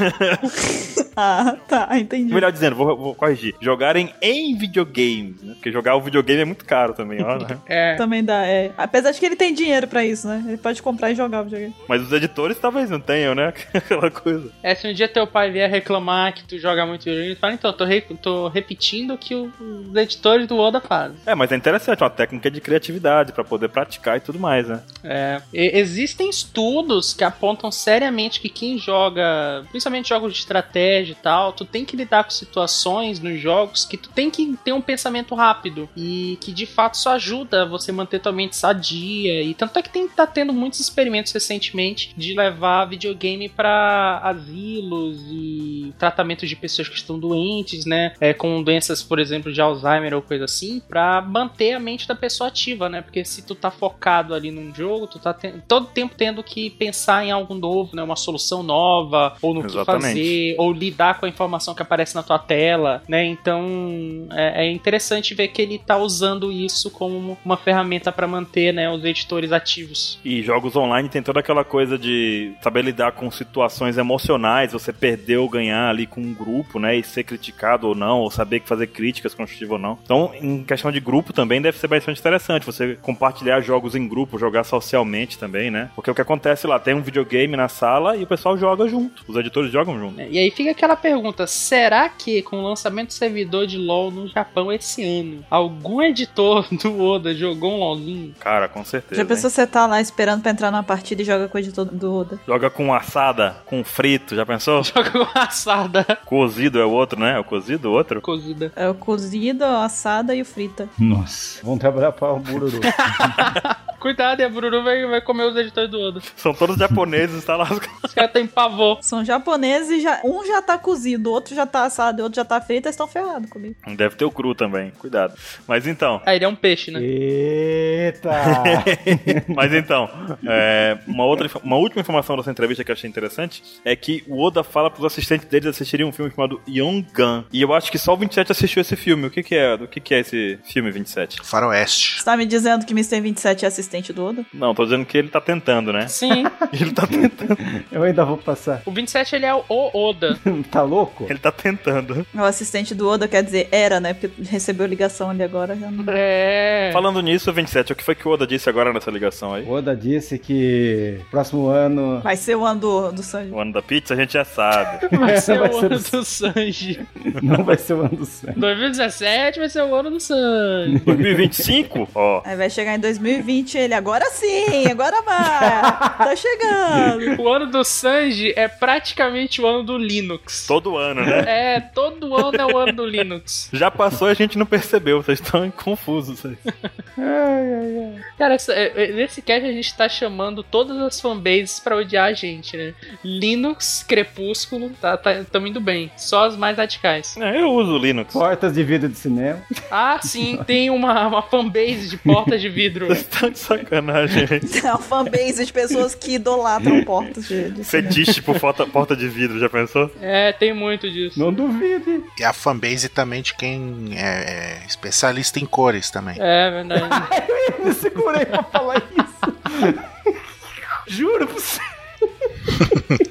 S1: Ah, tá, entendi.
S3: Melhor dizendo, vou, vou corrigir. Jogarem em videogames, né? Porque jogar o videogame é muito caro também, ó. [laughs] né?
S5: É,
S1: Também dá, é. Apesar de que ele tem dinheiro pra isso, né? Ele pode comprar e jogar videogame.
S3: Mas os editores talvez não tenham, né? [laughs] Aquela coisa.
S5: é, se um dia teu pai vier reclamar que tu joga muito videogame, tu fala, então, tô, re- tô repetindo o que os editores do Oda fazem.
S3: É, mas é interessante, uma técnica de criatividade pra poder praticar e tudo mais, né?
S5: É, e- existem estudos que apontam seriamente que quem joga, principalmente jogos de estratégia e tal, tu tem que lidar com situações nos jogos que tu tem que ter um pensamento rápido e que de fato só ajuda você manter tua mente sadia. E tanto é que tem, tá tendo muitos experimentos recentemente de levar videogame pra asilos e tratamento de pessoas que estão doentes, né? É, com doenças, por exemplo, de Alzheimer câmera ou coisa assim, pra manter a mente da pessoa ativa, né? Porque se tu tá focado ali num jogo, tu tá ten- todo tempo tendo que pensar em algo novo, né? Uma solução nova, ou no que
S3: Exatamente.
S5: fazer, ou lidar com a informação que aparece na tua tela, né? Então é, é interessante ver que ele tá usando isso como uma ferramenta pra manter, né, os editores ativos.
S3: E jogos online tem toda aquela coisa de saber lidar com situações emocionais, você perder ou ganhar ali com um grupo, né? E ser criticado ou não, ou saber que fazer críticas construtivas ou não. Então, em questão de grupo também deve ser bastante interessante você compartilhar jogos em grupo, jogar socialmente também, né? Porque o que acontece lá, tem um videogame na sala e o pessoal joga junto, os editores jogam junto.
S1: É.
S5: né? E aí fica aquela pergunta: será que com o lançamento do servidor de LoL no Japão esse ano, algum editor [laughs] do Oda jogou um LoLzinho? [laughs]
S3: Cara, com certeza.
S1: Já pensou
S3: hein?
S1: você tá lá esperando pra entrar numa partida e joga com o editor do Oda?
S3: Joga com assada, com frito,
S1: [laughs]
S3: já pensou?
S5: Joga uma assada
S3: Cozido é o outro, né? O cozido, o outro.
S5: cozida.
S1: É o cozido, a assada e o frita.
S4: Nossa. Vão trabalhar pra o Bururu.
S5: Cuidado, a Bruru vai, vai comer os editores do Oda.
S3: São todos japoneses, tá lá.
S5: Os caras têm pavor.
S1: São japoneses e já, um já tá cozido, o outro já tá assado, o outro já tá frito, eles estão ferrados comigo.
S3: Deve ter o cru também, cuidado. Mas então,
S5: Ah, ele é um peixe, né?
S4: Eita!
S3: mas então, é, uma, outra, inf- uma última informação dessa entrevista que eu achei interessante é que o Oda fala pros assistentes deles assistirem um filme chamado Yongan. E eu acho que só o 27 assistiu esse filme. O que que é? Do que que é esse filme 27?
S2: [laughs] Faroeste.
S1: Você tá me dizendo que Mr. 27 é assistente do Oda?
S3: Não, tô dizendo que ele tá tentando, [laughs] né?
S5: Sim,
S3: Ele tá tentando.
S4: Eu ainda vou passar.
S5: o 27 ele é o Oda.
S4: Tá louco?
S3: Ele tá tentando.
S1: O assistente do Oda quer dizer era, né? Porque recebeu ligação ali agora. Já não...
S5: É.
S3: Falando nisso, 27, o que foi que o Oda disse agora nessa ligação aí?
S4: O Oda disse que próximo ano
S1: Vai ser o ano do, do Sanji.
S3: O ano da pizza a gente já sabe.
S5: Vai ser
S4: Vai
S5: o
S4: ser
S5: ano
S4: do-
S5: do Sanji.
S4: não vai ser o ano do sangue.
S5: 2017 vai ser o ano do Sanji.
S3: 2025? Ó.
S1: Aí vai chegar em 2020 ele, agora sim, agora vai, tá chegando.
S5: O ano do Sanji é praticamente o ano do Linux.
S3: Todo ano, né?
S5: É, todo ano é o ano do Linux.
S3: Já passou e a gente não percebeu. Vocês estão confusos. aí.
S5: Cara, essa- é, é, nesse cast a gente tá chamando todas as fanbases pra odiar a gente, né? Linux, Crepúsculo, tá, tá, tamo indo bem. Só as mais radicais.
S3: É, eu uso o Linux.
S4: Portas de vidro de cinema.
S5: Ah, sim, tem uma, uma fanbase de portas de vidro.
S3: Vocês estão de [laughs] sacanagem. aí.
S1: É uma fanbase de pessoas que idolatram portas de, de cinema.
S3: Fetiche por porta, porta de vidro, já pensou?
S5: É, tem muito disso.
S4: Não duvide.
S2: E a fanbase também de quem é, é especialista em cores também.
S5: É, verdade.
S4: Eu segurei pra falar isso. Juro pra você.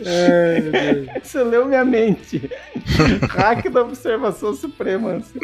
S4: Ai, meu Deus. Você leu minha mente. Hack da observação suprema. assim.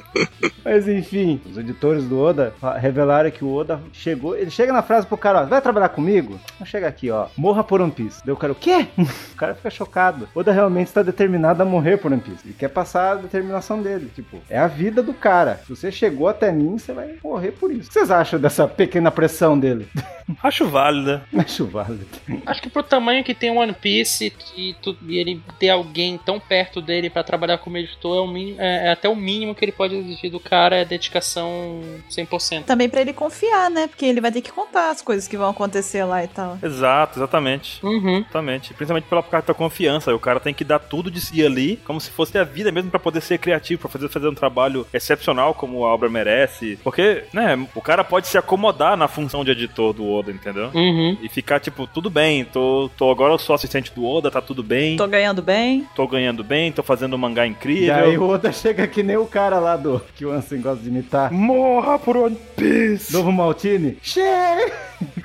S4: Mas enfim, os editores do Oda fa- revelaram que o Oda chegou. Ele chega na frase pro cara, ó, vai trabalhar comigo? Então chega aqui, ó. Morra por One Piece. Deu o cara, o quê? [laughs] O cara fica chocado. Oda realmente está determinado a morrer por One Piece. Ele quer passar a determinação dele. Tipo, é a vida do cara. Se você chegou até mim, você vai morrer por isso. O que vocês acham dessa pequena pressão dele? [laughs]
S3: Acho né? válida.
S4: Acho válido.
S5: Acho que pro tamanho que tem o One Piece e, tu- e ele ter alguém tão perto dele pra trabalhar como editor, é, o mínimo- é- é até o mínimo que ele pode exigir do cara é dedicação 100%.
S1: Também pra ele confiar, né? Porque ele vai ter que contar as coisas que vão acontecer lá e tal.
S3: Exato, exatamente.
S5: Uhum.
S3: Exatamente. Principalmente pela carta da confiança. O cara tem que dar tudo de si ali, como se fosse a vida mesmo, pra poder ser criativo, pra fazer, fazer um trabalho excepcional como a obra merece. Porque, né, o cara pode se acomodar na função de editor do Oda, entendeu?
S5: Uhum.
S3: E ficar tipo, tudo bem, tô, tô agora eu sou assistente do Oda, tá tudo bem,
S1: Tô ganhando bem.
S3: tô ganhando bem, tô fazendo um mangá incrível.
S4: E aí o Oda chega que nem o cara lá do que o Ansem gosta de imitar.
S3: Morra por One Piece!
S4: Novo Maltini. Che!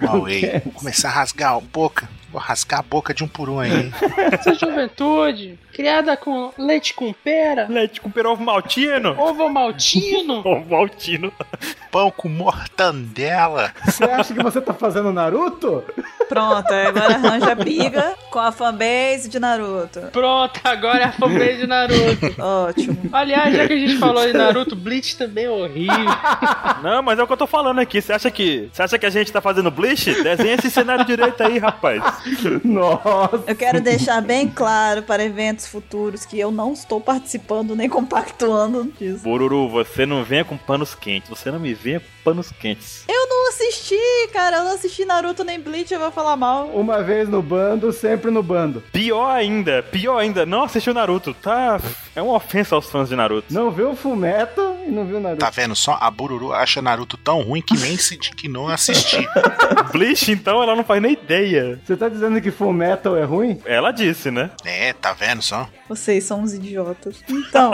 S2: Huawei. Começar a rasgar a boca. Vou rasgar a boca de um por um aí. hein?
S5: Essa juventude, criada com leite com pera,
S3: Leite com perovo maltino?
S5: ovo maltino.
S3: Ovo maltino.
S2: Pão com mortandela.
S4: Você acha que você tá fazendo Naruto? [laughs]
S1: Pronto, aí agora arranja briga com a fanbase de Naruto.
S5: Pronto, agora é a fanbase de Naruto.
S1: Ótimo.
S5: Aliás, já que a gente falou de Naruto, Bleach também é horrível.
S3: Não, mas é o que eu tô falando aqui. Você acha que. Você acha que a gente tá fazendo bleach? Desenha esse cenário direito aí, rapaz.
S4: Nossa!
S1: Eu quero deixar bem claro para eventos futuros que eu não estou participando nem compactuando disso.
S3: Bururu, você não venha com panos quentes. Você não me venha com panos quentes.
S1: Eu não assisti, cara. Eu não assisti Naruto nem Bleach, eu vou falar mal.
S4: Uma vez no bando, sempre no bando.
S3: Pior ainda, pior ainda, não assistiu Naruto, tá? É uma ofensa aos fãs de Naruto.
S4: Não vê o fumeto e não viu Naruto.
S2: Tá vendo só? A Bururu acha Naruto tão ruim que nem se dignou a assistir.
S3: Bleach, então, ela não faz nem ideia.
S4: Você tá dizendo que Full Metal é ruim?
S3: Ela disse, né?
S2: É, tá vendo só?
S1: Vocês são uns idiotas. [laughs] Então.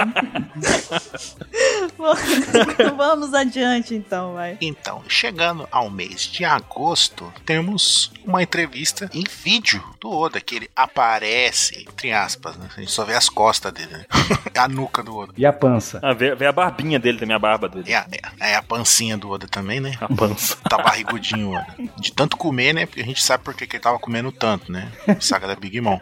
S1: Vamos adiante, então, vai.
S2: Então, chegando ao mês de agosto, temos uma entrevista em vídeo do Oda, que ele aparece, entre aspas, né? A gente só vê as costas dele, né? [laughs] a nuca do Oda.
S4: E a pança?
S3: Ah, vê, vê a barbinha dele também, a barba dele.
S2: É a, é, é a pancinha do Oda também, né?
S3: A É pança.
S2: Tá barrigudinho o Oda. De tanto comer, né? Porque a gente sabe por que que ele tava comendo tanto, né? Saga da Big Mom.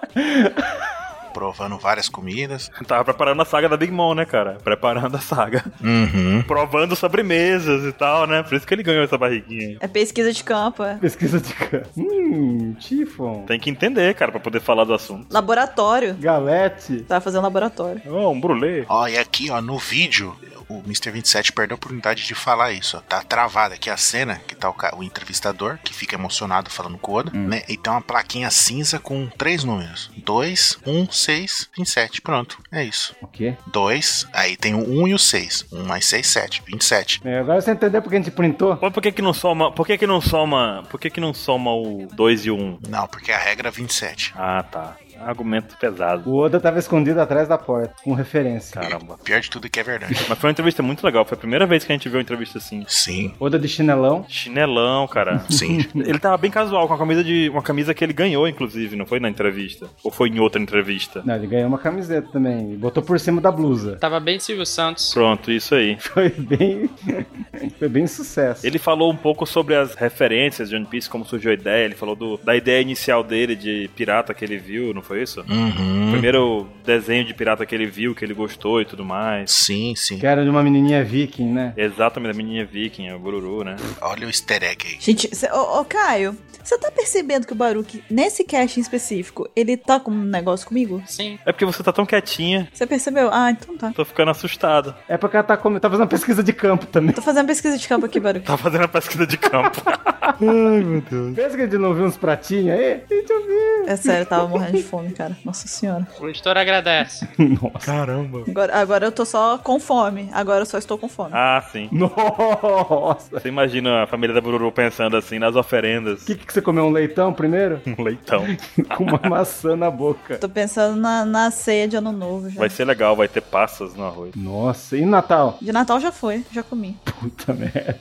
S2: Provando várias comidas.
S3: Tava preparando a saga da Big Mom, né, cara? Preparando a saga.
S2: Uhum.
S3: Provando sobremesas e tal, né? Por isso que ele ganhou essa barriguinha.
S1: É pesquisa de campo, é.
S4: Pesquisa de cara. Hum, Tifon.
S3: Tem que entender, cara, pra poder falar do assunto.
S1: Laboratório.
S4: Galete.
S1: Tá fazendo laboratório.
S3: Oh, um brulê.
S2: Ó, e aqui, ó, no vídeo, o Mr. 27 perdeu a oportunidade de falar isso. ó. Tá travada aqui a cena, que tá o, ca- o entrevistador, que fica emocionado falando com o Oda, né? E tem uma plaquinha cinza com três números: um, 2, 1, 6, 27. Pronto, é isso.
S4: O quê?
S2: 2, aí tem o 1 e o 6. 1 mais 6, 7, 27.
S4: É, agora você entendeu porque a gente printou?
S3: Mas por que que não soma, por que que não soma, por que que não soma o 2 e o 1?
S2: Não, porque a regra é 27.
S3: Ah, tá. Argumento pesado.
S4: O Oda tava escondido atrás da porta, com referência.
S3: Caramba.
S2: Pior de tudo é que é
S3: [laughs]
S2: verdade.
S3: Mas foi uma entrevista muito legal. Foi a primeira vez que a gente viu uma entrevista assim.
S2: Sim,
S4: Oda de chinelão.
S3: Chinelão, cara.
S2: [laughs] sim.
S3: Ele tava bem casual, com a camisa de. Uma camisa que ele ganhou, inclusive, não foi na entrevista. Ou foi em outra entrevista.
S4: Não, ele ganhou uma camiseta também. e Botou por cima da blusa. [laughs]
S5: Tava bem Silvio Santos.
S3: Pronto, isso aí.
S4: Foi bem. Foi bem sucesso.
S3: Ele falou um pouco sobre as referências de One Piece, como surgiu a ideia. Ele falou do- da ideia inicial dele de pirata que ele viu, não foi isso?
S2: Uhum.
S3: Primeiro desenho de pirata que ele viu, que ele gostou e tudo mais.
S2: Sim, sim.
S4: Que era de uma menininha viking, né?
S3: Exatamente, a menininha viking, a Bururu, né?
S2: Olha o easter egg aí.
S1: Gente, cê, ô, ô, Caio, você tá percebendo que o Baruque, nesse cast em específico, ele tá com um negócio comigo?
S5: Sim.
S3: É porque você tá tão quietinha,
S1: Você percebeu? Ah, então tá.
S3: tô ficando assustado. [laughs]
S4: É porque ela tá, com... tá fazendo uma pesquisa de campo também.
S1: Tô fazendo pesquisa de campo aqui, Baruque.
S3: Tá fazendo a pesquisa de campo.
S4: Pensa que a gente não viu uns pratinhos aí? A gente ouviu.
S1: É sério, eu tava morrendo de fome, cara. Nossa senhora.
S5: O editor agradece.
S4: Nossa.
S3: Caramba.
S1: Agora, agora eu tô só com fome. Agora eu só estou com fome.
S3: Ah, sim.
S4: Nossa.
S3: Você imagina a família da Bururu pensando assim nas oferendas.
S4: O que, que você comeu? Um leitão [laughs] primeiro?
S3: Um leitão.
S4: com uma maçã na boca.
S1: Tô pensando na, na ceia de ano novo já.
S3: Vai ser legal, vai ter passas no arroz.
S4: Nossa, e Natal?
S1: De Natal já foi, já comi.
S4: Puta [laughs] merda.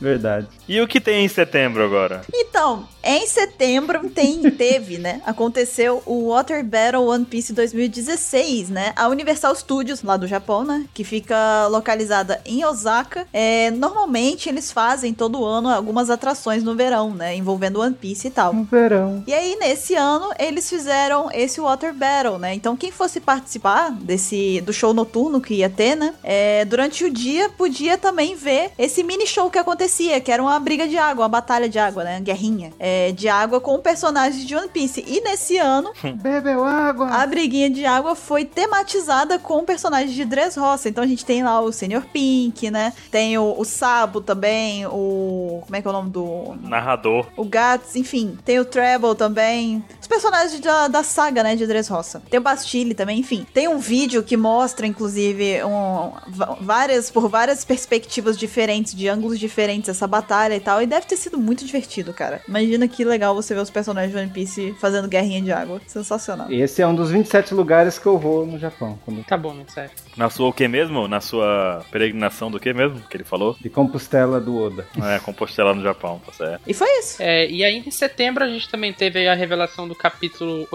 S4: Verdade.
S3: E o que tem em setembro agora?
S1: Então, em setembro tem, teve, né? Aconteceu o Water Battle One Piece 2016, né? A Universal Studios, lá do Japão, né? Que fica localizada em Osaka. É, normalmente eles fazem todo ano algumas atrações no verão, né? Envolvendo One Piece e tal.
S4: No verão.
S1: E aí, nesse ano, eles fizeram esse Water Battle, né? Então, quem fosse participar desse do show noturno que ia ter, né? É, durante o dia, podia também ver esse mini show que acontecia, que era uma briga de água, uma batalha de água, né? Guerrinha é, de água com personagens de One Piece. E nesse ano,
S4: Bebeu água.
S1: a briguinha de água foi tematizada com personagens de Dressrosa. Então a gente tem lá o Sr. Pink, né? Tem o, o Sabo também, o... Como é que é o nome do...
S3: Narrador.
S1: O Gats, enfim. Tem o Treble também. Os personagens da, da saga, né, de Dressrosa. Tem o Bastille também, enfim. Tem um vídeo que mostra, inclusive, um, va- várias, por várias perspectivas diferentes, de ângulos diferentes, essa batalha e tal. E deve ter sido muito divertido, cara. Imagina que legal você ver os personagens de One Piece fazendo guerrinha de água. Sensacional.
S4: Esse é um dos 27 lugares que eu vou no Japão. quando-
S5: Tá bom, muito sério.
S3: Na sua o que mesmo? Na sua peregrinação do que mesmo? Que ele falou?
S4: De Compostela do Oda.
S3: É, Compostela no Japão, tá certo.
S1: E foi isso.
S5: É, e aí em setembro a gente também teve aí a revelação do capítulo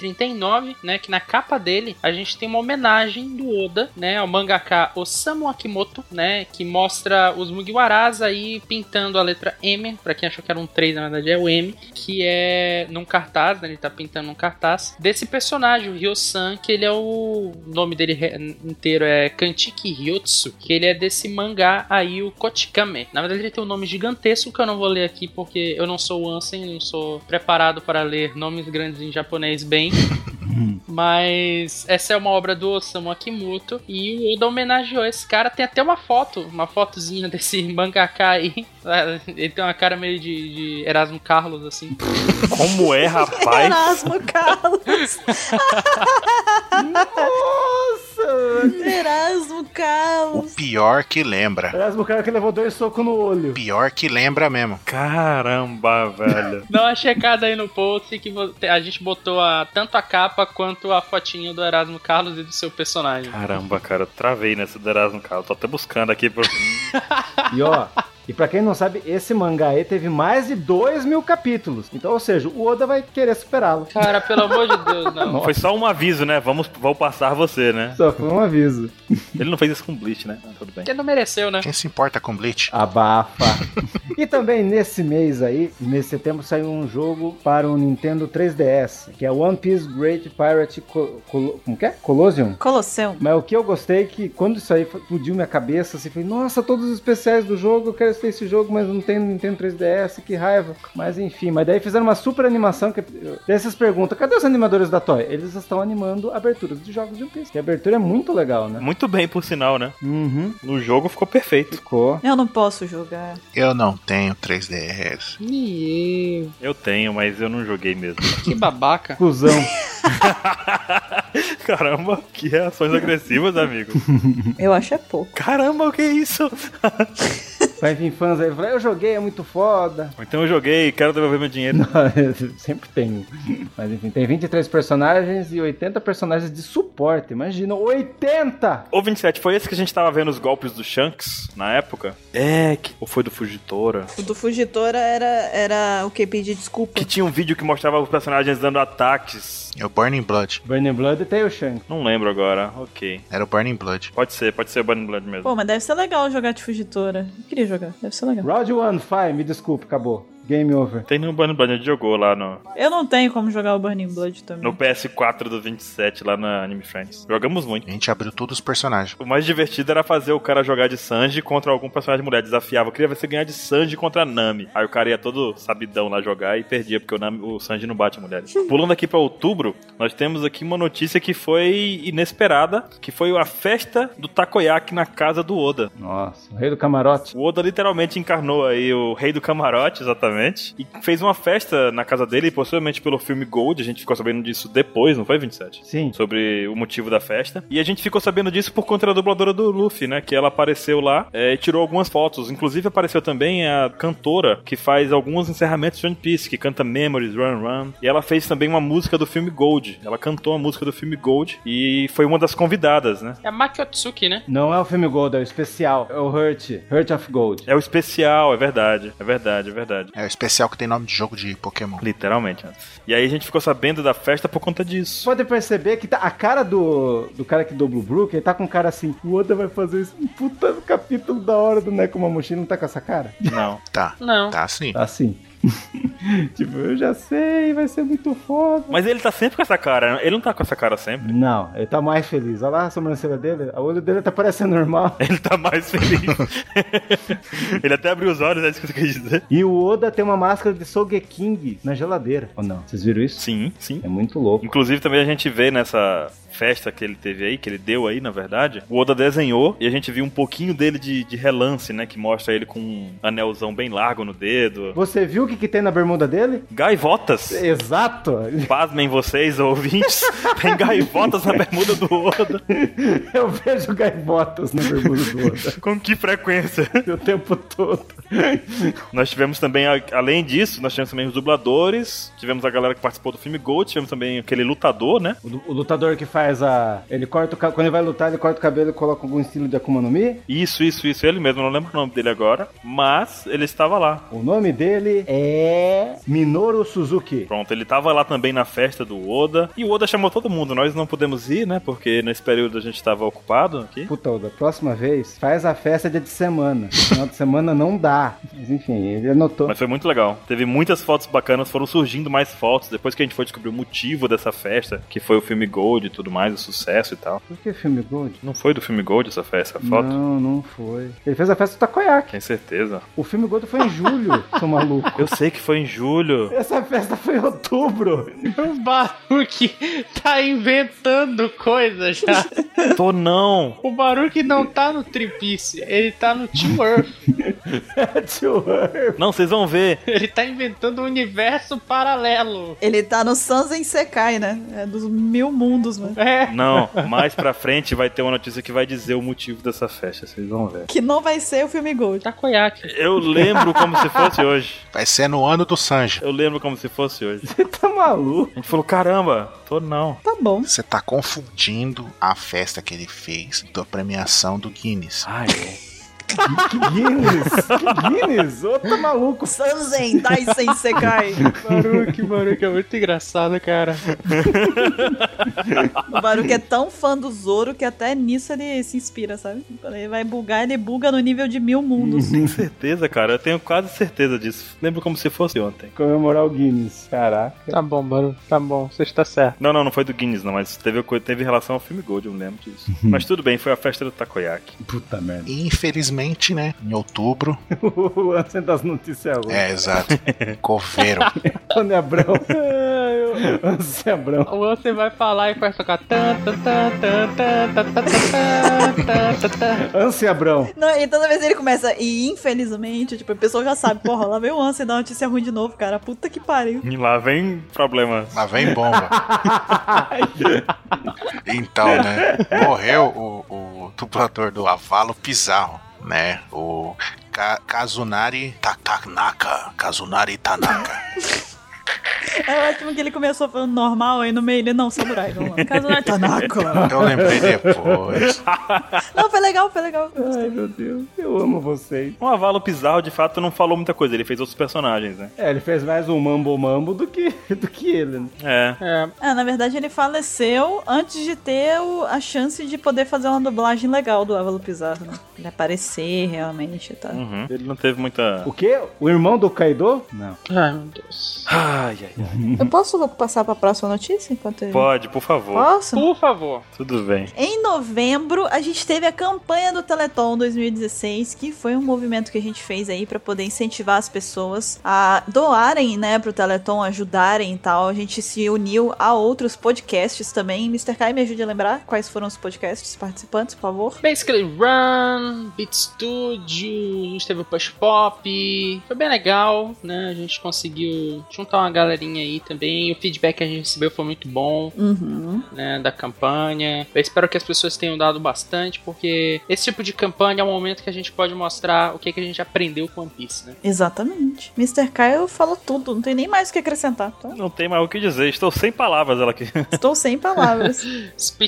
S5: 839, né? Que na capa dele a gente tem uma homenagem do Oda, né? Ao mangaka Osamu Akimoto, né? Que mostra os Mugiwaras aí pintando a letra M, pra quem achou que era um 3, na verdade é o M, que é num cartaz, né? Ele tá pintando num cartaz desse personagem, o Ryosan, que ele é o... o nome dele re- inteiro é Kanchiki Ryotsu, que ele é desse mangá aí, o Kochikame. Na verdade ele tem um nome gigantesco que eu não vou ler aqui porque eu não sou o Ansem, não sou preparado para ler nomes grandes em japonês bem. [laughs] Mas essa é uma obra do Osamu Akimoto e o Oda homenageou esse cara. Tem até uma foto, uma fotozinha [laughs] desse mangaka aí. [laughs] Ele tem uma cara meio de, de Erasmo Carlos, assim.
S3: Como
S1: [laughs]
S3: é, rapaz?
S1: Erasmo Carlos.
S4: Nossa! velho.
S1: Erasmo
S2: O
S1: Caos.
S2: pior que lembra.
S4: Parece o cara que levou dois socos no olho.
S2: Pior que lembra mesmo.
S3: Caramba, velho.
S5: Dá uma checada aí no post que vo- a gente botou a, tanto a capa quanto a fotinho do Erasmo Carlos e do seu personagem.
S3: Caramba, cara, eu travei nessa do Erasmo, cara. Eu tô até buscando aqui. [laughs] Pro...
S4: E [laughs] ó, e pra quem não sabe, esse mangá aí teve mais de 2 mil capítulos. Então, ou seja, o Oda vai querer superá-lo.
S5: Cara, pelo amor de Deus, não.
S3: Foi só um aviso, né? Vamos, vou passar você, né?
S4: Só foi um aviso.
S3: Ele não fez isso com Bleach, né? Ah, Tudo bem.
S5: Porque não mereceu, né?
S2: Quem se importa com Bleach?
S4: Abafa. e também nesse mês aí, nesse setembro, saiu um jogo para o Nintendo 3DS, que é One Piece Great Pirate Co Colo- como que é? Colosseum?
S1: Colosseu.
S4: Mas o que eu gostei é que quando isso aí explodiu minha cabeça, assim, falei, nossa, todos os especiais do jogo, eu quero ter esse jogo, mas não tem no Nintendo 3DS, que raiva. Mas enfim, mas daí fizeram uma super animação que. Daí vocês perguntam, cadê os animadores da Toy? Eles estão animando aberturas de jogos de One Piece. Que a abertura é muito legal, né?
S3: Muito bem, por sinal, né?
S4: Uhum.
S3: No jogo ficou perfeito.
S4: Ficou.
S1: Eu não posso jogar.
S2: Eu não tenho 3DS.
S5: Ih,
S3: Eu tenho, mas eu não joguei mesmo. [laughs]
S5: que babaca.
S4: Cusão.
S3: Caramba, que reações agressivas, amigo.
S1: Eu acho é pouco.
S3: Caramba, o que é isso?
S4: Vai vir fãs aí, falar, eu joguei, é muito foda.
S3: Ou Então eu joguei, quero devolver meu dinheiro.
S4: [laughs] Sempre tem. Mas enfim, tem 23 personagens e 80 personagens de suporte. Imagina, 80!
S3: Ô 27, foi esse que a gente tava vendo os golpes do Shanks na época? É, que... ou foi do Fugitora?
S1: O do Fugitora era, era o que? Pedir desculpa.
S3: Que tinha um vídeo que mostrava os personagens dando ataques.
S2: É o Burning Blood.
S4: Burning Blood e Tail Shanks.
S3: Não lembro agora, ok.
S2: Era o Burning Blood.
S3: Pode ser, pode ser o Burning Blood mesmo.
S1: Pô, mas deve ser legal jogar de Fugitora. Eu queria jogar, deve ser legal.
S4: Round 1, Fire, me desculpe, acabou. Game over.
S3: Tem no Burning Blood, a gente jogou lá no,
S1: Eu não tenho como jogar o Burning Blood
S3: no
S1: também.
S3: PS4 do 27, lá na Anime Friends. Jogamos muito.
S2: A gente abriu todos os personagens.
S3: O mais divertido era fazer o cara jogar de Sanji contra algum personagem mulher. Desafiava. Eu queria ver você ganhar de Sanji contra a Nami. Aí o cara ia todo sabidão lá jogar e perdia, porque o, Nami- o Sanji não bate mulheres. Pulando aqui pra outubro, nós temos aqui uma notícia que foi inesperada, que foi a festa do Takoyaki na casa do Oda.
S4: Nossa, o rei do camarote.
S3: O Oda literalmente encarnou aí o rei do camarote, exatamente, e fez uma festa na casa dele, possivelmente pelo filme Gold, a gente ficou sabendo disso depois, não foi, 27?
S4: Sim.
S3: sobre o motivo da festa. E a gente ficou sabendo disso por conta da dubladora do Luffy, né? Que ela apareceu lá é, e tirou algumas fotos. Inclusive apareceu também a cantora que faz alguns encerramentos de One Piece, que canta Memories, Run Run. E ela fez também uma música do filme Gold. Ela cantou a música do filme Gold e foi uma das convidadas, né?
S5: É Makiotsuki, né?
S4: Não é o filme Gold, é o especial. É o Hurt. Hurt of Gold.
S3: É o especial, é verdade. É verdade, é verdade.
S2: É o especial que tem nome de jogo de Pokémon.
S3: Literalmente, né? E aí a gente ficou sabendo da festa por conta disso.
S4: Pode perceber que tá- a cara do, do cara que dobra o Brook, ele tá com um cara assim. O Oda vai fazer isso. Um puta capítulo da hora do Nekomamushi. Não tá com essa cara?
S3: Não.
S2: Tá.
S5: Não.
S2: Tá sim.
S4: Tá assim. [laughs] tipo, eu já sei, vai ser muito foda.
S3: Mas ele tá sempre com essa cara. né? Ele não tá com essa cara sempre.
S4: Não, ele tá mais feliz. Olha lá a sobrancelha dele. O olho dele tá parecendo normal. [laughs]
S3: Ele [laughs] tá mais feliz. ele até abriu os olhos, é isso que você quer dizer.
S4: E o Oda tem uma máscara de Sogeking na geladeira. Ou não? Vocês viram isso?
S3: Sim, sim.
S4: É muito louco.
S3: Inclusive, também a gente vê nessa festa que ele teve aí, que ele deu aí, na verdade, o Oda desenhou e a gente viu um pouquinho dele de, de relance, né? Que mostra ele com um anelzão bem largo no dedo.
S4: Você viu o que, que tem na bermuda dele?
S3: Gaivotas!
S4: Exato! [laughs]
S3: Pasmem vocês, ouvintes. [laughs] Tem gaivotas na bermuda do Oda.
S4: Eu vejo gaivotas na bermuda do Oda
S3: [laughs] Com que frequência?
S4: o tempo todo.
S3: Nós tivemos também, a- além disso, nós tivemos também os dubladores, tivemos a galera que participou do filme Gold, tivemos também aquele lutador, né?
S4: O, o lutador que faz a. Ele corta o ca- Quando ele vai lutar, ele corta o cabelo e coloca algum estilo de Akuma no Mi.
S3: Isso, isso, isso, ele mesmo, não lembro o nome dele agora, mas ele estava lá.
S4: O nome dele é. Minoru Suzuki.
S3: Pronto, ele tava lá também na festa do Oda. E o Oda chamou todo mundo. Nós não pudemos ir, né? Porque nesse período a gente tava ocupado aqui.
S4: Puta, Oda, próxima vez faz a festa dia de semana. Final de semana não dá. Mas enfim, ele anotou.
S3: Mas foi muito legal. Teve muitas fotos bacanas, foram surgindo mais fotos. Depois que a gente foi descobrir o motivo dessa festa, que foi o filme Gold e tudo mais, o sucesso e tal.
S4: Por que filme Gold?
S3: Não foi do filme Gold essa festa, a foto?
S4: Não, não foi. Ele fez a festa do Takoyaki.
S3: Tem certeza.
S4: O filme Gold foi
S3: [laughs]
S4: em julho, seu maluco.
S3: Eu sei que foi em julho.
S4: Essa festa foi em outubro.
S5: O Baruque tá inventando coisa já.
S3: Tô não.
S5: O Baruque não tá no Tripice, ele tá no Team Earth.
S4: Patchwork.
S3: Não, vocês vão ver.
S5: Ele tá inventando um universo paralelo.
S1: Ele tá no Sansen Sekai, né? É dos mil mundos, né? mano.
S5: É.
S3: Não, mais pra frente vai ter uma notícia que vai dizer o motivo dessa festa, vocês vão ver.
S1: Que não vai ser o filme Gold.
S5: Tá Takoyaki.
S3: Eu lembro como se fosse hoje.
S2: Vai ser no ano do Sanji.
S3: Eu lembro como se fosse hoje.
S4: Você tá maluco?
S3: A gente falou, caramba, tô não.
S1: Tá bom.
S2: Você tá confundindo a festa que ele fez da premiação do Guinness.
S3: Ai, é.
S4: Que Guinness? Que Guinness? Ô, tá maluco.
S1: Sansen Daisen Sekai.
S5: Baruque, Baruque, é muito engraçado, cara.
S1: O Baruque é tão fã do Zoro que até nisso ele se inspira, sabe? Quando ele vai bugar, ele buga no nível de mil mundos.
S3: Tenho certeza, cara. Eu tenho quase certeza disso. Lembro como se fosse ontem.
S4: Comemorar o Guinness. Caraca.
S5: Tá bom, Baruque, tá bom, você está certo.
S3: Não, não, não foi do Guinness, não, mas teve, co- teve relação ao filme Gold, eu me lembro disso. mas tudo bem, foi a festa do Takoyaki.
S4: Puta merda.
S2: E infelizmente, né? Em outubro.
S4: [laughs] O lance das notícias agora.
S2: É, exato. Coveiro.
S4: Tony [laughs] Abrão. É, Lance Abrão.
S5: Ou [laughs] você vai falar e faz tocar. tan, tan, tan, tan, tan, tan, tan, tan, tan, tan, tan.
S4: Anse Abrão.
S1: Não, e toda vez ele começa, e infelizmente, tipo, a pessoa já sabe, porra, lá veio o Ansem dar notícia ruim de novo, cara. Puta que pariu.
S3: E lá vem problema.
S2: Lá vem bomba. Então, né? Morreu o, o dublador do Avalo Pizarro, né? O Ka Kazunari Tatanaka. Kazunari Tanaka.
S1: É ótimo que ele começou falando normal, aí no meio ele, não, é tipo- samurai, vamos lá. Kazunari Tanaka.
S2: Eu lembrei depois.
S1: Não, foi legal, foi legal.
S4: Ai, meu Deus. Eu amo vocês.
S3: O Avalo Pizarro, de fato, não falou muita coisa. Ele fez outros personagens, né?
S4: É, ele fez mais um Mambo Mambo do que, [laughs] do que ele, né?
S3: É.
S5: [laughs] É,
S1: Ah, na verdade ele faleceu antes de ter o- a chance de poder fazer uma dublagem legal do Ávalo Pizarro, né? Ele aparecer realmente, tá?
S3: Uhum. Ele não teve muita.
S4: O quê? O irmão do Kaido? Não.
S5: Ai, meu Deus.
S3: Ai, ai, ai.
S1: Eu posso passar pra próxima notícia enquanto ele...
S3: Pode, por favor.
S1: Posso?
S5: Por favor.
S3: Tudo bem.
S1: Em novembro, a gente teve a campanha do Teleton 2016, que foi um movimento que a gente fez aí pra poder incentivar as pessoas a doarem, né, pro Teleton, ajudarem e tal. A gente se uniu a outros podcasts também. Mr. Kai, me ajude a lembrar quais foram os podcasts participantes, por favor.
S5: Basically Run, Beat Studio, a gente teve o Push Pop, foi bem legal, né? A gente conseguiu juntar uma galerinha aí também. O feedback que a gente recebeu foi muito bom,
S1: Uhum.
S5: né? Da campanha. Eu espero que as pessoas tenham dado bastante, porque esse tipo de campanha é um momento que a gente pode mostrar o que, que a gente aprendeu com One Piece, né?
S1: Exatamente. Mr. Kyle falou tudo, não tem nem mais o que acrescentar. tá?
S3: Não tem mais o que dizer. Estou sem palavras, ela aqui.
S1: Estou sem palavras.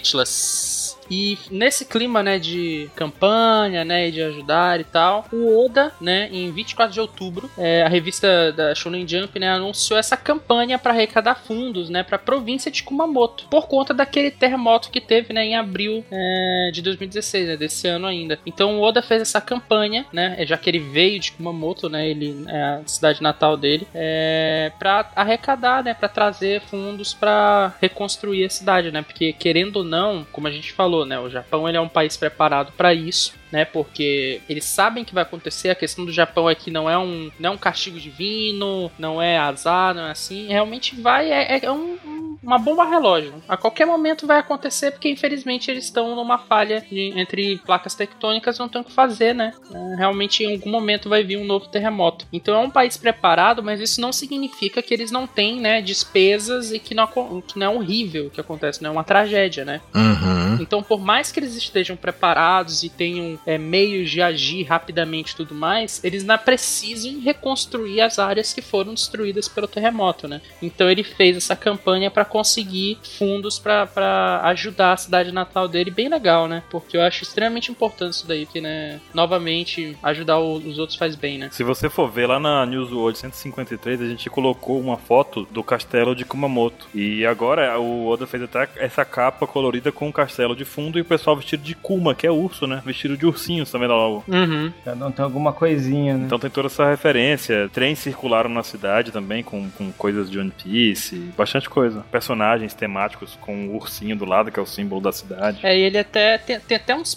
S5: Speechless. E nesse clima, né, de campanha, né, e de ajudar e tal, o Oda, né, em 24 de outubro, é, a revista da Shonen Jump, né, anunciou essa campanha para arrecadar fundos, né, para a província de Kumamoto, por conta daquele terremoto que teve, né, em abril é, de 2016, né, desse ano ainda. Então o Oda fez essa campanha, né, já que ele veio de Kumamoto, né, ele é a cidade natal dele, é, para arrecadar, né, para trazer fundos para reconstruir a cidade, né, porque querendo ou não, como a gente falou, né, o Japão ele é um país preparado para isso, né, porque eles sabem que vai acontecer. A questão do Japão é que não é um, não é um castigo divino, não é azar, não é assim. Realmente vai é, é um- um- uma bomba relógio. A qualquer momento vai acontecer, porque infelizmente eles estão numa falha de- entre placas tectônicas, não tem o que fazer, né? É, Realmente em algum momento vai vir um novo terremoto. Então é um país preparado, mas isso não significa que eles não têm, né, despesas e que não, acon- que não é horrível o que acontece, não é uma tragédia, né?
S2: Uhum.
S5: Então, por mais que eles estejam preparados e tenham é, meios de agir rapidamente e tudo mais, eles não precisam reconstruir as áreas que foram destruídas pelo terremoto, né? Então, ele fez essa campanha para conseguir fundos para ajudar a cidade natal dele, bem legal, né? Porque eu acho extremamente importante isso daí, que, né, novamente, ajudar o- os outros faz bem, né?
S3: [laughs] Se você for ver lá na News World 153, a gente colocou uma foto do castelo de Kumamoto. E agora o Oda fez até essa capa colorida com o castelo de fundo e o pessoal vestido de Kuma, que é urso, né? Vestido de ursinho também tá lá logo.
S5: Uhum.
S4: Cada um tem alguma coisinha, né?
S3: Então tem toda essa referência. Trens circularam na cidade também com, com coisas de One Piece, bastante coisa. O personagens temáticos com o ursinho do lado, que é o símbolo da cidade.
S5: É, e ele até tem, tem até uns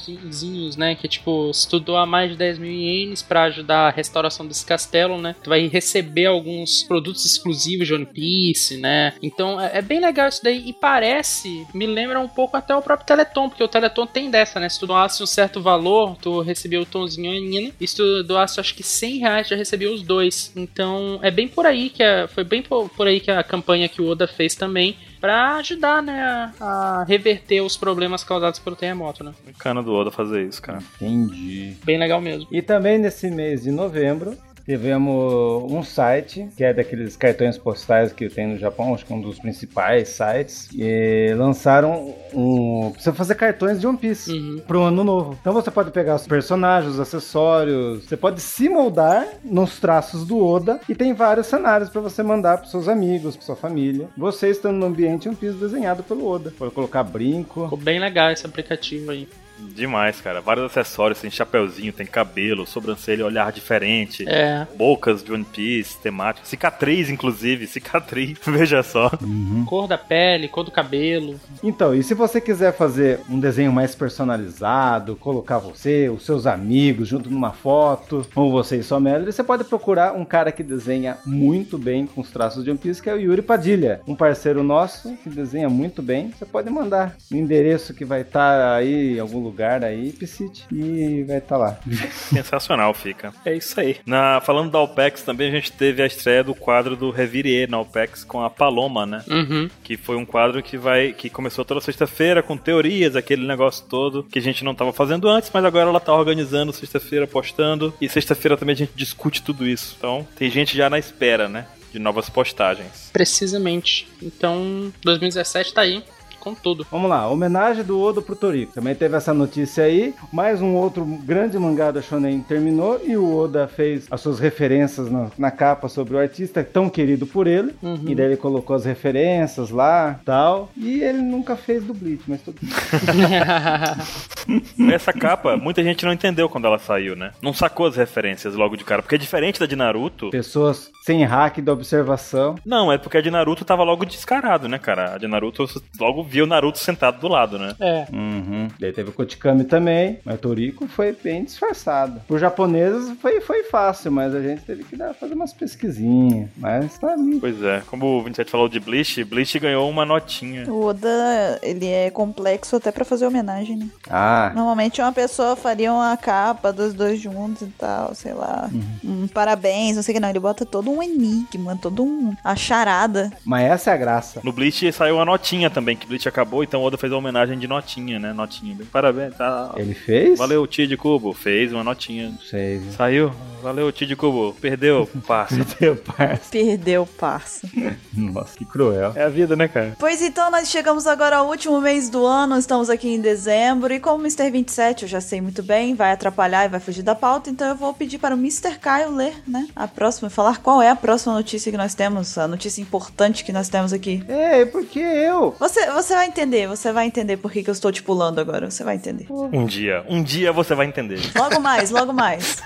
S5: prêmiozinhos, né? Que tipo, se tu doar mais de 10 mil ienes pra ajudar a restauração desse castelo, né? Tu vai receber alguns produtos exclusivos de One Piece, né? Então é, é bem legal isso daí. E parece, me lembra um pouco até o próprio Teleton, porque o Teleton tem dessa, né? Se tu doasse um certo valor, tu recebia o Tonzinho e a Nina. E se tu doasse, acho que 100 reais, já recebia os dois. Então é bem por aí que a, foi bem por, por aí que a campanha que o Oda fez também para ajudar, né, a reverter os problemas causados pelo terremoto, né?
S3: Bacana do Oda fazer isso, cara.
S4: Entendi.
S5: Bem legal mesmo.
S4: E também nesse mês de novembro, tivemos um site, que é daqueles cartões postais que tem no Japão, acho que é um dos principais sites, e lançaram um... Precisa fazer cartões de One Piece
S5: Uhum.
S4: pro ano novo. Então você pode pegar os personagens, os acessórios, você pode se moldar nos traços do Oda, e tem vários cenários pra você mandar pros seus amigos, pra sua família. Você estando no ambiente One Piece desenhado pelo Oda. Pode colocar brinco...
S5: Ficou bem legal esse aplicativo aí.
S3: Demais, cara. Vários acessórios, tem chapeuzinho, tem cabelo, sobrancelha, olhar diferente.
S5: É.
S3: Bocas de One Piece, temático. Cicatriz, inclusive, cicatriz. [laughs] Veja só.
S5: Cor da pele, cor do cabelo.
S4: Então, e se você quiser fazer um desenho mais personalizado, colocar você, os seus amigos junto numa foto, ou você e sua Melody, você pode procurar um cara que desenha muito bem com os traços de One Piece, que é o Yuri Padilha, um parceiro nosso que desenha muito bem. Você pode mandar no endereço que vai estar aí, em algum lugar aí, Piscite, e vai estar lá.
S3: Sensacional fica. É isso aí. Na, falando da OPEX também, a gente teve a estreia do quadro do Revirier na OPEX com a Paloma, né?
S5: Uhum.
S3: Que foi um quadro que vai que começou toda sexta-feira com teorias, aquele negócio todo que a gente não estava fazendo antes, mas agora ela tá organizando sexta-feira, postando. E sexta-feira também a gente discute tudo isso. Então tem gente já na espera, né? De novas postagens.
S5: Precisamente. Então, 2017 tá aí, com [laughs] tudo.
S4: Vamos lá, homenagem do Odo pro Toriko. Também teve essa notícia aí. Mais um outro grande mangá da Shonen terminou e o Oda fez as suas referências na, na capa sobre o artista tão querido por ele.
S5: Uhum.
S4: E daí ele colocou as referências lá, tal. E ele nunca fez do Bleach, mas tudo bem.
S3: Essa capa, muita gente não entendeu quando ela saiu, né? Não sacou as referências logo de cara. Porque é diferente da de Naruto,
S4: Pessoas sem hack da observação.
S3: Não, é porque a de Naruto tava logo descarado, né, cara? A de Naruto você logo viu o Naruto sentado do lado, né?
S5: é.
S4: Uhum. Daí teve o Kotikami também, mas o Toriko foi bem disfarçado. Por japoneses foi, foi fácil, mas a gente teve que dar, fazer umas pesquisinhas. Mas tá ali.
S3: Pois é, como o 27 falou de Bleach, Bleach ganhou uma notinha.
S1: [laughs] O Oda, ele é complexo até pra fazer homenagem, né?
S4: Ah,
S1: Normalmente uma pessoa faria uma capa dos dois juntos e tal, sei lá. Um parabéns, não sei o que não. Ele bota todo um enigma, todo um. a charada.
S4: mas essa é a graça.
S3: No Bleach saiu uma notinha também, que Bleach acabou, então o Oda fez uma homenagem de notinha, né? Notinha. Bem, parabéns, tá?
S4: Ele fez?
S3: Valeu, Tio de Cubo. Fez uma notinha.
S4: Não sei, viu?
S3: Saiu. Valeu, Tio de Cubo. Perdeu, passa.
S4: Meu parça.
S1: Perdeu, parça.
S4: Nossa, que cruel.
S3: É a vida, né, cara?
S1: Pois então, nós chegamos agora ao último mês do ano, estamos aqui em dezembro, e como o Mr. 27, eu já sei muito bem, vai atrapalhar e vai fugir da pauta, então eu vou pedir para o Mr. Caio ler, né, a próxima, falar qual é a próxima notícia que nós temos, a notícia importante que nós temos aqui.
S4: É, porque eu?
S1: Você, você vai entender, você vai entender por que, que eu estou te pulando agora, você vai entender.
S3: Um dia, um dia você vai entender.
S1: Logo mais, logo mais.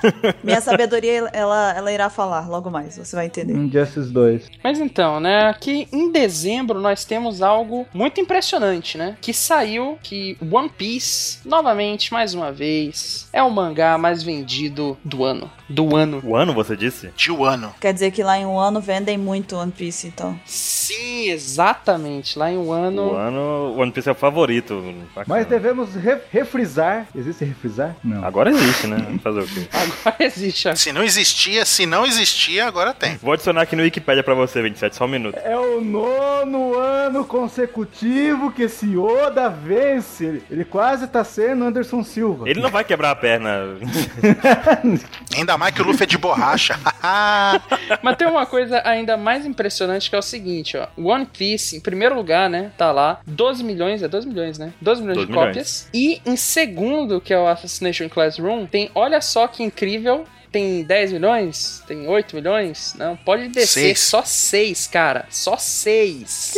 S1: Minha sabedoria, ela, ela irá falar, logo mais, você vai entender.
S4: Um dia esses dois.
S5: Mas então, né? Aqui em dezembro nós temos algo muito impressionante, né? Que saiu que One Piece, novamente, mais uma vez, é o mangá mais vendido do ano. Do ano.
S3: O ano, você disse?
S2: De um ano.
S1: Quer dizer que lá em um ano vendem muito One Piece, então.
S5: Sim, exatamente. Lá em um ano.
S3: O ano, o One Piece é o favorito. Bacana.
S4: Mas devemos re refrisar. Existe refrisar? Não.
S3: Agora existe, né? Fazer o quê?
S5: [laughs] Agora existe.
S2: Se não existia, se não existia, agora tem.
S3: Vou adicionar aqui no Wikipedia pra você, 27, só um minuto.
S4: É o nono ano consecutivo que esse Oda vence. Ele, ele quase tá sendo Anderson Silva.
S3: Ele não vai quebrar a perna.
S2: Ainda mais que o Luffy é de borracha. [laughs]
S5: Mas tem uma coisa ainda mais impressionante que é o seguinte, ó. One Piece, em primeiro lugar, né? Tá lá. 12 milhões, é 12 milhões, né? 12 milhões
S3: 12
S5: de
S3: milhões.
S5: cópias. E em segundo, que é o Assassination Classroom, tem, olha só que incrível. Tem 10 milhões? Tem 8 milhões? Não, pode descer.
S2: Seis.
S5: Só 6, cara. Só 6.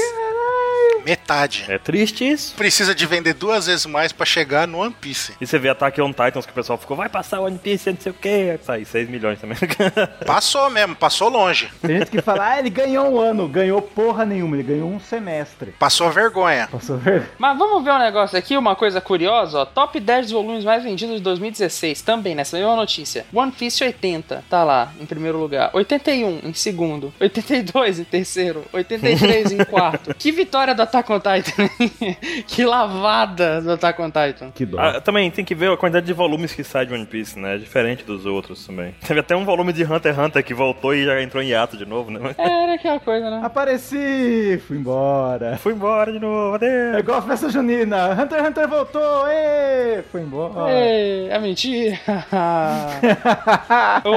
S2: Metade.
S3: É triste isso.
S2: Precisa de vender duas vezes mais pra chegar no One Piece.
S3: E você vê Attack on Titans que o pessoal ficou, vai passar One Piece, não sei o quê. Sai 6 milhões também. [laughs]
S2: Passou mesmo, passou longe.
S4: Tem gente que fala, ah, ele ganhou um ano. Ganhou porra nenhuma, ele ganhou um semestre.
S2: Passou vergonha.
S4: Passou ver?
S5: Mas vamos ver um negócio aqui, uma coisa curiosa, ó. Top 10 volumes mais vendidos de 2016, também nessa mesma notícia. One Piece 80, tá lá, em primeiro lugar. 81 em segundo. 82 em terceiro. 83 em quarto. Que vitória do Attack on Titan. hein? [laughs] que lavada do Attack on Titan.
S4: Que dó.
S3: Ah, também tem que ver a quantidade de volumes que sai de One Piece, né? É diferente dos outros também. [laughs] Teve até um volume de Hunter x Hunter que voltou e já entrou em hiato de novo, né?
S5: É, era aquela coisa, né?
S4: Apareci, fui embora.
S3: [laughs] Fui embora de novo,
S4: É
S3: adeus.
S4: igual a festa junina. Hunter x Hunter voltou, ê! Foi embora.
S5: Ei, é mentira.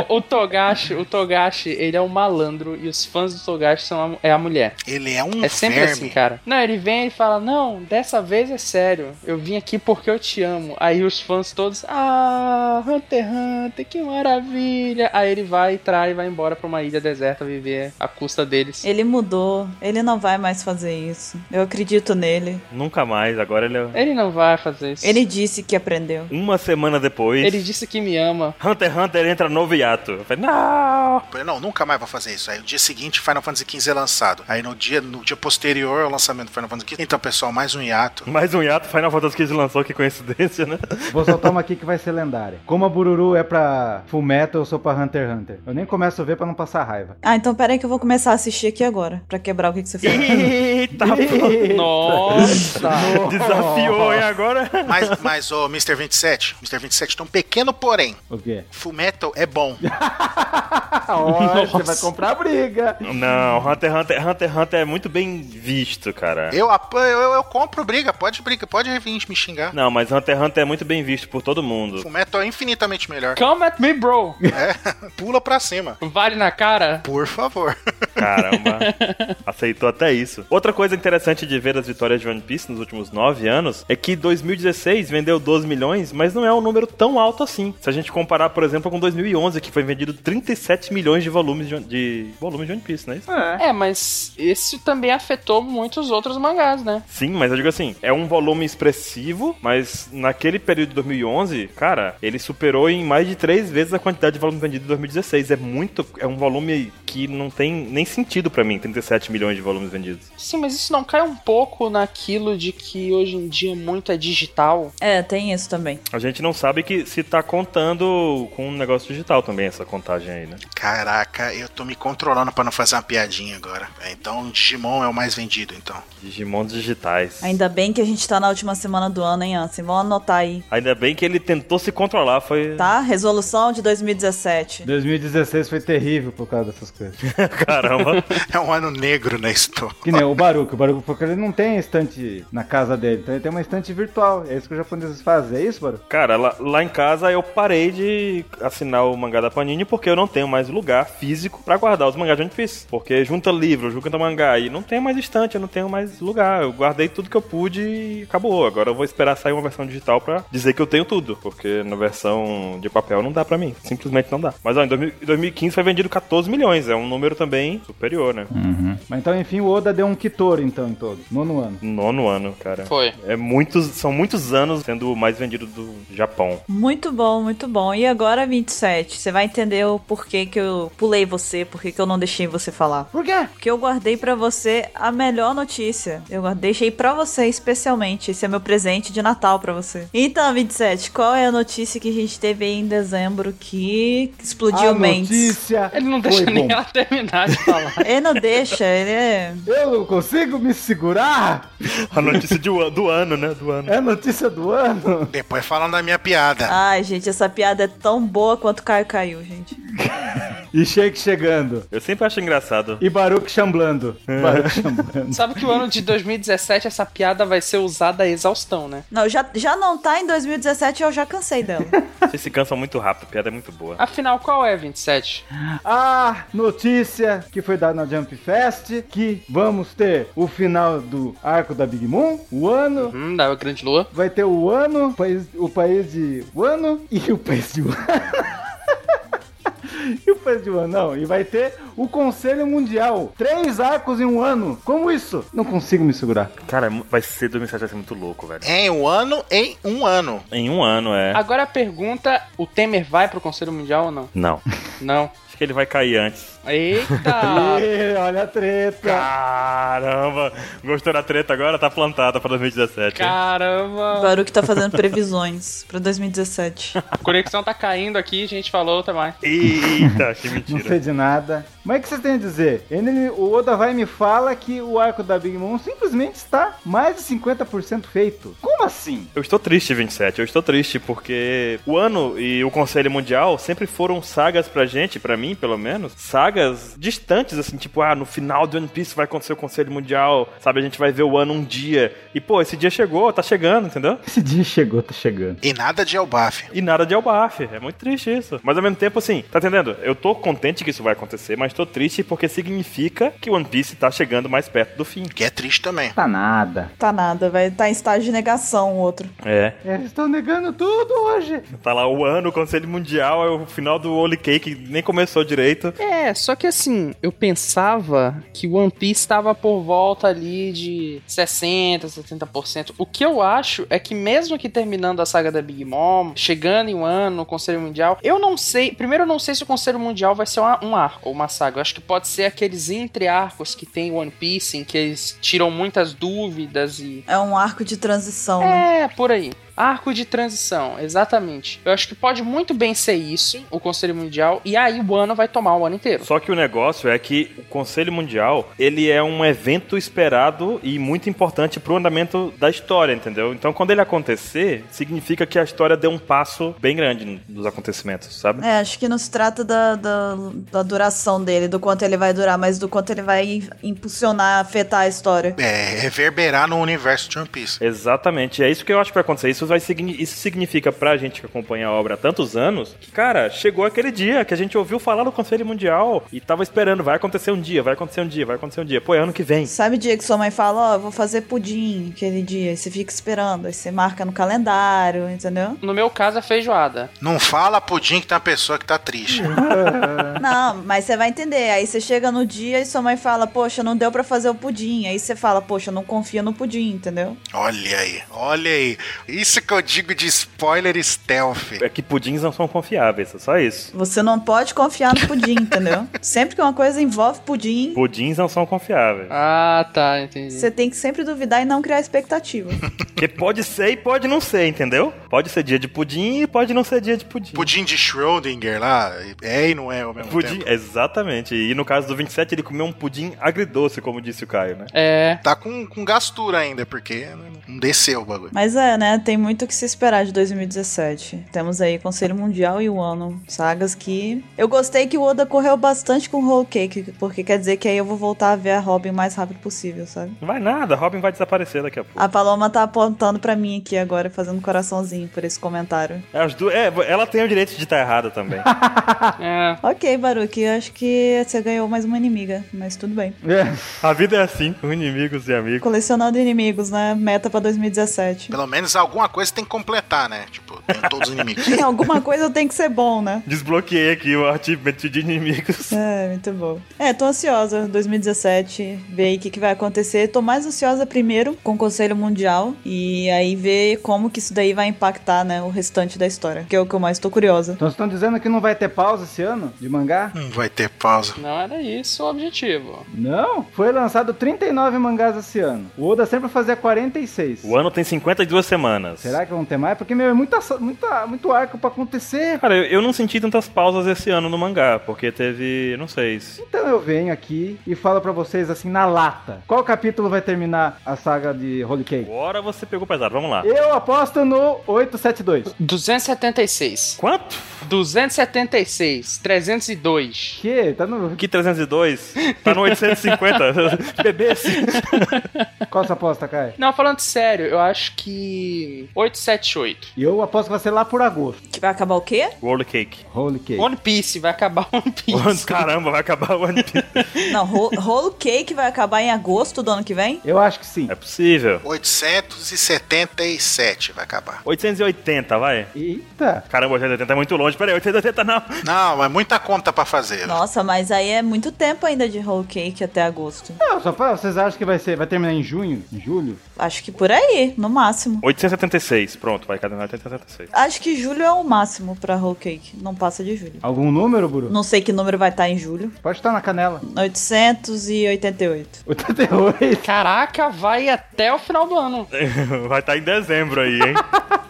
S5: o, o Togashi, o Togashi, ele é um malandro e os fãs do Togashi são a, é a mulher.
S2: Ele é um
S5: É sempre
S2: verme.
S5: assim, cara. Não, ele vem e fala: Não, dessa vez é sério. Eu vim aqui porque eu te amo. Aí os fãs todos, ah, Hunter x Hunter, que maravilha. Aí ele vai, trai e vai embora pra uma ilha deserta viver à custa deles.
S1: Ele mudou. Ele não vai mais fazer isso. Eu acredito nele.
S3: Nunca mais, agora ele é.
S5: Ele não vai fazer isso.
S1: Ele disse que aprendeu.
S3: Uma semana depois.
S5: Ele disse que me ama.
S3: Hunter x Hunter entra novo hiato. Eu falei, não!
S2: Eu, Não, nunca mais vou fazer isso. Aí no dia seguinte, Final Fantasy XV é lançado. Aí no dia, no dia posterior ao lançamento do Final Fantasy XV. Então, pessoal, mais um hiato.
S3: Mais um hiato, Final Fantasy XV lançou, que coincidência, né?
S4: Vou soltar uma aqui que vai ser lendária. Como a Bururu é pra Full Metal, eu sou pra Hunter x Hunter. Eu nem começo a ver pra não passar raiva.
S1: Ah, então peraí que eu vou começar a assistir aqui agora. Pra quebrar o que, que você
S3: [coughs]
S1: falou.
S3: [laughs] Eita, [laughs]
S5: Nossa!
S3: pô, desafiou, hein, agora?
S2: Mas, mas ô, Mr. 27, Mr. 27 tem um pequeno porém.
S4: O quê?
S2: Fullmetal é bom.
S4: Ah, Olha, você vai comprar briga.
S3: Não, Hunter x Hunter, Hunter x Hunter é muito bem visto, cara.
S2: Eu apoio, eu, eu compro briga, pode briga, pode vir me xingar.
S3: Não, mas Hunter x Hunter é muito bem visto por todo mundo.
S2: Fullmetal é infinitamente melhor.
S5: Come at me, bro!
S2: É, [laughs] pula pra cima.
S5: Vale na cara?
S2: Por favor. [laughs]
S3: Caramba. Aceitou até isso. Outra coisa interessante de ver as vitórias de One Piece nos últimos nove anos é que 2016 vendeu 12 milhões, mas não é um número tão alto assim. Se a gente comparar, por exemplo, com 2011, que foi vendido 37 milhões de volumes de, de- volumes de One Piece, não é isso?
S5: É, mas isso também afetou muitos outros mangás, né?
S3: Sim, mas eu digo assim, é um volume expressivo, mas naquele período de 2011, cara, ele superou em mais de três vezes a quantidade de volume vendido em 2016. É muito, é um volume que não tem nem sentido pra mim, 37 milhões de volumes vendidos.
S5: Sim, mas isso não cai um pouco naquilo de que hoje em dia muito é digital?
S1: É, tem isso também.
S3: A gente não sabe que se tá contando com um negócio digital também essa contagem aí, né?
S2: Caraca, eu tô me controlando pra não fazer uma piadinha agora. É, Então, Digimon é o mais vendido, então. [laughs]
S3: Digimon digitais.
S1: Ainda bem que a gente tá na última semana do ano, hein, Ansem? Vamos anotar aí.
S3: Ainda bem que ele tentou se controlar, foi.
S1: Tá? Resolução de 2017.
S4: 2016 foi terrível por causa dessas coisas.
S3: [laughs] Caramba.
S2: É um ano negro na história.
S4: Que nem o Baruco. O Baruco porque ele não tem estante na casa dele, então ele tem uma estante virtual. É isso que os japoneses fazem, é isso, Baruco?
S3: Cara, lá, lá em casa eu parei de assinar o mangá da Panini porque eu não tenho mais lugar físico pra guardar os mangás de One Piece. Porque junta livro, junta mangá e não tem mais estante, eu não tenho mais lugar. Eu guardei tudo que eu pude e acabou. Agora eu vou esperar sair uma versão digital pra dizer que eu tenho tudo. Porque na versão de papel não dá pra mim. Simplesmente não dá. Mas ó, em 2000 em 2015 foi vendido 14 milhões. É um número também superior, né?
S4: Mas então, enfim, o Oda deu um Kitoro, então, em todo. Nono ano.
S3: Nono ano, cara.
S5: Foi.
S3: É muitos, são muitos anos sendo o mais vendido do Japão.
S1: Muito bom, muito bom. E agora, 27, você vai entender o porquê que eu pulei você, porquê que eu não deixei você falar.
S4: Por quê?
S1: Porque eu guardei pra você a melhor notícia. Eu guardei- deixei pra você especialmente. Esse é meu presente de Natal pra você. Então, 27, qual é a notícia que a gente teve aí em dezembro que explodiu
S4: a
S1: mentes?
S4: notícia
S5: Ele não
S4: foi
S5: deixa nem
S4: bomba.
S5: ela terminar de
S1: [laughs]
S5: falar.
S1: Ele não deixa, ele é.
S4: Eu não consigo me segurar?
S3: [laughs] A notícia de um an- do ano, né? Do ano.
S4: É a notícia do ano?
S2: Depois falam da minha piada.
S1: Ai, gente, essa piada é tão boa quanto Caio caiu, gente.
S4: E Shake chegando.
S3: Eu sempre acho engraçado.
S4: E Baruco chamblando. Baruco chamblando.
S5: Sabe que o ano de 2017 essa piada vai ser usada a exaustão, né?
S1: Não, já, já não tá em 2017, eu já cansei [laughs] dela.
S3: Vocês se cansam muito rápido, a piada é muito boa.
S5: Afinal, qual é 27?
S4: [laughs] A notícia que foi dada na Jump Fest, que vamos ter o final do arco da Big Moon, o ano...
S5: Hum, da Grande Lua.
S4: Vai ter o ano, o país, o país de Wano [laughs] e o país de Wano. E o depois de um ano, não. E vai ter o Conselho Mundial. Três arcos em um ano. Como isso? Não consigo me segurar.
S3: Cara, é mu- vai ser 2007 vai ser muito louco, velho.
S2: Em um ano, em um ano.
S3: Em um ano, é.
S5: Agora a pergunta: o Temer vai pro Conselho Mundial ou não?
S3: Não.
S5: Não.
S3: Acho que ele vai cair antes.
S5: Eita!
S4: [laughs] Ih, olha a treta.
S3: Caramba! Gostou da treta agora? Tá plantada pra 2017. hein?
S5: Caramba!
S1: Baruch tá fazendo previsões pra 2017.
S5: A conexão tá caindo aqui, gente falou, tá mais.
S4: [laughs]
S3: Eita, que
S4: Não sei
S3: mentira.
S4: de nada. Mas o que vocês têm a dizer? Ele, o Oda vai e me fala que o arco da Big Mom simplesmente está mais de 50% feito. Como assim?
S3: Eu estou triste, 27. Eu estou triste porque o ano e o Conselho Mundial sempre foram sagas pra gente, pra mim, pelo menos, sagas distantes, assim, tipo, ah, no final de One Piece vai acontecer o Conselho Mundial, sabe? A gente vai ver o ano um dia. E, pô, esse dia chegou, tá chegando, entendeu?
S4: Esse dia chegou, tá chegando.
S2: E nada de Elbaf.
S3: E nada de Elbaf. É muito triste isso. Mas ao mesmo tempo, assim, tá entendendo? Eu tô contente que isso vai acontecer, mas tô triste porque significa que One Piece tá chegando mais perto do fim.
S2: Que é triste também.
S4: Tá nada.
S1: Tá nada, vai tá em estágio de negação o outro.
S3: É.
S4: Eles estão negando tudo hoje.
S3: Tá lá o ano, o Conselho Mundial, é o final do Holy Cake, nem começou direito.
S5: É, só que assim, eu pensava que o One Piece estava por volta ali de 60%, 70%. O que eu acho é que mesmo que terminando a saga da Big Mom, chegando em um ano no Conselho Mundial, eu não sei. Primeiro, eu não sei se o Conselho Mundial vai ser uma- um arco ou uma saga. Eu acho que pode ser aqueles entre-arcos que tem One Piece, em que eles tiram muitas dúvidas e
S1: É um arco de transição, né?
S5: é, por aí. Arco de transição, exatamente. Eu acho que pode muito bem ser isso, o Conselho Mundial, e aí o ano vai tomar o ano inteiro.
S3: Só que o negócio é que o Conselho Mundial, ele é um evento esperado e muito importante pro andamento da história, entendeu? Então quando ele acontecer, significa que a história deu um passo bem grande dos acontecimentos, sabe?
S1: É, acho que não se trata da, da, da duração dele, do quanto ele vai durar, mas do quanto ele vai impulsionar, afetar a história.
S2: É, reverberar no universo de One Piece.
S3: Exatamente, é isso que eu acho que vai acontecer. Isso, vai, signi- isso significa pra gente que acompanha a obra há tantos anos que, cara, chegou aquele dia que a gente ouviu falar do Conselho Mundial e tava esperando, vai acontecer um dia, vai acontecer um dia, vai acontecer um dia. Pô, é ano que vem.
S1: Sabe o dia que sua mãe fala, ó, eu vou fazer pudim aquele dia, e você fica esperando, aí você marca no calendário, entendeu?
S5: No meu caso, é feijoada.
S2: Não fala pudim que tem uma pessoa que tá triste.
S1: Não, mas você vai entender. Aí você chega no dia e sua mãe fala, poxa, não deu pra fazer o pudim. Aí você fala, poxa, não confia no pudim, entendeu?
S2: Olha aí, olha aí. Isso que eu digo de spoiler stealth.
S3: É que pudins não são confiáveis, é só isso.
S1: Você não pode confiar no pudim, entendeu? Sempre que uma coisa envolve pudim,
S3: Pudins não são confiáveis.
S5: Ah, tá, entendi.
S1: você tem que sempre duvidar e não criar expectativa.
S3: Porque pode ser e pode não ser, entendeu? Pode ser dia de pudim e pode não ser dia de pudim.
S2: Pudim de Schrödinger lá, é e não é ao mesmo
S3: Pudim,
S2: tempo.
S3: exatamente. E no caso do 27, ele comeu um pudim agridoce, como disse o Caio, né?
S5: É.
S2: Tá com, com gastura ainda, porque não desceu o bagulho.
S1: Mas é, né? Tem muito o que se esperar de 2017. Temos aí Conselho Mundial e o ano. Sagas que. Eu gostei que o Oda correu bastante com o Whole Cake, porque quer dizer que aí eu vou voltar a ver a Robin o mais rápido possível, sabe?
S3: Não vai nada, Robin vai desaparecer daqui a pouco.
S1: A Paloma tá apontando pra mim aqui agora, fazendo um coraçãozinho por esse comentário.
S3: As duas, é, ela tem o direito de estar errada também.
S5: é.
S1: Ok, Baruque, eu acho que você ganhou mais uma inimiga, mas tudo bem.
S4: É.
S3: a vida é assim, com inimigos e amigos.
S1: Colecionando inimigos, né? Meta pra 2017.
S2: Pelo menos alguma coisa tem que completar, né? Tipo, tem todos os inimigos.
S1: Em alguma coisa tem que ser bom, né?
S3: Desbloqueei aqui o achievement de inimigos.
S1: É, muito bom. É, tô ansiosa, 2017, ver aí o que, que vai acontecer. Tô mais ansiosa primeiro com o Conselho Mundial e aí ver como que isso daí vai impactar, né, o restante da história, que é o que eu mais tô curiosa.
S4: Então vocês estão dizendo que não vai ter pausa esse ano de mangá?
S2: Não vai ter pausa.
S5: Não era isso o objetivo.
S4: Não. Foi lançado 39 mangás esse ano. O Oda sempre fazia 46.
S3: O ano tem 52 semanas.
S4: Será que vão ter mais? Porque, meu, é muita, so- muita, muito arco pra acontecer.
S3: Cara, eu, eu não senti tantas pausas esse ano no mangá, porque teve, não sei, se-
S4: Então eu venho aqui e falo pra vocês assim na lata. Qual capítulo vai terminar a saga de Holy Cake?
S3: Agora você pegou pesado, vamos lá.
S4: Eu aposto no 872.
S5: 276.
S3: Quanto?
S5: 276. 302.
S4: Que? Tá no...
S3: Que 302? Tá no 850. Bebesse.
S4: Qual a sua aposta, Kai?
S5: Não, falando sério, eu acho que. 878.
S4: Eu aposto que vai ser lá por agosto.
S1: Que vai acabar o quê?
S3: [laughs] World Cake.
S4: Holy cake.
S5: One Piece, vai acabar One Piece.
S3: Caramba, vai acabar o One Piece.
S1: Não, [laughs] ro Rolo Cake vai acabar em agosto do ano que vem?
S4: Eu acho que sim.
S3: É possível.
S2: 877 vai acabar.
S3: 880, vai.
S4: Eita.
S3: Caramba, 880 é muito longe. Pera aí, 880 não.
S2: Não, é muita conta pra fazer.
S1: Nossa, mas aí é muito tempo ainda de Rolo Cake até agosto.
S4: Não, só pra, vocês acham que vai ser, vai terminar em junho? Em julho?
S1: Acho que por aí, no máximo.
S3: 876, pronto, vai cadenar 876.
S1: Acho que julho é o máximo pra Whole Cake. Não passa de julho.
S4: Algum número, Buru?
S1: Não sei que número vai estar em julho.
S4: Pode estar na canela. [laughs]
S1: 888.
S4: 88.
S5: Caraca, vai até o final do ano.
S3: [laughs] Vai estar em dezembro aí,
S4: [laughs]
S3: hein?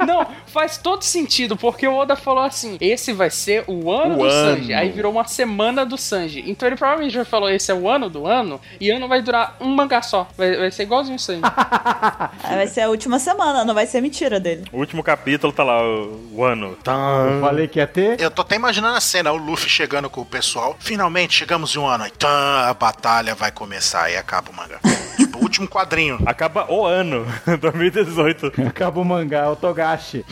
S5: Não, faz todo sentido, porque o Oda falou assim: esse vai ser o ano
S3: O
S5: do
S3: ano.
S5: Sanji. Aí virou uma semana do Sanji. Então ele provavelmente já falou: esse é o ano do ano, e ano vai durar um mangá só. Vai, vai ser igualzinho
S3: [laughs]
S5: o Sanji.
S1: Aí Ah, vai ser a última semana, não vai ser mentira dele.
S3: O último capítulo tá lá, o, o ano.
S4: Tá. Eu falei que ia ter. [laughs]
S2: Eu tô até imaginando a cena, o Luffy chegando com o pessoal. Finalmente chegamos em um ano. Aí, tã, a batalha vai começar e acaba o mangá. tipo, o último quadrinho. [laughs]
S3: Acaba o ano, [laughs]
S4: [laughs]
S3: 2018.
S4: Acaba o mangá, o Togashi.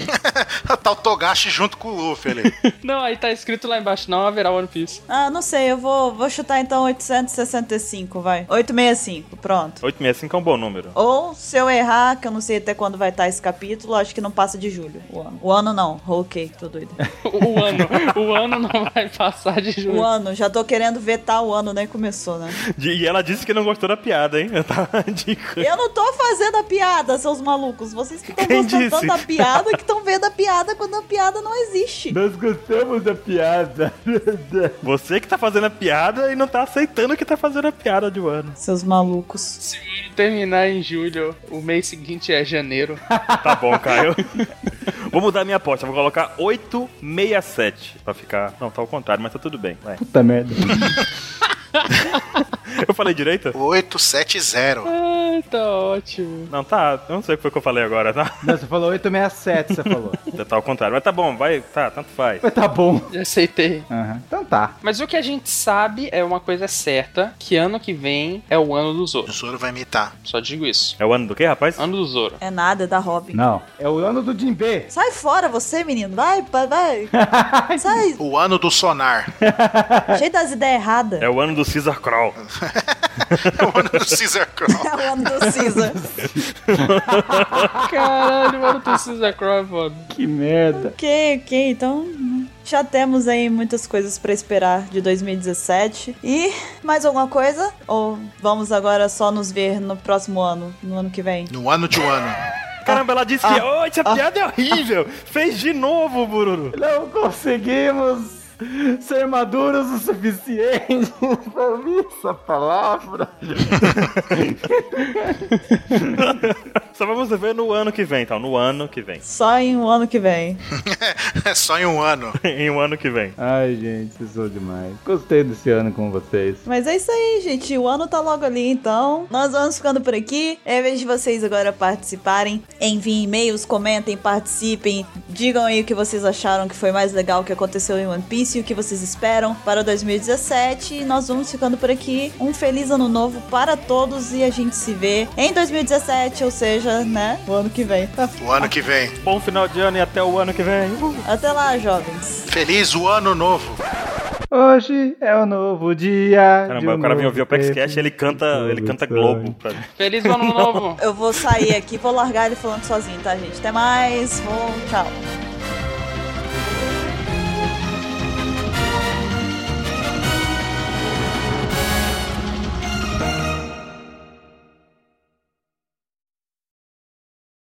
S2: tá o Togashi junto com o Luffy ali.
S5: Não, aí tá escrito lá embaixo: não haverá One Piece.
S1: Ah, não sei, eu vou, vou chutar então 865, vai. 865, pronto.
S3: 865 é um bom número.
S1: Ou se eu errar, que eu não sei até quando vai estar esse capítulo, acho que não passa de julho. O ano, o ano não, Whole Cake, tô doida.
S5: O, o ano. O ano não vai passar de
S1: O
S5: julho.
S1: ano, já tô querendo vetar o ano, nem começou, né?
S3: De- E ela disse que não gostou da piada, hein? [laughs] Tá uma dica.
S1: Eu não tô fazendo a piada, seus malucos. Vocês que estão
S3: Quem
S1: gostando
S3: disse?
S1: tanto da piada que estão vendo a piada quando a piada não existe.
S4: Nós gostamos da piada.
S3: Você que tá fazendo a piada e não tá aceitando que tá fazendo a piada de um ano.
S1: Seus malucos.
S5: Se ele terminar em julho, o mês seguinte é janeiro.
S3: Tá
S4: [laughs]
S3: bom, Caio. [laughs] Vou mudar minha aposta, vou colocar 867 pra ficar. Não, tá ao contrário, mas tá tudo bem.
S4: [laughs]
S3: Vai.
S4: [laughs] Puta merda.
S3: Eu falei direito?
S2: 870.
S5: Ah, tá ótimo.
S3: Não, tá. Eu não sei o que foi que eu falei agora,
S4: [laughs]
S3: tá?
S4: Não, você falou 867, você falou.
S3: Tá ao contrário, mas tá bom, vai, tá, tanto faz.
S4: Mas tá bom.
S5: Já aceitei.
S4: Aham. Então tá.
S5: Mas o que a gente sabe é uma coisa certa, que ano que vem é o ano do
S2: O
S5: Zoro.
S2: Zoro vai imitar.
S5: Só digo isso.
S3: É o ano do quê, rapaz?
S5: Ano do Zoro.
S1: É nada, é da Robin.
S4: Não. É o ano do Jinbe.
S1: Sai fora você, menino. Vai, vai, vai. Sai,
S2: O ano do sonar. [laughs]
S1: cheio das ideias erradas.
S3: É o ano do Caesar Crawl.
S2: É o ano do Caesar Crown.
S1: [laughs] [laughs] É o ano do Caesar.
S5: Caralho, mano, tu precisa cry, mano.
S4: Que merda.
S1: [laughs] ok, ok. Então, já temos aí muitas coisas pra esperar de 2017. E mais alguma coisa? Ou vamos agora só nos ver no próximo ano, no ano que vem?
S2: No ano de um ano.
S3: Caramba, ela disse que. Oh, essa piada é horrível! Fez de novo, Bururu!
S4: Não conseguimos ser maduros o suficiente [laughs] pra ouvir essa palavra.
S3: [laughs] Só vamos ver no ano que vem, então. No ano que vem. [laughs]
S1: Só em um ano que vem.
S2: É só em um ano.
S3: em um ano que vem.
S4: Ai, gente, vocês são demais. Gostei desse ano com vocês.
S1: Mas é isso aí, gente. O ano tá logo ali, então. Nós vamos ficando por aqui. É vez de vocês agora participarem. Enviem e-mails, comentem, participem. Digam aí o que vocês acharam que foi mais legal que aconteceu em One Piece e o que vocês esperam para 2017. E nós vamos ficando por aqui. Um feliz ano novo para todos e a gente se vê em 2017, ou seja, né? O ano que vem. [laughs]
S2: O ano que vem.
S3: Bom final de ano e até o ano que vem.
S1: Até lá, jovens.
S2: Feliz o ano novo.
S4: Hoje é o novo dia. de
S3: Caramba,
S4: um
S3: o cara vem
S4: novo
S3: ouvir o Pexcast e
S4: tempo.
S3: ele canta, ele canta
S4: Todo
S3: Globo.
S4: sonho.
S3: Pra...
S5: Feliz ano novo.
S1: Eu vou sair aqui, vou largar ele falando sozinho, tá, gente? Até mais. Vou, tchau.